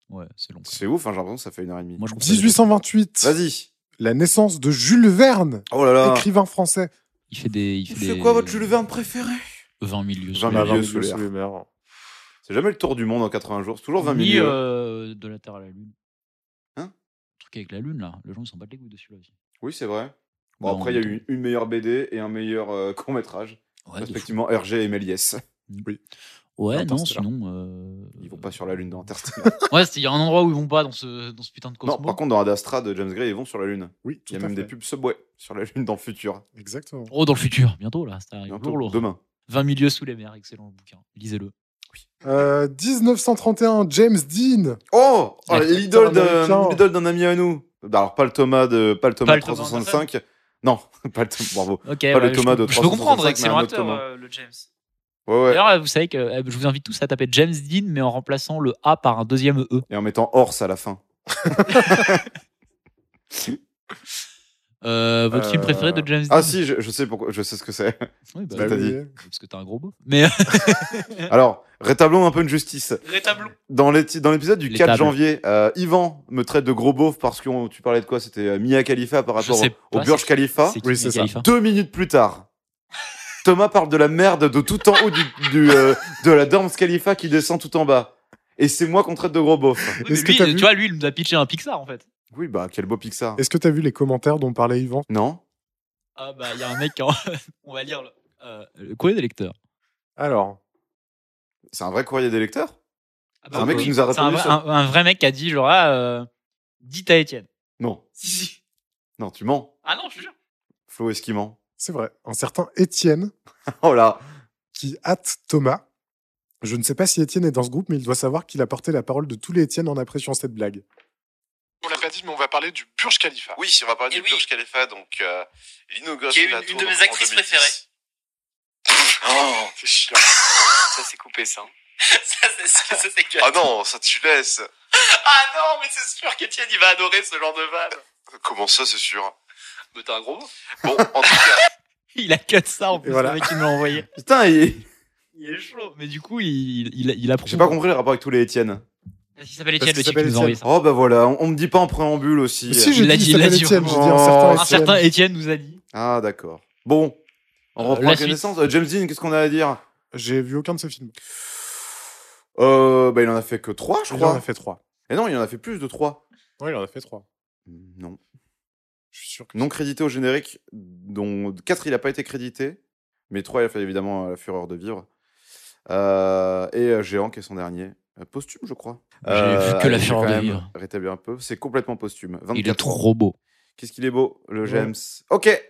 Speaker 5: Ouais, c'est long.
Speaker 2: C'est ouf, hein, j'ai l'impression que ça fait une heure et demie.
Speaker 5: Moi, je trouve ça-
Speaker 4: 1828,
Speaker 2: Vas-y.
Speaker 4: la naissance de Jules Verne,
Speaker 2: Oh là là.
Speaker 4: écrivain français.
Speaker 5: Il fait des. Il fait des-
Speaker 2: Verne préféré
Speaker 5: 20 000 lieux.
Speaker 2: Vingt
Speaker 5: sous les-
Speaker 2: mille lieux.
Speaker 5: Ni,
Speaker 2: sous l'air. C'est jamais le tour du monde en 80 jours, c'est toujours 20 000 lieux.
Speaker 5: euh, de la Terre à la Lune.
Speaker 2: Hein
Speaker 5: Le truc avec la Lune, là. Les gens, ils s'en battent les couilles dessus, là aussi.
Speaker 2: Oui, c'est vrai. Bon,
Speaker 5: Bah,
Speaker 2: après, il
Speaker 5: on-
Speaker 2: y a eu une meilleure BD et un meilleur euh, court-métrage,
Speaker 5: Ouais, Ah, de fou.
Speaker 2: respectivement RG et Méliès.
Speaker 5: Ouais, non,
Speaker 2: Interstellar.
Speaker 5: sinon. euh,
Speaker 2: Ils vont pas sur la Lune dans Interstellar.
Speaker 5: Ouais, c'est- il y a un endroit où ils vont pas dans ce, dans ce putain de
Speaker 2: non,
Speaker 5: cosmos.
Speaker 2: par contre, dans Ad Astra de James Gray, ils vont sur la Lune.
Speaker 4: Oui,
Speaker 2: Il
Speaker 4: tout
Speaker 2: y a
Speaker 4: à
Speaker 2: même
Speaker 4: fait.
Speaker 2: des pubs Subway sur la Lune dans le futur.
Speaker 4: Exactement.
Speaker 5: Oh, dans le futur, bientôt là, ça arrive.
Speaker 2: Bientôt,
Speaker 5: lourd, lourd.
Speaker 2: demain.
Speaker 5: 20 milieux sous les mers, excellent bouquin, lisez-le.
Speaker 4: Euh, 1931, James Dean.
Speaker 2: Oh,
Speaker 5: Il y a
Speaker 2: oh,
Speaker 5: le
Speaker 2: l'idole
Speaker 4: facteur américain.
Speaker 2: d'un l'idole d'un ami à nous. Alors, pas le Thomas de, pas le Thomas
Speaker 5: Pas le Thomas
Speaker 2: 365. non, pas le Thomas. Bravo.
Speaker 5: Ok, bah,
Speaker 2: le Thomas
Speaker 5: je, peux-
Speaker 2: de
Speaker 5: je peux
Speaker 2: 365,
Speaker 5: comprendre,
Speaker 2: mais un
Speaker 5: excellent
Speaker 2: autre
Speaker 5: acteur,
Speaker 2: Thomas.
Speaker 5: euh, le James.
Speaker 2: Ouais, ouais.
Speaker 5: D'ailleurs, euh, vous savez que euh, je vous invite tous à taper James Dean, mais en remplaçant le A par un deuxième E.
Speaker 2: Et en mettant Horse à la fin.
Speaker 5: Euh, votre
Speaker 4: Euh,
Speaker 5: film préféré de James
Speaker 2: Ah
Speaker 5: Dean
Speaker 2: si, je, je sais pourquoi, je sais ce que c'est.
Speaker 5: Oui, bah,
Speaker 2: Bah
Speaker 5: oui,
Speaker 2: t'as dit.
Speaker 5: parce que t'es un gros beau. Mais euh,
Speaker 2: Alors, rétablons un peu une justice. Dans l'éti- dans l'épisode du
Speaker 5: Les
Speaker 2: 4
Speaker 5: tables.
Speaker 2: janvier, euh, Yvan me traite de gros beauf parce que on- tu parlais de quoi C'était euh, Mia Khalifa par
Speaker 5: Je
Speaker 2: rapport
Speaker 5: sais
Speaker 2: au, au
Speaker 5: pas,
Speaker 2: Burj Khalifa.
Speaker 5: c'est qui
Speaker 4: Oui,
Speaker 5: Mia
Speaker 4: c'est ça.
Speaker 5: Khalifa
Speaker 2: Deux minutes plus tard, Thomas parle de la merde de tout en haut du, du, euh, de la Dorms Khalifa qui descend tout en bas. Et c'est moi qu'on traite de gros beauf.
Speaker 5: Oui, mais
Speaker 4: Est-ce que
Speaker 5: lui, euh,
Speaker 4: t'as
Speaker 5: Tu
Speaker 4: vu-
Speaker 5: vois, lui, il nous a pitché un Pixar en fait.
Speaker 2: Oui, bah quel beau Pixar.
Speaker 4: Est-ce que t'as vu les commentaires dont parlait Yvan
Speaker 2: Non
Speaker 5: Ah bah, il y a un mec, qui en- on va lire le, euh, le courrier des lecteurs.
Speaker 4: Alors,
Speaker 2: C'est un vrai courrier des lecteurs
Speaker 5: Ah
Speaker 2: C'est un mec
Speaker 5: oui.
Speaker 2: qui nous a
Speaker 5: C'est un,
Speaker 2: répondu
Speaker 5: vrai-
Speaker 2: sur-
Speaker 5: un- un vrai mec qui a dit genre, ah, euh, dites à Étienne.
Speaker 2: Non,
Speaker 5: Si, si.
Speaker 2: non, tu mens.
Speaker 5: Ah non, je te jure.
Speaker 2: Flo, est-ce qu'il ment
Speaker 4: c'est vrai. Un certain Étienne
Speaker 2: Oh là
Speaker 4: qui hâte Thomas. Je ne sais pas si Étienne est dans ce groupe, mais il doit savoir qu'il a porté la parole de tous les Étienne en appréciant cette blague.
Speaker 6: On l'a pas dit, mais on va parler du Burj Khalifa.
Speaker 7: Oui, on va parler
Speaker 8: Et
Speaker 7: du
Speaker 8: oui.
Speaker 7: Burj Khalifa, donc euh, l'inauguration.
Speaker 8: Qui est
Speaker 7: de la
Speaker 8: une- une
Speaker 7: tour
Speaker 8: de mes
Speaker 7: en
Speaker 8: actrices
Speaker 7: 2010.
Speaker 8: Oh,
Speaker 7: C'est chiant.
Speaker 8: ça c'est coupé ça. ça c'est ça, c'est que-
Speaker 7: hein. Ah non, ça tu laisses.
Speaker 8: Ah non, mais c'est sûr qu'Étienne il va adorer ce genre de vanne.
Speaker 7: Comment ça, c'est sûr
Speaker 8: Mais t'es un gros.
Speaker 7: Bon, en tout cas,
Speaker 5: Il a cut ça en plus,
Speaker 4: voilà.
Speaker 5: le mec qui me l'a envoyé.
Speaker 2: Putain, il-
Speaker 5: Il est chaud. Mais du coup, il, il, il a
Speaker 2: j'ai pas compris le rapport avec tous les Étienne.
Speaker 5: Il s'appelle
Speaker 4: Parce
Speaker 5: Étienne, le
Speaker 4: qu'il
Speaker 5: type qui nous a envoyé ça.
Speaker 2: Oh bah voilà, on, on me dit pas en préambule aussi.
Speaker 4: Si, j'ai
Speaker 5: il l'a
Speaker 4: dit, Oh.
Speaker 5: dit,
Speaker 4: il
Speaker 5: il l'a
Speaker 4: s'appelle
Speaker 5: dit
Speaker 4: Étienne, j'ai dit
Speaker 2: vraiment.
Speaker 4: un certain
Speaker 5: Un
Speaker 4: Étienne.
Speaker 5: certain Étienne nous a dit.
Speaker 2: Ah d'accord. Bon, on
Speaker 5: Euh,
Speaker 2: reprend
Speaker 5: la
Speaker 2: connaissance. Euh, James Dean, qu'est-ce qu'on a à dire
Speaker 4: J'ai vu aucun de ces films.
Speaker 2: euh, Bah il en a fait que 3 je
Speaker 4: Il en
Speaker 2: crois.
Speaker 4: a fait trois.
Speaker 2: Et non, il en a fait plus de 3.
Speaker 4: Oui, il en a fait trois.
Speaker 2: Non.
Speaker 4: Je suis sûr que.
Speaker 2: Non crédité au générique, dont 4 il a pas été crédité, mais 3 il a fait évidemment euh, La Fureur de Vivre. Euh, et euh, Géant qui est son dernier. Euh, posthume je crois.
Speaker 5: J'ai vu que La
Speaker 2: j'ai
Speaker 5: Fureur
Speaker 2: quand
Speaker 5: de
Speaker 2: même
Speaker 5: Vivre.
Speaker 2: Rétabli un peu, c'est complètement posthume. 24
Speaker 5: Il est trop beau.
Speaker 2: Qu'est-ce qu'il est beau, le
Speaker 4: Ouais.
Speaker 2: James. Ok.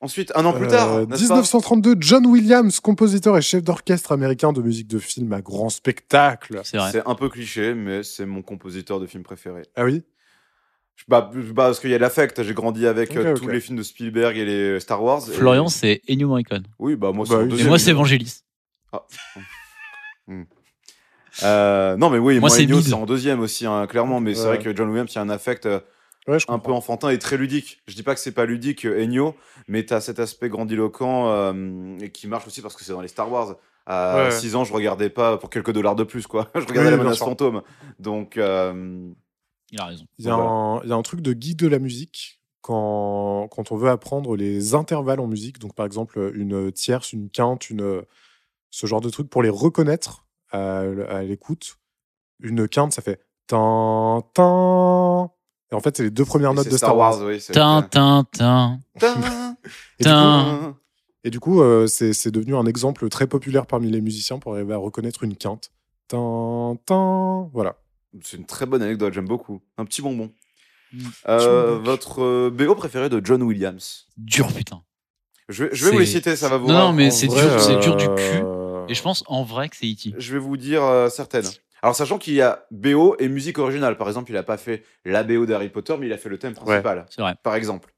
Speaker 2: Ensuite, un an plus tard,
Speaker 4: Euh,
Speaker 2: n'est-ce pas
Speaker 4: 1932, John Williams, compositeur et chef d'orchestre américain de musique de film à grand spectacle.
Speaker 5: C'est vrai.
Speaker 2: C'est un peu cliché, mais c'est mon compositeur de film préféré.
Speaker 4: Ah oui
Speaker 2: Je- Bah, je- bah, parce qu'il y a de l'affect, j'ai grandi avec euh,
Speaker 4: Ok,
Speaker 2: tous
Speaker 4: ok.
Speaker 2: les films de Spielberg et les euh, Star Wars. et-
Speaker 5: Florian, c'est Ennio Morricone.
Speaker 2: Oui, bah moi c'est
Speaker 4: Bah
Speaker 2: mon
Speaker 4: oui. Et
Speaker 5: Et
Speaker 2: deuxième.
Speaker 5: moi, c'est Vangelis.
Speaker 2: Euh, non mais oui,
Speaker 5: Moi,
Speaker 2: moi,
Speaker 5: c'est
Speaker 2: Ennio,
Speaker 5: Bid.
Speaker 2: c'est en deuxième aussi, hein, clairement, mais c'est
Speaker 4: Ouais.
Speaker 2: vrai que John Williams, il y a un affect euh,
Speaker 4: Ouais, je
Speaker 2: un peu
Speaker 4: comprends.
Speaker 2: enfantin et très ludique. Je dis pas que c'est pas ludique, euh, Ennio, mais t'as cet aspect grandiloquent euh, et qui marche aussi parce que c'est dans les Star Wars. À
Speaker 4: Ouais.
Speaker 2: 6 ans, je regardais pas pour quelques dollars de plus, quoi. Je regardais
Speaker 4: Oui,
Speaker 2: La
Speaker 4: bien
Speaker 2: Menace
Speaker 4: sûr.
Speaker 2: Fantôme. Donc, euh,
Speaker 5: Il a raison.
Speaker 4: Il y, a un, il y a un truc de guide de la musique quand, quand on veut apprendre les intervalles en musique, donc par exemple une tierce, une quinte, une, ce genre de truc pour les reconnaître à, l- à l'écoute. Une quinte, ça fait tin, tin. Et en fait, c'est les deux premières
Speaker 2: et
Speaker 4: notes
Speaker 2: c'est
Speaker 4: de Star Wars.
Speaker 2: oui, c'est-
Speaker 5: Tintin.
Speaker 2: Tin,
Speaker 4: Et du
Speaker 5: Tin.
Speaker 4: coup,
Speaker 2: tin.
Speaker 4: et du coup, euh, c'est c'est devenu un exemple très populaire parmi les musiciens pour arriver à reconnaître une quinte. Tin, tin. Voilà.
Speaker 2: C'est une très bonne anecdote, j'aime beaucoup. Un petit bonbon.
Speaker 5: Mm.
Speaker 2: Euh,
Speaker 4: Petit bonbon.
Speaker 2: votre euh, BO préféré de John Williams
Speaker 5: Dur, putain.
Speaker 2: Je vais, je vais vous
Speaker 5: C'est-
Speaker 2: les citer, ça va vous.
Speaker 5: Non, non, mais
Speaker 2: en
Speaker 5: c'est
Speaker 2: vrai, euh,
Speaker 5: dur, c'est dur du
Speaker 4: cul.
Speaker 5: Et je pense en vrai que c'est E E.T.
Speaker 2: Je vais vous dire euh, certaines. Alors, sachant qu'il y a BO et musique originale. Par exemple, il a pas fait la BO d'Harry Potter, mais il a fait le thème principal,
Speaker 5: C'est vrai.
Speaker 2: par exemple.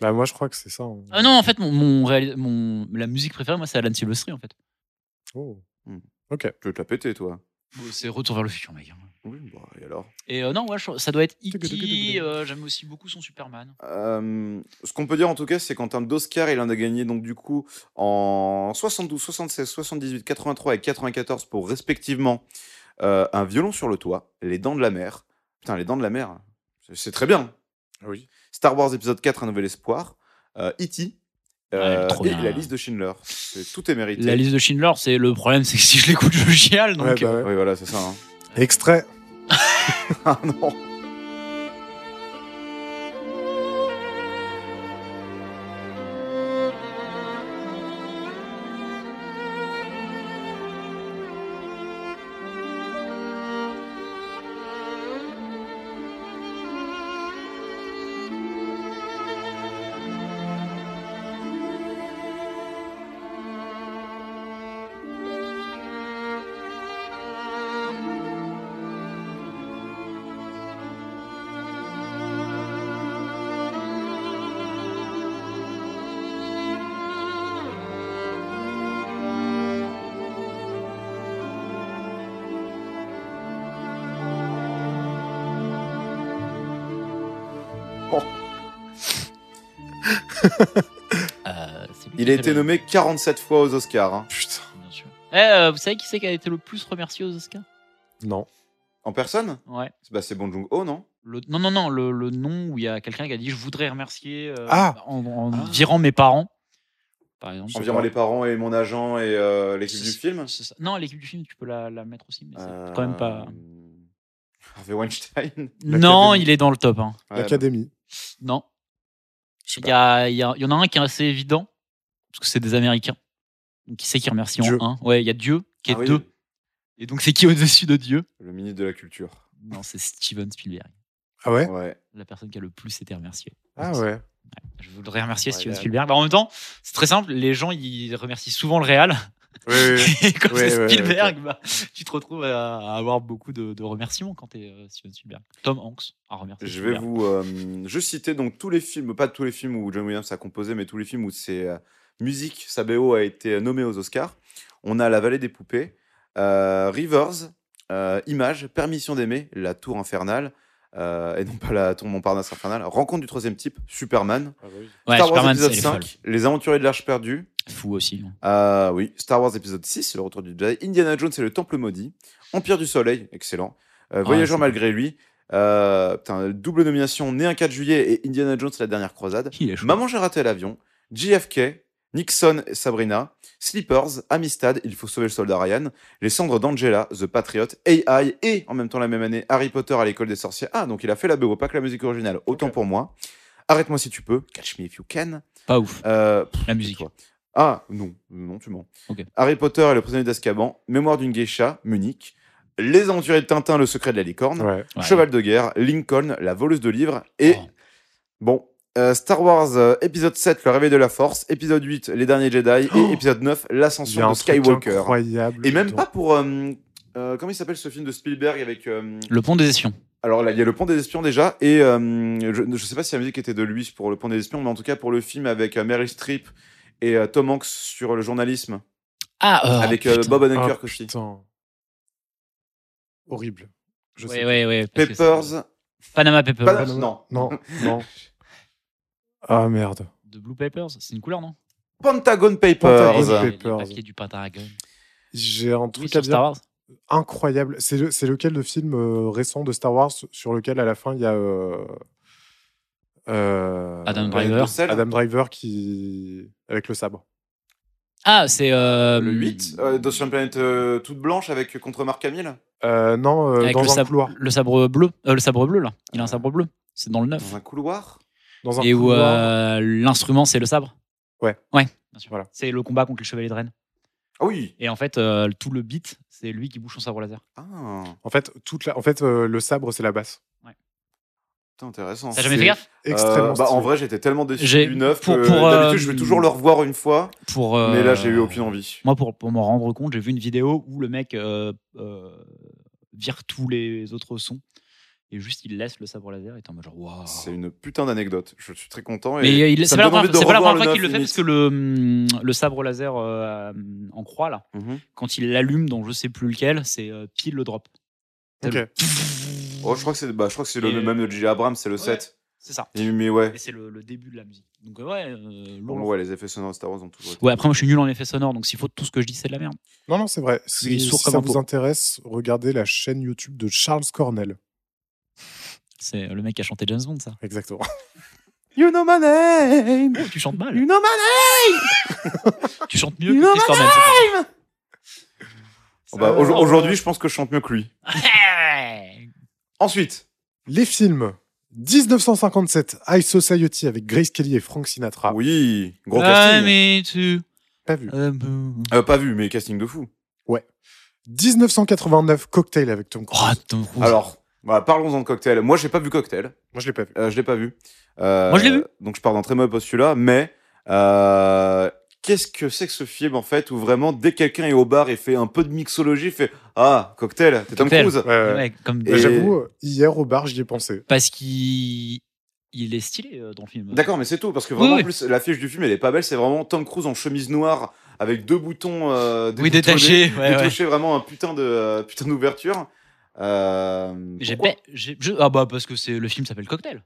Speaker 4: Bah, moi, je crois que c'est ça. hein.
Speaker 5: Ah non, en fait, mon, mon réalis- mon- la musique préférée, moi, c'est Alan Silvestri, en fait.
Speaker 4: Oh.
Speaker 2: Tu veux te la péter, toi
Speaker 5: Bon, C'est Retour vers le futur, mec.
Speaker 2: Oui, bon, et alors
Speaker 5: Et euh, non, ouais, je- ça doit être E.T. euh, J'aime aussi beaucoup son Superman.
Speaker 2: Euh, ce qu'on peut dire en tout cas, c'est qu'en termes d'Oscar, il en a gagné donc du coup en 72, 76, 78, 83 et 94 pour respectivement euh, Un violon sur le toit, Les Dents de la mer, Putain, les dents de la mer, c'est- c'est très bien.
Speaker 4: Oui.
Speaker 2: Star Wars épisode 4, Un Nouvel Espoir, euh, E.T. euh,
Speaker 5: Ouais, Ah, trop
Speaker 2: et
Speaker 5: bien.
Speaker 2: la liste de Schindler. C'est- Tout est mérité.
Speaker 5: La liste de Schindler, c'est le problème, c'est que si je l'écoute, je chiale. Donc,
Speaker 4: Ouais, bah ouais.
Speaker 2: Oui, voilà, c'est ça. hein.
Speaker 4: Extrait.
Speaker 2: ah non
Speaker 5: euh, c'est lui
Speaker 2: Il
Speaker 5: qui
Speaker 2: a
Speaker 5: fait
Speaker 2: été
Speaker 5: le-
Speaker 2: nommé 47 fois aux Oscars, hein.
Speaker 4: Putain.
Speaker 5: Bien sûr. Eh, euh, vous savez qui c'est qui a été le plus remercié aux Oscars
Speaker 4: Non.
Speaker 2: En personne
Speaker 5: Ouais.
Speaker 2: Bah, c'est Bong Joon-ho, non
Speaker 5: Le- non, non, non, le, le nom où il y a quelqu'un qui a dit Je voudrais remercier euh,
Speaker 4: Ah.
Speaker 5: en, en
Speaker 4: Ah.
Speaker 5: virant mes parents, par exemple.
Speaker 2: Environ les parents et mon agent et euh, l'équipe du film.
Speaker 5: C'est ça. Non, l'équipe du film, tu peux la, la mettre aussi, mais c'est quand même pas.
Speaker 2: Euh, Harvey Weinstein.
Speaker 5: Non,
Speaker 4: l'académie.
Speaker 5: il est dans le top. hein.
Speaker 2: Ouais,
Speaker 4: L'Académie.
Speaker 5: Non. Il y, a- il y a- il y en a un qui est assez évident, parce que c'est des Américains. Donc, qui c'est qui remercie
Speaker 4: Dieu.
Speaker 5: en un Ouais, il y a Dieu qui est
Speaker 2: Ah oui,
Speaker 5: deux. Et donc, c'est qui au-dessus de Dieu
Speaker 2: Le ministre de la Culture.
Speaker 5: Non, c'est Steven Spielberg,
Speaker 4: Ah ouais
Speaker 2: Ouais.
Speaker 5: la personne qui a le plus été remerciée.
Speaker 4: Ah ouais.
Speaker 5: Je voudrais remercier
Speaker 4: Ouais,
Speaker 5: Steven
Speaker 4: là-
Speaker 5: Spielberg. Bah, en même temps, c'est très simple, les gens ils remercient souvent le réal.
Speaker 4: Oui, oui, oui.
Speaker 5: Et quand
Speaker 4: Ouais,
Speaker 5: c'est
Speaker 4: ouais,
Speaker 5: Spielberg, bah, tu te retrouves à, à avoir beaucoup de, de remerciements quand t'es euh, Steven Spielberg. Tom Hanks à remercier.
Speaker 2: Je vais
Speaker 5: Spielberg.
Speaker 2: vous euh, juste citer donc tous les films, pas tous les films où John Williams a composé, mais tous les films où ses euh, musiques, sa BO a été euh, nommée aux Oscars. On a La Vallée des Poupées, euh, Rivers, euh, Images, Permission d'aimer, La Tour Infernale, euh, et non pas La Tour Montparnasse Infernale, Rencontre du Troisième Type, Superman,
Speaker 5: Ouais,
Speaker 2: Star Wars
Speaker 5: Superman,
Speaker 2: épisode
Speaker 5: c'est
Speaker 2: 5, Les Aventuriers de l'Arche Perdue,
Speaker 5: fou aussi. hein. non
Speaker 2: euh, oui, Star Wars épisode 6, Le Retour du Jedi, Indiana Jones et le Temple Maudit, Empire du Soleil, excellent, euh, Voyageur
Speaker 5: c'est
Speaker 2: malgré lui, euh, putain, double nomination Né un 4 juillet et Indiana Jones la dernière croisade,
Speaker 5: Il est chaud.
Speaker 2: Maman j'ai raté l'avion, JFK, Nixon et Sabrina, Sleepers, Amistad, Il faut sauver le soldat Ryan, Les cendres d'Angela, The Patriot, AI et en même temps la même année Harry Potter à l'école des sorciers. Ah, donc il a fait la BO, pas que la musique originale, autant pour moi. Arrête-moi si tu peux, Catch me if you can.
Speaker 5: Pas ouf.
Speaker 2: Euh,
Speaker 5: La musique.
Speaker 2: toi. ah, non, non, tu mens.
Speaker 5: Ok.
Speaker 2: Harry Potter et le prisonnier d'Azkaban, Mémoire d'une geisha, Munich, Les aventuriers de Tintin, Le secret de la licorne,
Speaker 4: Ouais.
Speaker 5: Ouais.
Speaker 2: Cheval de guerre, Lincoln, La voleuse de livres et,
Speaker 5: Oh.
Speaker 2: bon, euh, Star Wars euh, épisode 7, Le réveil de la force, épisode 8, Les derniers Jedi
Speaker 5: Oh.
Speaker 2: et épisode 9,
Speaker 4: Il y a
Speaker 2: L'ascension
Speaker 4: un
Speaker 2: de
Speaker 4: truc
Speaker 2: Skywalker.
Speaker 4: Incroyable.
Speaker 2: Et même
Speaker 4: dedans.
Speaker 2: pas pour... euh, euh, comment il s'appelle ce film de Spielberg avec... euh,
Speaker 5: Le pont des espions.
Speaker 2: alors là, il y a le pont des espions déjà, et euh, je ne sais pas si la musique était de lui pour le pont des espions, mais en tout cas pour le film avec euh, Meryl Streep et euh, Tom Hanks sur le journalisme,
Speaker 5: Ah, euh,
Speaker 2: avec euh,
Speaker 5: putain.
Speaker 2: Bob
Speaker 4: Ah,
Speaker 2: Odenkirk aussi.
Speaker 4: putain. Horrible. Je
Speaker 5: Ouais,
Speaker 4: sais.
Speaker 5: ouais, ouais, parce que c'est-
Speaker 2: Peppers.
Speaker 5: Panama Papers.
Speaker 2: Pas- non.
Speaker 4: Non, non. Ah merde.
Speaker 5: De Blue Papers, c'est une couleur, non
Speaker 2: Pentagon
Speaker 4: Pentagon
Speaker 2: Papers.
Speaker 4: Papers.
Speaker 5: Les- les papiers du Pentagon.
Speaker 4: J'ai un
Speaker 5: Oui,
Speaker 4: truc à
Speaker 5: sur
Speaker 4: dire.
Speaker 5: Star Wars.
Speaker 4: incroyable. C'est le- c'est lequel de film euh, récent de Star Wars sur lequel à la fin il y a euh, euh,
Speaker 5: Adam
Speaker 2: Planète
Speaker 5: Driver.
Speaker 2: de sel.
Speaker 4: Adam Driver qui avec le sabre.
Speaker 5: Ah, c'est. euh,
Speaker 2: Le 8, euh, dans sur une planète euh, toute blanche avec contre Mark Hamill.
Speaker 4: Euh, non, euh,
Speaker 5: avec
Speaker 4: dans
Speaker 5: le,
Speaker 4: un
Speaker 5: sabre,
Speaker 4: couloir.
Speaker 5: le sabre bleu. euh, le sabre bleu, là. Il a un sabre bleu. C'est dans le 9.
Speaker 2: Dans un couloir.
Speaker 4: Dans un
Speaker 5: Et où
Speaker 4: couloir.
Speaker 5: euh, l'instrument, c'est le sabre.
Speaker 4: Ouais.
Speaker 5: Ouais. bien sûr.
Speaker 4: Voilà.
Speaker 5: C'est le combat contre les chevaliers de Rennes.
Speaker 2: Ah oui.
Speaker 5: Et en fait, euh, tout le beat, c'est lui qui bouge son sabre laser.
Speaker 2: Ah,
Speaker 4: En fait, toute la... en fait euh, le sabre c'est la basse.
Speaker 2: putain, intéressant.
Speaker 5: T'as jamais
Speaker 4: C'est
Speaker 5: fait gaffe
Speaker 4: Extrêmement.
Speaker 2: Euh, bah, en
Speaker 4: stylé.
Speaker 2: vrai, j'étais tellement déçu
Speaker 5: J'ai-
Speaker 2: du 9
Speaker 5: pour-
Speaker 2: que
Speaker 5: pour, euh,
Speaker 2: d'habitude, je vais toujours le revoir une fois,
Speaker 5: pour,
Speaker 2: mais là,
Speaker 5: euh,
Speaker 2: j'ai eu aucune envie.
Speaker 5: Moi, pour, pour m'en rendre compte, j'ai vu une vidéo où le mec euh, euh, vire tous les autres sons et juste il laisse le sabre laser et t'es en mode genre waouh.
Speaker 2: C'est une putain d'anecdote. Je suis très content. Et
Speaker 5: oh. Mais il- c'est
Speaker 2: ça
Speaker 5: pas
Speaker 2: me
Speaker 5: la
Speaker 2: donne envie
Speaker 5: première
Speaker 2: de
Speaker 5: c'est pas la
Speaker 2: revoir
Speaker 5: première
Speaker 2: le
Speaker 5: fois qu'il le
Speaker 2: 9
Speaker 5: fait parce
Speaker 2: minutes.
Speaker 5: que le, hum, le sabre laser euh, en croix, là,
Speaker 2: Mhm.
Speaker 5: quand il l'allume dans je sais plus lequel, c'est euh, pile le drop.
Speaker 4: Ok.
Speaker 2: Oh, je crois que c'est bah, je crois que c'est le
Speaker 5: Et-
Speaker 2: même de J.J. Abrams, c'est le
Speaker 5: Ouais.
Speaker 2: 7.
Speaker 5: C'est ça.
Speaker 2: Et- mais ouais.
Speaker 5: Et c'est le, le début de la musique. Donc, euh, ouais, euh,
Speaker 2: Bon,
Speaker 5: lourd.
Speaker 2: ouais, les effets sonores de Star Wars ont toujours été.
Speaker 5: Ouais, après, moi, je suis nul en effet sonore, donc s'il faut tout ce que je dis, c'est de la merde.
Speaker 4: Non non c'est vrai.
Speaker 5: Il est
Speaker 4: Si,
Speaker 5: sourd
Speaker 4: si
Speaker 5: comme
Speaker 4: ça
Speaker 5: un
Speaker 4: vous
Speaker 5: pot.
Speaker 4: intéresse, regardez la chaîne YouTube de Charles Cornell.
Speaker 5: C'est le mec qui a chanté James Bond, ça.
Speaker 4: Exactement.
Speaker 3: You know my name.
Speaker 5: Oh, tu chantes mal.
Speaker 3: You know my
Speaker 5: Tu chantes mieux
Speaker 3: You
Speaker 5: que
Speaker 3: know
Speaker 5: Christopher Nance, c'est pour ça.
Speaker 2: Oh
Speaker 5: Ah.
Speaker 2: bah, au- Aujourd'hui, je pense que je chante mieux que lui.
Speaker 5: Ouais.
Speaker 2: Ensuite,
Speaker 4: Les films 1957, High Society avec Grace Kelly et Frank Sinatra.
Speaker 2: oui, gros
Speaker 5: Ah,
Speaker 2: casting.
Speaker 5: mais tu-
Speaker 4: Pas vu.
Speaker 5: Euh, bouh.
Speaker 2: Euh, pas vu, mais casting de fou.
Speaker 4: 1989, Cocktail avec Tom Cruise.
Speaker 5: Oh, ton rouge.
Speaker 2: Alors, voilà, parlons-en de cocktail. Moi, j'ai pas vu cocktail.
Speaker 4: Moi, je l'ai pas vu.
Speaker 2: Euh, je l'ai pas vu. Euh,
Speaker 5: Moi, je l'ai vu.
Speaker 2: Donc je pars d'un très mauvais postulat, mais euh, qu'est-ce que c'est que ce film en fait où vraiment dès que quelqu'un est au bar et fait un peu de mixologie, il fait ah cocktail, t'es Tom
Speaker 5: Cocktail.
Speaker 2: Cruise.
Speaker 4: Ouais, ouais.
Speaker 5: Ouais, comme
Speaker 2: euh, Et-
Speaker 4: Bah, J'avoue, euh, hier au bar, j'y ai pensé.
Speaker 5: parce qu'il il est stylé euh, dans le film.
Speaker 2: D'accord, mais c'est tout parce que
Speaker 5: Oui,
Speaker 2: vraiment
Speaker 5: oui.
Speaker 2: en plus la fiche du film elle est pas belle, c'est vraiment Tom Cruise en chemise noire avec deux boutons euh,
Speaker 5: Oui,
Speaker 2: déboutonnés,
Speaker 5: détaché. Ouais, ouais.
Speaker 2: détachés, vraiment un putain de euh, putain d'ouverture. Euh,
Speaker 5: J'ai
Speaker 2: pourquoi
Speaker 5: pas- j'ai- je- ah bah parce que c'est le film s'appelle Cocktail.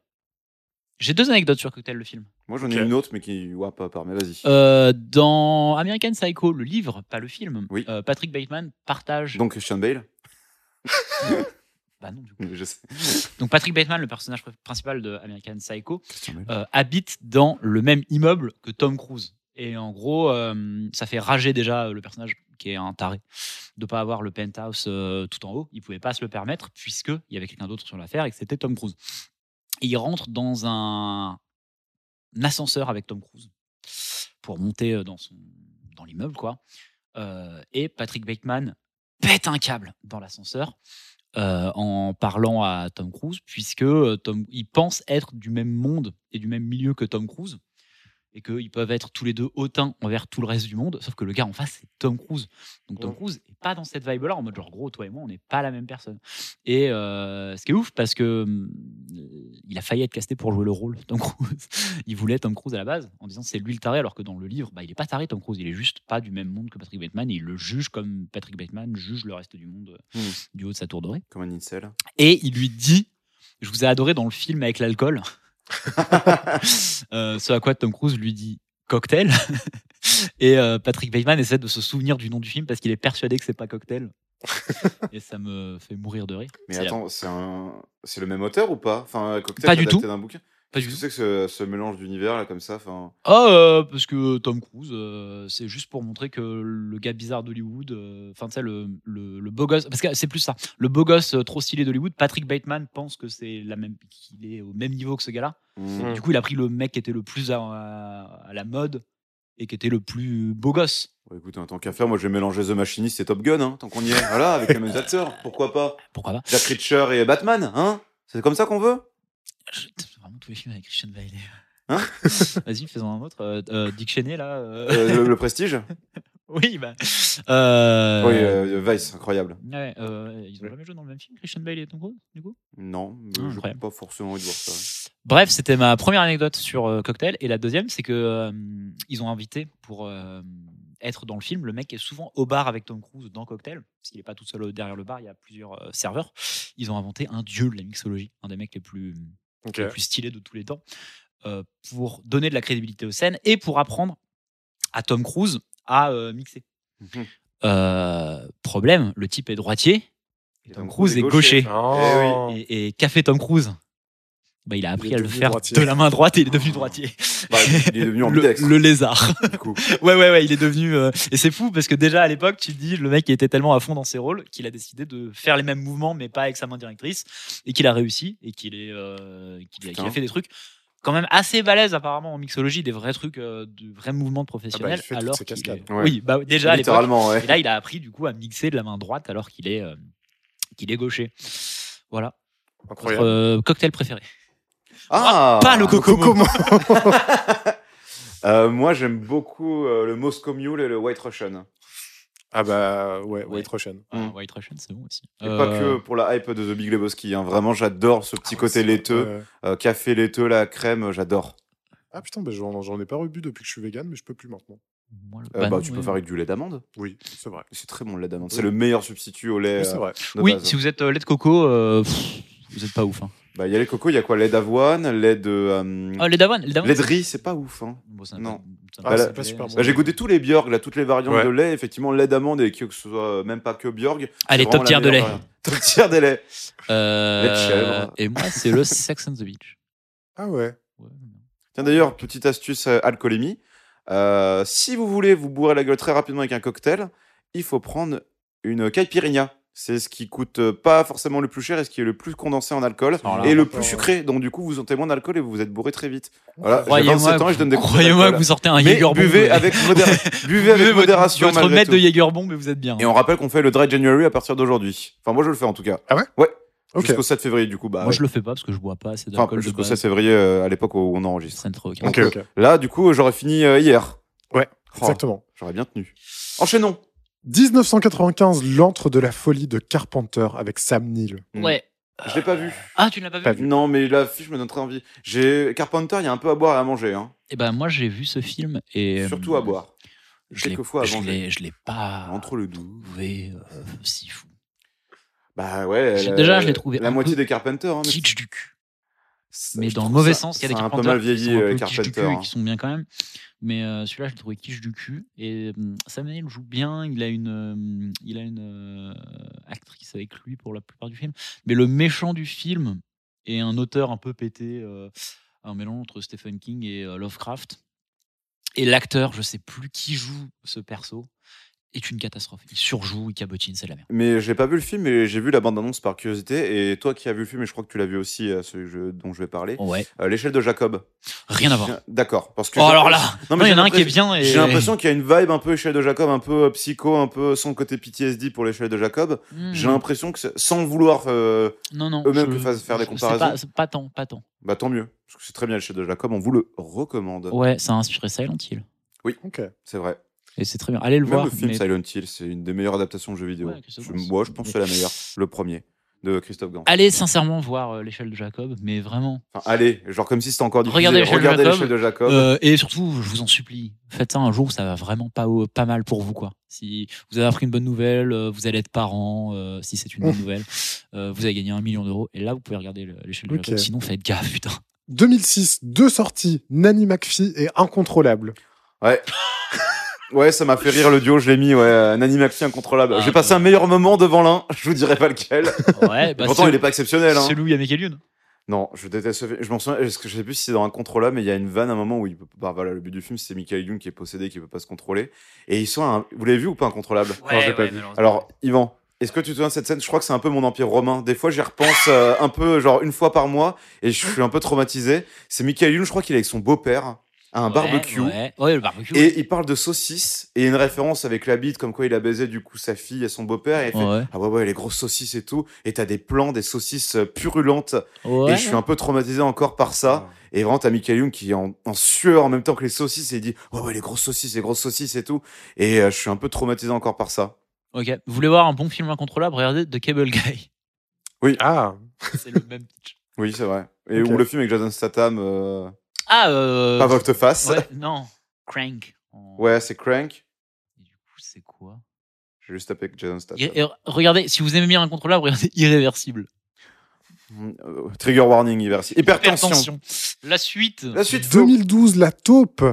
Speaker 5: J'ai deux anecdotes sur Cocktail le film.
Speaker 2: Moi j'en ai une autre mais qui ouais pas part mais vas-y.
Speaker 5: Euh, dans American Psycho, le livre, pas le film,
Speaker 2: Oui.
Speaker 5: euh, Patrick Bateman partage.
Speaker 2: Donc Christian Bale,
Speaker 5: Bah non, du coup.
Speaker 2: je sais.
Speaker 5: Donc Patrick Bateman, le personnage pr- principal de American Psycho,
Speaker 2: Christian Bale.
Speaker 5: euh, habite dans le même immeuble que Tom Cruise. Et en gros, euh, ça fait rager déjà euh, le personnage qui est un taré de pas avoir le penthouse euh, tout en haut. Il pouvait pas se le permettre puisque il y avait quelqu'un d'autre sur l'affaire et que c'était Tom Cruise. Et il rentre dans un, un ascenseur avec Tom Cruise pour monter euh, dans son dans l'immeuble quoi. Euh, et Patrick Bateman pète un câble dans l'ascenseur euh, en parlant à Tom Cruise, puisque euh, Tom, ils pensent être du même monde et du même milieu que Tom Cruise, et qu'ils peuvent être tous les deux hautains envers tout le reste du monde, sauf que le gars en face, c'est Tom Cruise. Donc Tom Cruise n'est pas dans cette vibe-là, en mode genre, gros, toi et moi, on n'est pas la même personne. Et euh, ce qui est ouf, parce que hum, il a failli être casté pour jouer le rôle, Tom Cruise. il voulait Tom Cruise à la base, en disant c'est lui le taré, alors que dans le livre, bah, il n'est pas taré, Tom Cruise, il est juste pas du même monde que Patrick Bateman, et il le juge comme Patrick Bateman juge le reste du monde euh,
Speaker 2: Hmm.
Speaker 5: du haut de sa tour dorée
Speaker 2: Comme un incel.
Speaker 5: et il lui dit Je vous ai adoré dans le film avec l'alcool. Euh, ce à quoi Tom Cruise lui dit Cocktail. Et euh, Patrick Bateman essaie de se souvenir du nom du film parce qu'il est persuadé que c'est pas Cocktail. Et ça me fait mourir de rire.
Speaker 2: Mais
Speaker 5: C'est la-
Speaker 2: attends, c'est un... c'est le même auteur ou pas Enfin, cocktail
Speaker 5: Pas du
Speaker 2: adapté
Speaker 5: tout.
Speaker 2: d'un bouquin.
Speaker 5: Pas
Speaker 2: Qu'est-ce
Speaker 5: du
Speaker 2: que
Speaker 5: tout.
Speaker 2: c'est que ce, ce mélange d'univers là comme ça enfin,
Speaker 5: Ah, euh, parce que Tom Cruise, euh, c'est juste pour montrer que le gars bizarre d'Hollywood, euh, enfin, tu sais, le, le, le beau gosse, parce que c'est plus ça, le beau gosse euh, trop stylé d'Hollywood, Patrick Bateman pense que c'est la même, qu'il est au même niveau que ce gars-là.
Speaker 2: mm.
Speaker 5: Du coup, il a pris le mec qui était le plus à, à la mode et qui était le plus beau gosse.
Speaker 2: Bon, écoute, en tant qu'à faire, moi je vais mélanger The Machinist et Top Gun, hein, tant qu'on y est. Voilà, avec les mêmes acteurs, pourquoi pas
Speaker 5: Pourquoi pas
Speaker 2: Jack Reacher et Batman, hein C'est comme ça qu'on veut
Speaker 5: Je- C'est vraiment tous les films avec Christian Bale.
Speaker 2: Hein
Speaker 5: Vas-y, faisons un autre. Euh, euh, Dick Cheney, là. euh,
Speaker 2: Euh, le, le Prestige
Speaker 5: oui, bah. euh,
Speaker 2: Oui, euh, Vice, incroyable.
Speaker 5: ouais, euh, ils ont jamais joué dans le même film, Christian Bale et Tom Cruise, du coup
Speaker 2: Non, mais
Speaker 5: Ah,
Speaker 2: je n'ai
Speaker 5: incroyable.
Speaker 2: pas forcément envie de voir ça.
Speaker 5: Bref, c'était ma première anecdote sur euh, Cocktail. Et la deuxième, c'est que euh, ils ont invité pour euh, être dans le film le mec qui est souvent au bar avec Tom Cruise dans Cocktail, parce qu'il n'est pas tout seul derrière le bar, il y a plusieurs euh, serveurs. Ils ont inventé un dieu de la mixologie, un des mecs les plus,
Speaker 4: Ok.
Speaker 5: les plus stylés de tous les temps, euh, pour donner de la crédibilité aux scènes et pour apprendre à Tom Cruise à euh, mixer.
Speaker 2: Mhm.
Speaker 5: Euh, problème, le type est droitier, et Tom, Cruise est gaucher.
Speaker 2: Eh
Speaker 4: Oh.
Speaker 5: Et, et qu'a fait Tom Cruise bah, Il a appris
Speaker 4: est
Speaker 5: à le
Speaker 4: devenu
Speaker 5: faire
Speaker 4: droitier.
Speaker 5: de la main droite et il est devenu droitier.
Speaker 2: Bah, il est devenu
Speaker 5: Le,
Speaker 2: ambidextre.
Speaker 5: le lézard.
Speaker 2: Du coup.
Speaker 5: Ouais, ouais, ouais, il est devenu. euh, Et c'est fou parce que déjà à l'époque, tu te dis, le mec il était tellement à fond dans ses rôles qu'il a décidé de faire les mêmes mouvements mais pas avec sa main directrice et qu'il a réussi et qu'il est, euh, qu'il a, qu'il a
Speaker 2: Putain.
Speaker 5: fait des trucs quand même assez balèzes apparemment en mixologie, des vrais trucs, euh, de vrais mouvements de professionnels.
Speaker 4: fait toutes
Speaker 5: alors
Speaker 4: ses
Speaker 5: qu'il est-
Speaker 4: cascades.
Speaker 2: Ouais.
Speaker 5: Oui, bah, déjà à l'époque,
Speaker 2: Littéralement, ouais.
Speaker 5: et là, il a appris du coup à mixer de la main droite alors qu'il est, euh, qu'il est gaucher. Voilà.
Speaker 4: Incroyable.
Speaker 5: Votre, euh, cocktail préféré.
Speaker 2: Ah
Speaker 5: Pas le cocomo.
Speaker 2: Euh, Moi j'aime beaucoup euh, le Moscow Mule et le White Russian.
Speaker 4: Ah bah
Speaker 5: Ouais.
Speaker 4: ouais, White Russian.
Speaker 5: Ah,
Speaker 2: Mm.
Speaker 5: White Russian, c'est bon aussi.
Speaker 2: Et
Speaker 5: Euh, Ah,
Speaker 2: pas que pour la hype de The Big Lebowski. hein. Vraiment, j'adore ce petit côté laiteux.
Speaker 4: Ouais.
Speaker 2: Euh, café laiteux, la crème, euh, j'adore.
Speaker 4: Ah putain, bah, j'en j'en ai pas rebu depuis que je suis vegan, mais je peux plus maintenant.
Speaker 5: moi, le-
Speaker 2: Euh,
Speaker 5: bah
Speaker 2: bah,
Speaker 5: non,
Speaker 2: tu
Speaker 5: ouais.
Speaker 2: peux faire avec du lait d'amande.
Speaker 4: Oui, c'est vrai.
Speaker 2: C'est très bon le lait d'amande.
Speaker 4: Oui.
Speaker 2: C'est le meilleur substitut au lait.
Speaker 4: Oui, c'est
Speaker 2: euh,
Speaker 4: vrai.
Speaker 2: de
Speaker 5: Oui,
Speaker 2: base.
Speaker 5: si vous êtes euh, lait de coco, euh, pff, vous êtes pas ouf. hein.
Speaker 2: Bah, il y a les cocos, il y a quoi Lait d'avoine, lait de. euh,
Speaker 5: Oh, les d'avoine, les
Speaker 2: lait
Speaker 5: d'avoine.
Speaker 2: de riz, c'est pas ouf. Hein.
Speaker 5: Bon, ça
Speaker 2: Non.
Speaker 5: ça
Speaker 2: Ah,
Speaker 5: pas-
Speaker 2: c'est
Speaker 4: pas super
Speaker 5: ça-
Speaker 2: Bah, j'ai goûté tous les Bjorg, là, toutes les variantes
Speaker 4: Ouais.
Speaker 2: de lait. Effectivement, lait d'amande et que ce soit euh, même pas que Bjorg.
Speaker 5: Allez,
Speaker 2: c'est
Speaker 5: top
Speaker 2: vraiment
Speaker 5: tier
Speaker 2: la
Speaker 5: de lait.
Speaker 2: meilleure variante. Top tier des laits.
Speaker 5: Euh,
Speaker 2: Lait de chèvre.
Speaker 5: Et moi, c'est le Sex and the Beach.
Speaker 4: Ah ouais.
Speaker 5: Ouais.
Speaker 2: Tiens, d'ailleurs, petite astuce euh, alcoolémie. Euh, si vous voulez vous bourrer la gueule très rapidement avec un cocktail, il faut prendre une caipirinha. C'est ce qui coûte euh, pas forcément le plus cher et ce qui est le plus condensé en alcohol
Speaker 5: Alors Oh là,
Speaker 2: et le
Speaker 4: d'accord,
Speaker 2: plus
Speaker 4: ouais.
Speaker 2: sucré. Donc du coup, vous sentez moins d'alcool et vous vous êtes bourré très vite. Voilà, j'ai
Speaker 5: Croyez-moi
Speaker 2: 27 ans et je donne des
Speaker 5: que-
Speaker 2: cours
Speaker 5: croyez-moi que
Speaker 2: d'alcool.
Speaker 5: vous sortez un
Speaker 2: Mais
Speaker 5: Jägerbomb.
Speaker 2: buvez avec, modéra- buvez avec
Speaker 5: votre-
Speaker 2: modération
Speaker 5: Votre,
Speaker 2: malgré
Speaker 5: mètre
Speaker 2: tout.
Speaker 5: de Jägerbomb et vous êtes bien.
Speaker 2: Et on rappelle qu'on fait le Dry January à partir d'aujourd'hui. Enfin, moi, je le fais en tout cas.
Speaker 4: Ah ouais
Speaker 2: Ouais.
Speaker 4: Ok.
Speaker 2: Jusqu'au 7 février, du coup. Bah,
Speaker 5: Moi, je le fais pas parce que je bois pas assez
Speaker 2: enfin,
Speaker 5: d'alcool. de
Speaker 2: jusqu'au
Speaker 5: base.
Speaker 2: 7 février euh, à l'époque où on enregistre.
Speaker 5: Ça ne trop aucun.
Speaker 2: Ok.
Speaker 4: Ok, ok.
Speaker 2: Là, du coup, j'aurais fini euh, hier.
Speaker 4: Ouais,
Speaker 2: Oh,
Speaker 4: Exactement.
Speaker 2: J'aurais bien tenu. Enchaînons.
Speaker 4: 1995, l'antre de la folie de Carpenter avec Sam Neill.
Speaker 5: Ouais.
Speaker 2: Je l'ai pas vu.
Speaker 5: Ah, tu ne l'as pas vu
Speaker 4: Pas vu.
Speaker 2: Non, mais l'affiche me donne très envie. J'ai Carpenter, il y a un peu à boire et à manger, hein.
Speaker 5: Eh ben, moi, j'ai vu ce film et. euh,
Speaker 2: Surtout à boire.
Speaker 5: Je l'ai-
Speaker 2: Quelquefois à
Speaker 5: je
Speaker 2: manger.
Speaker 5: l'ai- je l'ai pas
Speaker 2: Entre le doux.
Speaker 5: trouvé euh, si fou.
Speaker 2: Bah ouais.
Speaker 5: Je-
Speaker 2: la-
Speaker 5: déjà, je l'ai trouvé
Speaker 2: La
Speaker 5: un
Speaker 2: moitié
Speaker 5: peu
Speaker 2: des Carpenter. hein, mais-
Speaker 5: Kitsch du cul.
Speaker 2: c'est-
Speaker 5: Mais
Speaker 2: je
Speaker 5: dans le
Speaker 2: trouve
Speaker 5: mauvais
Speaker 2: ça-
Speaker 5: sens, il y a des
Speaker 2: ça
Speaker 5: carpenters
Speaker 2: un peu mal
Speaker 5: qui sont
Speaker 2: vieilli,
Speaker 5: un
Speaker 2: euh,
Speaker 5: peu quiche du
Speaker 2: Carpenter.
Speaker 5: cul et
Speaker 2: hein.
Speaker 5: qui sont bien quand même. Mais euh, celui-là, je l'ai trouvé quiche du cul. Et euh, Sam Neill joue bien. Il a une, euh, il a une euh, actrice avec lui pour la plupart du film. Mais le méchant du film est un auteur un peu pété, euh, un mélange entre Stephen King et euh, Lovecraft. Et l'acteur, je sais plus qui joue ce perso, est une catastrophe. Il surjoue, il cabotine, c'est de la merde.
Speaker 2: Mais j'ai pas vu le film, mais j'ai vu la bande-annonce par curiosité. Et toi qui as vu le film, et je crois que tu l'as vu aussi, euh, celui que je- dont je vais parler,
Speaker 5: Ouais,
Speaker 2: euh, l'échelle de Jacob.
Speaker 5: Oh. rien à voir.
Speaker 2: J'ai- D'accord. Parce que
Speaker 5: Oh
Speaker 2: j'ai-
Speaker 5: alors là, non,
Speaker 2: Non, mais
Speaker 5: il y
Speaker 2: j'ai
Speaker 5: en a un qui est
Speaker 2: l'impression-
Speaker 5: bien. Et...
Speaker 2: J'ai l'impression qu'il y a une vibe un peu échelle de Jacob, un peu euh, psycho, un peu sans côté PTSD pour l'échelle de Jacob.
Speaker 5: Hmm.
Speaker 2: J'ai l'impression que c'est- sans vouloir, euh,
Speaker 5: non, non,
Speaker 2: eux-mêmes
Speaker 5: je-
Speaker 2: que fassent faire des
Speaker 5: je- c'est
Speaker 2: comparaisons.
Speaker 5: Pas, c'est pas tant, pas tant.
Speaker 2: bah tant mieux. Parce que c'est très bien l'échelle de Jacob, on vous le recommande.
Speaker 5: Ouais, ça a inspiré Silent Hill.
Speaker 4: Ok.
Speaker 2: C'est vrai.
Speaker 5: Et c'est très bien. Allez le
Speaker 2: Même
Speaker 5: voir.
Speaker 2: le film
Speaker 5: mais-
Speaker 2: Silent Hill, c'est une des meilleures adaptations de jeux vidéo.
Speaker 5: Ouais, Christophe
Speaker 2: Je-
Speaker 5: Gans.
Speaker 2: moi, je pense que c'est la meilleure. Le premier de Christophe Gans.
Speaker 5: Allez sincèrement voir euh, l'échelle de Jacob, mais vraiment.
Speaker 2: Enfin, allez, genre comme si c'était encore diffusé.
Speaker 5: Regardez l'échelle de
Speaker 2: Regardez
Speaker 5: Jacob.
Speaker 2: l'échelle de Jacob.
Speaker 5: Euh, et surtout, je vous en supplie, faites ça un jour, ça va vraiment pas, au- pas mal pour vous. quoi. Si vous avez appris une bonne nouvelle, euh, vous allez être parent, euh, si c'est une bonne nouvelle, euh, vous avez gagné un million d'euros, et là, vous pouvez regarder le- l'échelle de
Speaker 4: Ok.
Speaker 5: Jacob. Sinon, faites gaffe, putain.
Speaker 4: 2006, deux sorties, Nanny McPhee et Incontrôlable.
Speaker 2: Ouais, ça m'a fait rire le duo, je l'ai mis, ouais, euh, Nanny McPhee incontrôlable.
Speaker 5: Ah,
Speaker 2: J'ai passé un meilleur moment devant l'un, je vous dirai pas lequel.
Speaker 5: Ouais, bah,
Speaker 2: Et pourtant, il est pas exceptionnel. Hein.
Speaker 5: C'est Louis avec Elune.
Speaker 2: Non, je déteste ce film. Je m'en souviens, est-ce que je sais plus si c'est dans un contrôlable, mais il y a une vanne à un moment où il peut bah, voilà, le but du film, c'est Michael Youn qui est possédé, qui peut pas se contrôler. Et ils sont un- vous l'avez vu ou pas incontrôlable
Speaker 9: Ouais,
Speaker 2: l'ai
Speaker 9: ouais, malheureusement.
Speaker 2: Alors, Yvan, est-ce que tu te souviens de cette scène Je crois que c'est un peu mon empire romain. Des fois, j'y repense euh, un peu, genre une fois par mois, et je suis un peu traumatisé. C'est Michael Youn, je crois qu'il est avec son beau-père à un
Speaker 5: Ouais,
Speaker 2: barbecue.
Speaker 5: Ouais, ouais, le barbecue.
Speaker 2: Et il parle de saucisses et une référence avec la bite, comme quoi il a baisé du coup sa fille et son beau-père. Et il fait,
Speaker 5: Ouais.
Speaker 2: Ah ouais, ouais, les grosses saucisses et tout. Et t'as des plans, des saucisses euh, purulentes.
Speaker 5: Ouais.
Speaker 2: et je suis un peu traumatisé encore par ça. Et vraiment, t'as Michael Young qui est en, en sueur en même temps que les saucisses et il dit Ouais, ouais, les grosses saucisses, les grosses saucisses et tout. Et euh, je suis un peu traumatisé encore par ça.
Speaker 5: Ok. Vous voulez voir un bon film incontrôlable Regardez The Cable Guy.
Speaker 4: Ah,
Speaker 5: C'est le même pitch.
Speaker 2: Oui, c'est vrai. Et
Speaker 4: Ok.
Speaker 2: où le film avec Jason Statham, euh,
Speaker 5: Ah, euh.
Speaker 2: pas volte-face. Ouais,
Speaker 5: ouais, non. Crank. en-
Speaker 2: c'est Crank.
Speaker 5: Et Du coup, c'est quoi
Speaker 2: J'ai juste tapé Jason Statham.
Speaker 5: Et- et Regardez, si vous aimez bien Incontrôlable, regardez Irréversible.
Speaker 2: Mm, euh, Trigger warning, hypertension. hypertension.
Speaker 5: Attention. La suite.
Speaker 2: La suite, Flo.
Speaker 4: 2012, La Taupe.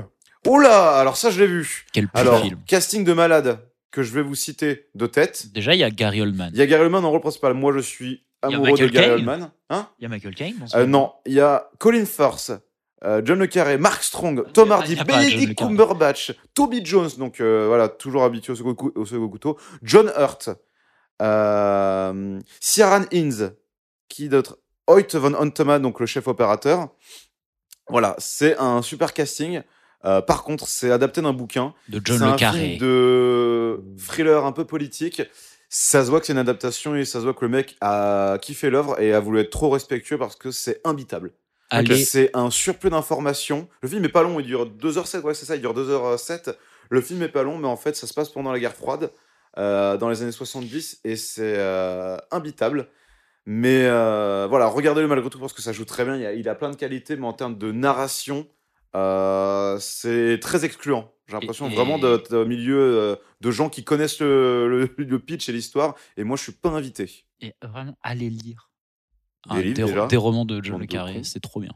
Speaker 2: Oh là Alors, ça, je l'ai vu.
Speaker 5: Quel putain de
Speaker 2: Alors,
Speaker 5: film.
Speaker 2: casting de malade que je vais vous citer de tête.
Speaker 5: Déjà, il y a Gary Oldman.
Speaker 2: Il y a Gary Oldman en rôle principal. Moi, je suis
Speaker 5: y a
Speaker 2: amoureux de
Speaker 5: Michael
Speaker 2: Gary
Speaker 5: Caine.
Speaker 2: Oldman. Hein
Speaker 5: Il y a Michael Caine dans ce
Speaker 2: Euh,
Speaker 5: film.
Speaker 2: non, il y a Colin Firth, euh, John Le Carré, Mark Strong,
Speaker 5: Il
Speaker 2: Tom
Speaker 5: y a-
Speaker 2: Hardy,
Speaker 5: il y a pas John Le
Speaker 2: Benedict
Speaker 5: Carré.
Speaker 2: Cumberbatch, Toby Jones, donc euh, voilà, toujours habitué au second, cou- au second couteau, John Hurt, euh, Ciaran Innes, qui d'autre Hoyt von Hontema, donc le chef opérateur. Voilà, c'est un super casting. Euh, par contre, c'est adapté d'un bouquin.
Speaker 5: De
Speaker 2: C'est
Speaker 5: John
Speaker 2: un
Speaker 5: Le Carré.
Speaker 2: film de thriller un peu politique. Ça se voit que c'est une adaptation et ça se voit que le mec a kiffé l'œuvre et a voulu être trop respectueux parce que c'est imbitable.
Speaker 5: Allez.
Speaker 2: C'est un surplus d'informations. Le film est pas long, il dure 2h07, ouais, c'est ça, il dure 2h07. Le film est pas long, mais en fait, ça se passe pendant la guerre froide, euh, dans les années 70, et c'est euh, imbitable. Mais euh, voilà, regardez-le malgré tout parce que ça joue très bien. Il a, il a plein de qualités, mais en termes de narration, euh, c'est très excluant. J'ai l'impression
Speaker 5: Et- et-
Speaker 2: vraiment d'être au milieu euh, de gens qui connaissent le, le- le pitch et l'histoire, et moi je suis pas invité.
Speaker 5: Et vraiment, allez lire
Speaker 2: Des livres,
Speaker 5: ro-
Speaker 2: déjà
Speaker 5: des romans de John
Speaker 2: Bande
Speaker 5: le
Speaker 2: de
Speaker 5: Carré,
Speaker 2: cons.
Speaker 5: c'est trop bien.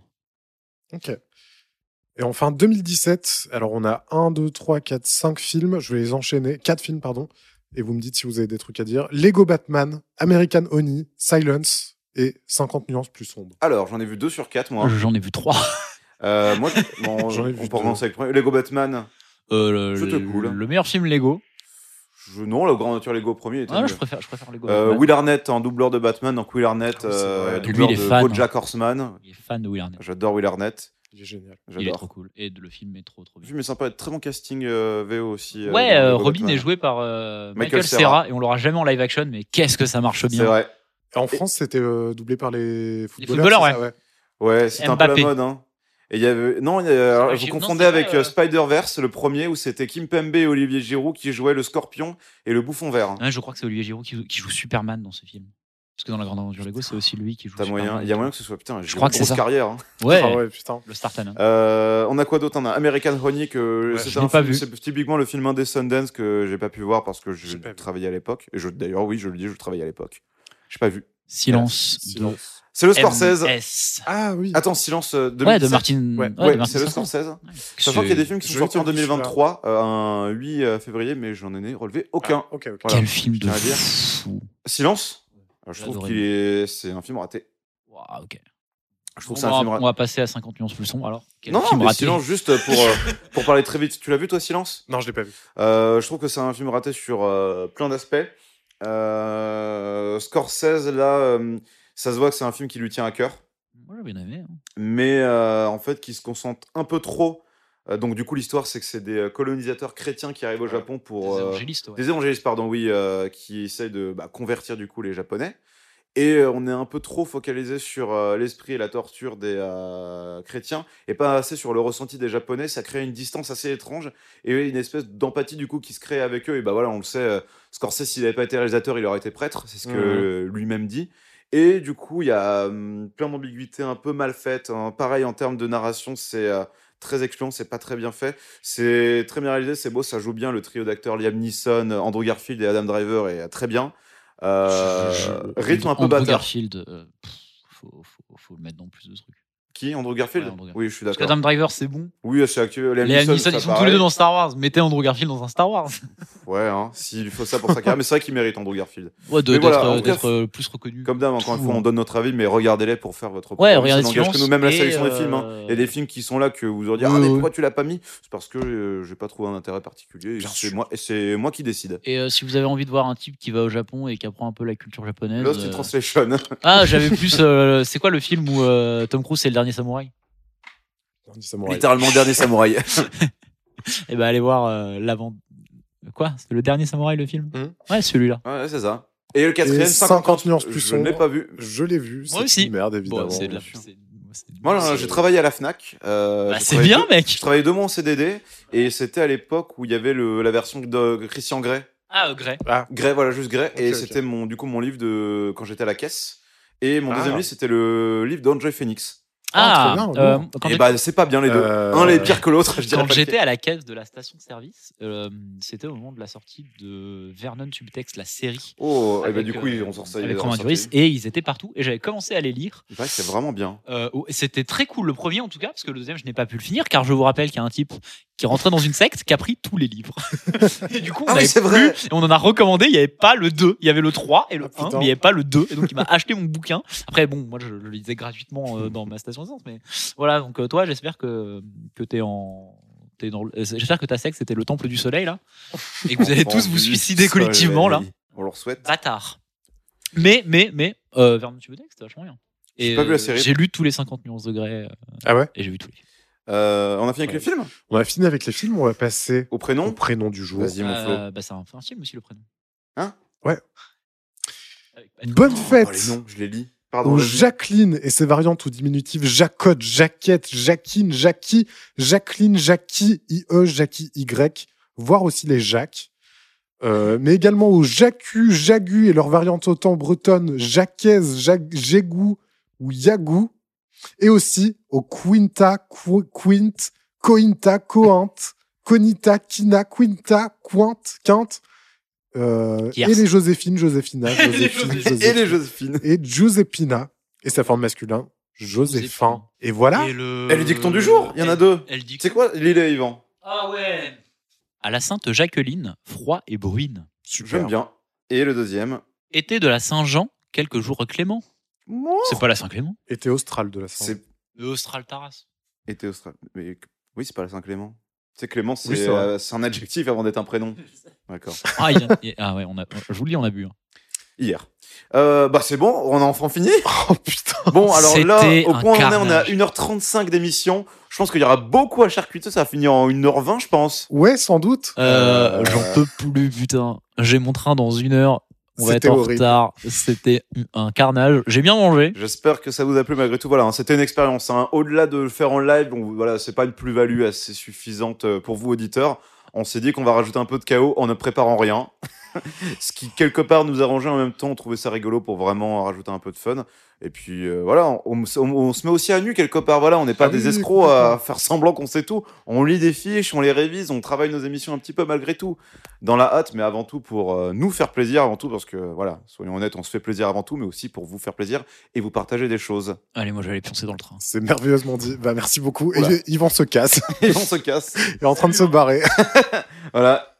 Speaker 4: Ok. Et enfin, 2017, alors on a 1, 2, 3, 4, 5 films, je vais les enchaîner, 4 films, pardon, et vous me dites si vous avez des trucs à dire. Lego Batman, American Oni, Silence et 50 nuances plus sombres.
Speaker 2: Alors, j'en ai vu deux sur quatre, moi.
Speaker 5: J'en ai vu trois.
Speaker 2: Euh, moi, je- bon,
Speaker 4: J'en ai
Speaker 2: on
Speaker 4: vu
Speaker 2: peut
Speaker 4: deux.
Speaker 2: commencer avec le premier. Lego Batman.
Speaker 5: Euh, le,
Speaker 2: Je te
Speaker 5: le-
Speaker 2: coule.
Speaker 5: le meilleur film Lego.
Speaker 2: Je- non, la grande nature Lego premier était
Speaker 5: Ah,
Speaker 2: mieux.
Speaker 5: je préfère, je préfère Lego.
Speaker 2: Euh,
Speaker 5: Batman.
Speaker 2: Will Arnett en doubleur de Batman, donc Will Arnett,
Speaker 4: Ah oui, c'est vrai.
Speaker 2: euh,
Speaker 4: Lui,
Speaker 2: doubleur
Speaker 5: il est
Speaker 2: de
Speaker 5: fan, hein.
Speaker 2: BoJack Horseman.
Speaker 5: Il est fan de Will Arnett.
Speaker 2: J'adore Will Arnett.
Speaker 4: Il est génial.
Speaker 2: J'adore.
Speaker 5: Il est trop cool. Et de- le film est trop, trop
Speaker 2: Le
Speaker 5: bien.
Speaker 2: film est sympa, très bon casting euh, VO aussi. euh,
Speaker 5: Ouais,
Speaker 2: dans
Speaker 5: euh,
Speaker 2: Lego
Speaker 5: Robin
Speaker 2: Batman.
Speaker 5: est joué par euh,
Speaker 2: Michael
Speaker 5: Michael
Speaker 2: Cera.
Speaker 5: Serra et on l'aura jamais en live action, mais qu'est-ce que ça marche
Speaker 2: C'est
Speaker 5: bien.
Speaker 2: vrai.
Speaker 4: Et en France, c'était euh, doublé par les footballeurs.
Speaker 5: footballeurs,
Speaker 4: c'est ça,
Speaker 2: Ouais, c'était un peu la
Speaker 5: Mbappé.
Speaker 2: mode. Hein. Et il y avait... Non, il y a-
Speaker 10: vrai,
Speaker 2: vous
Speaker 10: j'ai- non,
Speaker 2: confondez
Speaker 10: c'est vrai,
Speaker 2: avec euh,
Speaker 10: euh.
Speaker 2: Spider-Verse, le premier où c'était Kim Pembe et Olivier Giroud qui jouaient le scorpion et le bouffon vert. hein.
Speaker 5: Ouais, je crois que c'est Olivier Giroud qui, joue- qui joue Superman dans ce film. Parce que dans La Grande Aventure Lego, c'est aussi lui qui joue
Speaker 2: T'as
Speaker 5: Superman.
Speaker 2: moyen, il y a moyen que ce soit putain, je
Speaker 5: crois que c'est
Speaker 2: grosse
Speaker 5: ça.
Speaker 2: carrière. hein.
Speaker 5: Ouais,
Speaker 4: Ah ouais, putain.
Speaker 5: le hein. Star Talent.
Speaker 2: Euh, on a quoi d'autre On a American Honey que
Speaker 5: Ouais,
Speaker 2: c'est
Speaker 5: je
Speaker 2: un
Speaker 5: l'ai pas
Speaker 2: film-
Speaker 5: vu.
Speaker 2: c'est typiquement le film Indescendance que j'ai pas pu voir parce que je
Speaker 4: J'ai pas vu.
Speaker 2: travaillais à l'époque. Et je d'ailleurs oui, je le dis, je travaillais à l'époque. J'ai pas vu.
Speaker 5: Silence.
Speaker 4: Silence.
Speaker 2: C'est le
Speaker 5: de
Speaker 2: Scorsese.
Speaker 5: M.S..
Speaker 4: Ah oui.
Speaker 2: Attends, silence euh,
Speaker 5: Ouais,
Speaker 2: 2017.
Speaker 5: de Martin.
Speaker 4: Ouais,
Speaker 5: de
Speaker 2: Ouais,
Speaker 5: Martin
Speaker 2: c'est le
Speaker 5: Scorsese.
Speaker 2: Scorsese.
Speaker 5: Ouais.
Speaker 2: Sachant qu'il y a des films qui sont
Speaker 4: Je
Speaker 2: sortis en
Speaker 4: l'ai vu,
Speaker 2: 2023, euh, un 8 euh, février, mais j'en ai relevé aucun.
Speaker 4: Ok, ok.
Speaker 2: Voilà,
Speaker 5: Quel film
Speaker 2: je
Speaker 5: de
Speaker 2: tiens à dire.
Speaker 5: fou.
Speaker 2: Silence Alors, Je
Speaker 5: J'ai
Speaker 2: trouve
Speaker 5: adoré.
Speaker 2: qu'il est. C'est un film raté.
Speaker 5: Waouh, ok.
Speaker 2: Je trouve
Speaker 5: Bon,
Speaker 2: que c'est un
Speaker 5: on,
Speaker 2: film
Speaker 5: va, on
Speaker 2: raté.
Speaker 5: va passer à 50 nuances plus sombre alors. Quel
Speaker 2: Non, non,
Speaker 5: film
Speaker 2: mais
Speaker 5: raté.
Speaker 2: Silence, juste pour, euh, pour parler très vite. Tu l'as vu, toi, Silence
Speaker 4: Non, je l'ai pas vu.
Speaker 2: Euh, je trouve que c'est un film raté sur euh, plein d'aspects. Euh, Scorsese, là, euh, ça se voit que c'est un film qui lui tient à cœur,
Speaker 5: Moi j'avais bien aimé. hein.
Speaker 2: mais euh, en fait qui se concentre un peu trop. Euh, donc du coup, l'histoire, c'est que c'est des euh, colonisateurs chrétiens qui arrivent au Japon pour...
Speaker 5: Des
Speaker 2: euh,
Speaker 5: évangélistes, ouais.
Speaker 2: des évangélistes, pardon, oui, euh, qui essayent de bah, convertir du coup les Japonais. Et euh, on est un peu trop focalisé sur euh, l'esprit et la torture des euh, chrétiens et pas assez sur le ressenti des Japonais. Ça crée une distance assez étrange et une espèce d'empathie du coup qui se crée avec eux. Et bah voilà, on le sait, euh, Scorsese, s'il n'avait pas été réalisateur, il aurait été prêtre. C'est ce que
Speaker 4: Mhm.
Speaker 2: euh,
Speaker 5: Mmh,
Speaker 2: lui-même dit. Et du coup, il y a hum, plein d'ambiguïtés un peu mal faites. hein. Pareil, en termes de narration, c'est euh, très excluant, c'est pas très bien fait. C'est très bien réalisé, c'est beau, ça joue bien. Le trio d'acteurs Liam Neeson, Andrew Garfield et Adam Driver est très bien. Euh,
Speaker 5: Je- je-
Speaker 2: rythme un peu
Speaker 5: Andrew
Speaker 2: bâtard.
Speaker 5: Garfield, euh, pff, faut, faut, faut le mettre dans plus de trucs.
Speaker 2: Qui Andrew Garfield
Speaker 5: Ouais, Andrew Garfield.
Speaker 2: Oui, je suis
Speaker 5: Parce
Speaker 2: d'accord.
Speaker 5: qu'Adam Driver, c'est bon.
Speaker 2: Oui, c'est actuel. Liam
Speaker 5: Les
Speaker 2: Neeson,
Speaker 5: Neeson,
Speaker 2: ça
Speaker 5: ils sont tous
Speaker 2: pareil.
Speaker 5: les deux dans Star Wars. Mettez Andrew Garfield dans un Star Wars.
Speaker 2: Ouais, hein, s'il faut ça pour sa carrière, mais c'est vrai qu'il mérite Andrew Garfield.
Speaker 5: Ouais, de-
Speaker 2: Mais
Speaker 5: d'être
Speaker 2: voilà, en
Speaker 5: euh,
Speaker 2: tout
Speaker 5: d'être,
Speaker 2: cas,
Speaker 5: euh, plus reconnu.
Speaker 2: Comme d'hab, encore une
Speaker 5: Tout,
Speaker 2: fois, on
Speaker 5: hein.
Speaker 2: donne notre avis, mais regardez-les pour faire votre propre
Speaker 5: Ouais,
Speaker 2: avis,
Speaker 5: regardez
Speaker 2: ça n'engage que
Speaker 5: Silence
Speaker 2: nous-mêmes la
Speaker 5: et,
Speaker 2: sélection des
Speaker 5: euh,
Speaker 2: films. hein. Il y a des films qui sont là que vous aurez dit
Speaker 5: Oui,
Speaker 2: Ah, mais
Speaker 5: oui.
Speaker 2: pourquoi tu l'as pas mis C'est parce que euh, j'ai pas trouvé un intérêt particulier. et
Speaker 5: Bien
Speaker 2: C'est
Speaker 5: sûr.
Speaker 2: moi, et c'est moi qui décide.
Speaker 5: Et euh, si vous avez envie de voir un type qui va au Japon et qui apprend un peu la culture japonaise.
Speaker 2: Lost in
Speaker 5: euh,
Speaker 2: Translation.
Speaker 5: Ah, j'avais plus. euh, c'est quoi le film où euh, Tom Cruise c'est le dernier samouraï
Speaker 4: On dit ça, mon rêve.
Speaker 2: Littéralement, dernier samouraï.
Speaker 5: Eh ben, allez voir euh, l'avant. Quoi C'est le dernier samouraï le film
Speaker 4: Hum.
Speaker 5: Ouais, celui-là.
Speaker 2: Ouais, c'est ça. Et le quatrième,
Speaker 4: Et
Speaker 2: 50,
Speaker 4: 50 nuances plus
Speaker 2: Je ne l'ai
Speaker 4: sombres.
Speaker 2: pas vu.
Speaker 4: Je l'ai vu. c'est
Speaker 5: aussi.
Speaker 4: une Merde,
Speaker 5: Bon,
Speaker 4: évidemment.
Speaker 5: c'est de la-
Speaker 2: bien sûr.
Speaker 5: c'est- c'est-
Speaker 2: Moi, là,
Speaker 5: c'est-
Speaker 2: j'ai travaillé à la Fnac. euh,
Speaker 5: Bah,
Speaker 2: j'ai
Speaker 5: c'est
Speaker 2: travaillé
Speaker 5: bien,
Speaker 2: deux-
Speaker 5: mec.
Speaker 2: Je travaillais deux mois en CDD et c'était à l'époque où il y avait le, la version de Christian Grey.
Speaker 5: Ah, euh, Grey.
Speaker 2: Grey, voilà, juste Grey. et
Speaker 4: ok.
Speaker 2: c'était mon, du coup, mon livre de quand j'étais à la caisse. Et mon
Speaker 4: Ah.
Speaker 2: deuxième livre, c'était le livre d'André Phoenix.
Speaker 5: Ah,
Speaker 4: Ah, trop bien,
Speaker 5: euh,
Speaker 4: lourd.
Speaker 5: quand
Speaker 2: et
Speaker 5: j'ai-
Speaker 2: bah, c'est pas bien les deux.
Speaker 4: Euh,
Speaker 2: Un est pire que l'autre, je dirais.
Speaker 5: Quand
Speaker 2: pas
Speaker 5: j'étais
Speaker 2: lequel.
Speaker 5: à la caisse de la station-service, euh, c'était au moment de la sortie de Vernon Subtext, la série.
Speaker 2: Oh, et bah,
Speaker 5: avec,
Speaker 2: du coup,
Speaker 5: euh,
Speaker 2: on sort ça.
Speaker 5: avec
Speaker 2: on
Speaker 5: Romain
Speaker 2: sort
Speaker 5: Duris,
Speaker 2: ça.
Speaker 5: et ils étaient partout, et j'avais commencé à les lire.
Speaker 2: Il paraît que c'est vraiment bien.
Speaker 5: Euh, oh, c'était très cool, le premier en tout cas, parce que le deuxième, je n'ai pas pu le finir, car je vous rappelle qu'il y a un type qui rentrait dans une secte qui a pris tous les livres. et du coup, on,
Speaker 2: Ah oui,
Speaker 5: avait
Speaker 2: c'est
Speaker 5: plus,
Speaker 2: vrai.
Speaker 5: et on en a recommandé, il n'y avait pas le 2, il y avait le 3 et le
Speaker 4: Ah,
Speaker 5: 1,
Speaker 4: putain.
Speaker 5: mais il n'y avait pas le 2, et donc il m'a acheté mon bouquin. Après, bon, moi je, je le lisais gratuitement
Speaker 2: Hmm.
Speaker 5: euh, dans ma station essence, mais voilà, donc euh, toi, j'espère que, que t'es en. t'es dans le- euh, J'espère que ta secte c'était le temple du soleil là et que vous allez tous vous
Speaker 2: Vendu,
Speaker 5: suicider collectivement là.
Speaker 2: soleil. On leur souhaite.
Speaker 5: Bâtard. Mais, mais, mais, euh, Vernon Tubodec, c'était vachement bien.
Speaker 2: J'ai
Speaker 5: Et,
Speaker 2: pas vu la
Speaker 5: euh,
Speaker 2: série.
Speaker 5: J'ai lu tous les 50 nuances de Grey. euh,
Speaker 4: Ah ouais
Speaker 5: Et j'ai vu tous les.
Speaker 2: Euh, on a fini avec les films
Speaker 4: On va finir avec les films. On va passer
Speaker 2: Au
Speaker 4: au
Speaker 2: prénom
Speaker 4: prénom du jour.
Speaker 2: Vas-y, mon Flo.
Speaker 5: Euh, bah, c'est un, c'est un film aussi, le prénom.
Speaker 2: Hein
Speaker 4: Ouais.
Speaker 5: Avec Patrick.
Speaker 4: Bonne
Speaker 2: Oh,
Speaker 4: fête
Speaker 2: les noms, je les lis.
Speaker 4: où
Speaker 2: Pardon. vas-y.
Speaker 4: Jacqueline et ses variantes ou diminutives Jacotte, Jaquette, Jacqueline, Jackie, Jacqueline, Jackie, IE, Jackie, Y, voire aussi les Jacques. Euh, mais également aux Jacu, Jagu et leurs variantes autant bretonnes, Jaquaise, Jac- Jégou ou Yagou. Et aussi aux Quinta, Qu- Quint, Cointa, Cointe, Conita, Quina, Quinta, Quinte, Quinte. euh,
Speaker 5: Kiers.
Speaker 4: et les Joséphine, Joséphina,
Speaker 10: Et les
Speaker 4: Joséphine,
Speaker 10: Joséphine.
Speaker 2: Et
Speaker 4: Joséphine
Speaker 2: les Joséphines.
Speaker 4: et Giuseppina. Et sa forme masculin, Joséphine. Et
Speaker 2: Bah,
Speaker 4: voilà.
Speaker 11: Et le...
Speaker 2: Et le dicton du jour, il y en a
Speaker 5: Euh,
Speaker 2: deux.
Speaker 11: Elle dit
Speaker 2: C'est quoi Lille et Yvan
Speaker 11: Ah ouais À la Sainte Jacqueline, froid et bruine.
Speaker 2: J'aime bien. Et le deuxième
Speaker 11: Été de la Saint-Jean, quelques jours clément.
Speaker 2: Oh.
Speaker 11: C'est pas la Saint-Clément
Speaker 4: Était austral de la Saint.
Speaker 2: C'est
Speaker 11: Austral Taras.
Speaker 2: été austral. Mais oui, c'est pas la Saint-Clément. C'est Clément, c'est
Speaker 4: Oui, c'est vrai.
Speaker 2: euh, c'est un adjectif avant d'être un prénom. D'accord.
Speaker 11: Ah, il y a- il y a- ah ouais, on a... je vous le dis, on a bu. hein.
Speaker 2: Hier. Euh, bah c'est bon, on a enfin fini.
Speaker 4: Oh putain.
Speaker 2: Bon, alors là,
Speaker 11: C'était
Speaker 2: au
Speaker 11: un
Speaker 2: point où on est, on est à
Speaker 11: carnage.
Speaker 2: 1h35 d'émission. Je pense qu'il y aura beaucoup à charcuter, ça va finir en 1h20, je pense.
Speaker 4: Ouais, sans doute.
Speaker 11: Euh, J'en peux plus, putain. J'ai mon train dans une heure. On va
Speaker 4: C'était
Speaker 11: être en
Speaker 4: horrible.
Speaker 11: retard. C'était un carnage. J'ai bien mangé.
Speaker 2: J'espère que ça vous a plu malgré tout. Voilà, hein, c'était une expérience. hein. Au-delà de le faire en live, bon, voilà, c'est pas une plus-value assez suffisante euh, pour vous auditeurs. On s'est dit qu'on va rajouter un peu de chaos en ne préparant rien. Ce qui, quelque part, nous arrangeait en même temps. On trouvait ça rigolo pour vraiment rajouter un peu de fun. Et puis, euh, voilà, on, on- on se met aussi à nu, quelque part. Voilà, on n'est pas
Speaker 4: Ah oui,
Speaker 2: des
Speaker 4: oui,
Speaker 2: escrocs à faire semblant qu'on sait tout. On lit des fiches, on les révise, on travaille nos émissions un petit peu malgré tout. Dans la hâte, mais avant tout pour euh, nous faire plaisir, avant tout parce que, voilà, soyons honnêtes, on se fait plaisir avant tout, mais aussi pour vous faire plaisir et vous partager des choses.
Speaker 11: Allez, moi, je vais aller pioncer dans le train.
Speaker 4: C'est merveilleusement dit. Bah merci beaucoup. Et
Speaker 2: Oula.
Speaker 4: Y- Yvan se casse.
Speaker 2: Et on se casse.
Speaker 4: Il est en train de se barrer.
Speaker 2: Voilà,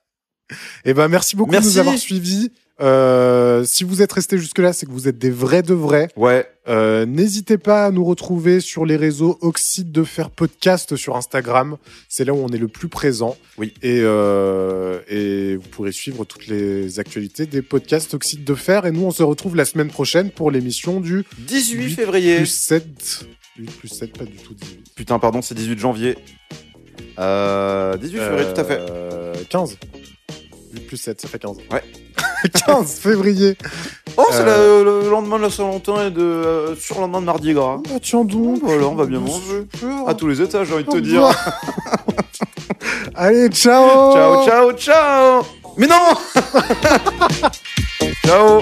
Speaker 4: Et ben merci beaucoup de
Speaker 2: Merci.
Speaker 4: nous avoir suivis. Euh, si vous êtes restés jusque-là, c'est que vous êtes des vrais de vrais.
Speaker 2: ouais.
Speaker 4: Euh, N'hésitez pas à nous retrouver sur les réseaux Oxyde de Fer Podcast sur Instagram. C'est là où on est le plus présent.
Speaker 2: Oui.
Speaker 4: Et, euh, et vous pourrez suivre toutes les actualités des podcasts Oxyde de Fer. Et nous, on se retrouve la semaine prochaine pour l'émission du
Speaker 2: 18
Speaker 4: Huit
Speaker 2: février.
Speaker 4: plus 7. 8 plus 7, pas du tout 18.
Speaker 2: Putain, pardon, c'est 18 janvier. Euh, 18 février, tout à fait.
Speaker 4: Euh, 15. 8 plus 7, ça fait 15.
Speaker 2: Ouais.
Speaker 4: 15 février.
Speaker 2: Oh, c'est
Speaker 4: Euh,
Speaker 2: le, le lendemain de la Saint-Valentin et de euh, sur lendemain de Mardi Gras.
Speaker 4: Oh, tiens donc.
Speaker 2: Voilà, on va bien manger. À tous les étages, j'ai envie de te
Speaker 4: Au
Speaker 2: dire.
Speaker 4: revoir. Allez, ciao
Speaker 2: Ciao, ciao, ciao Mais non Ciao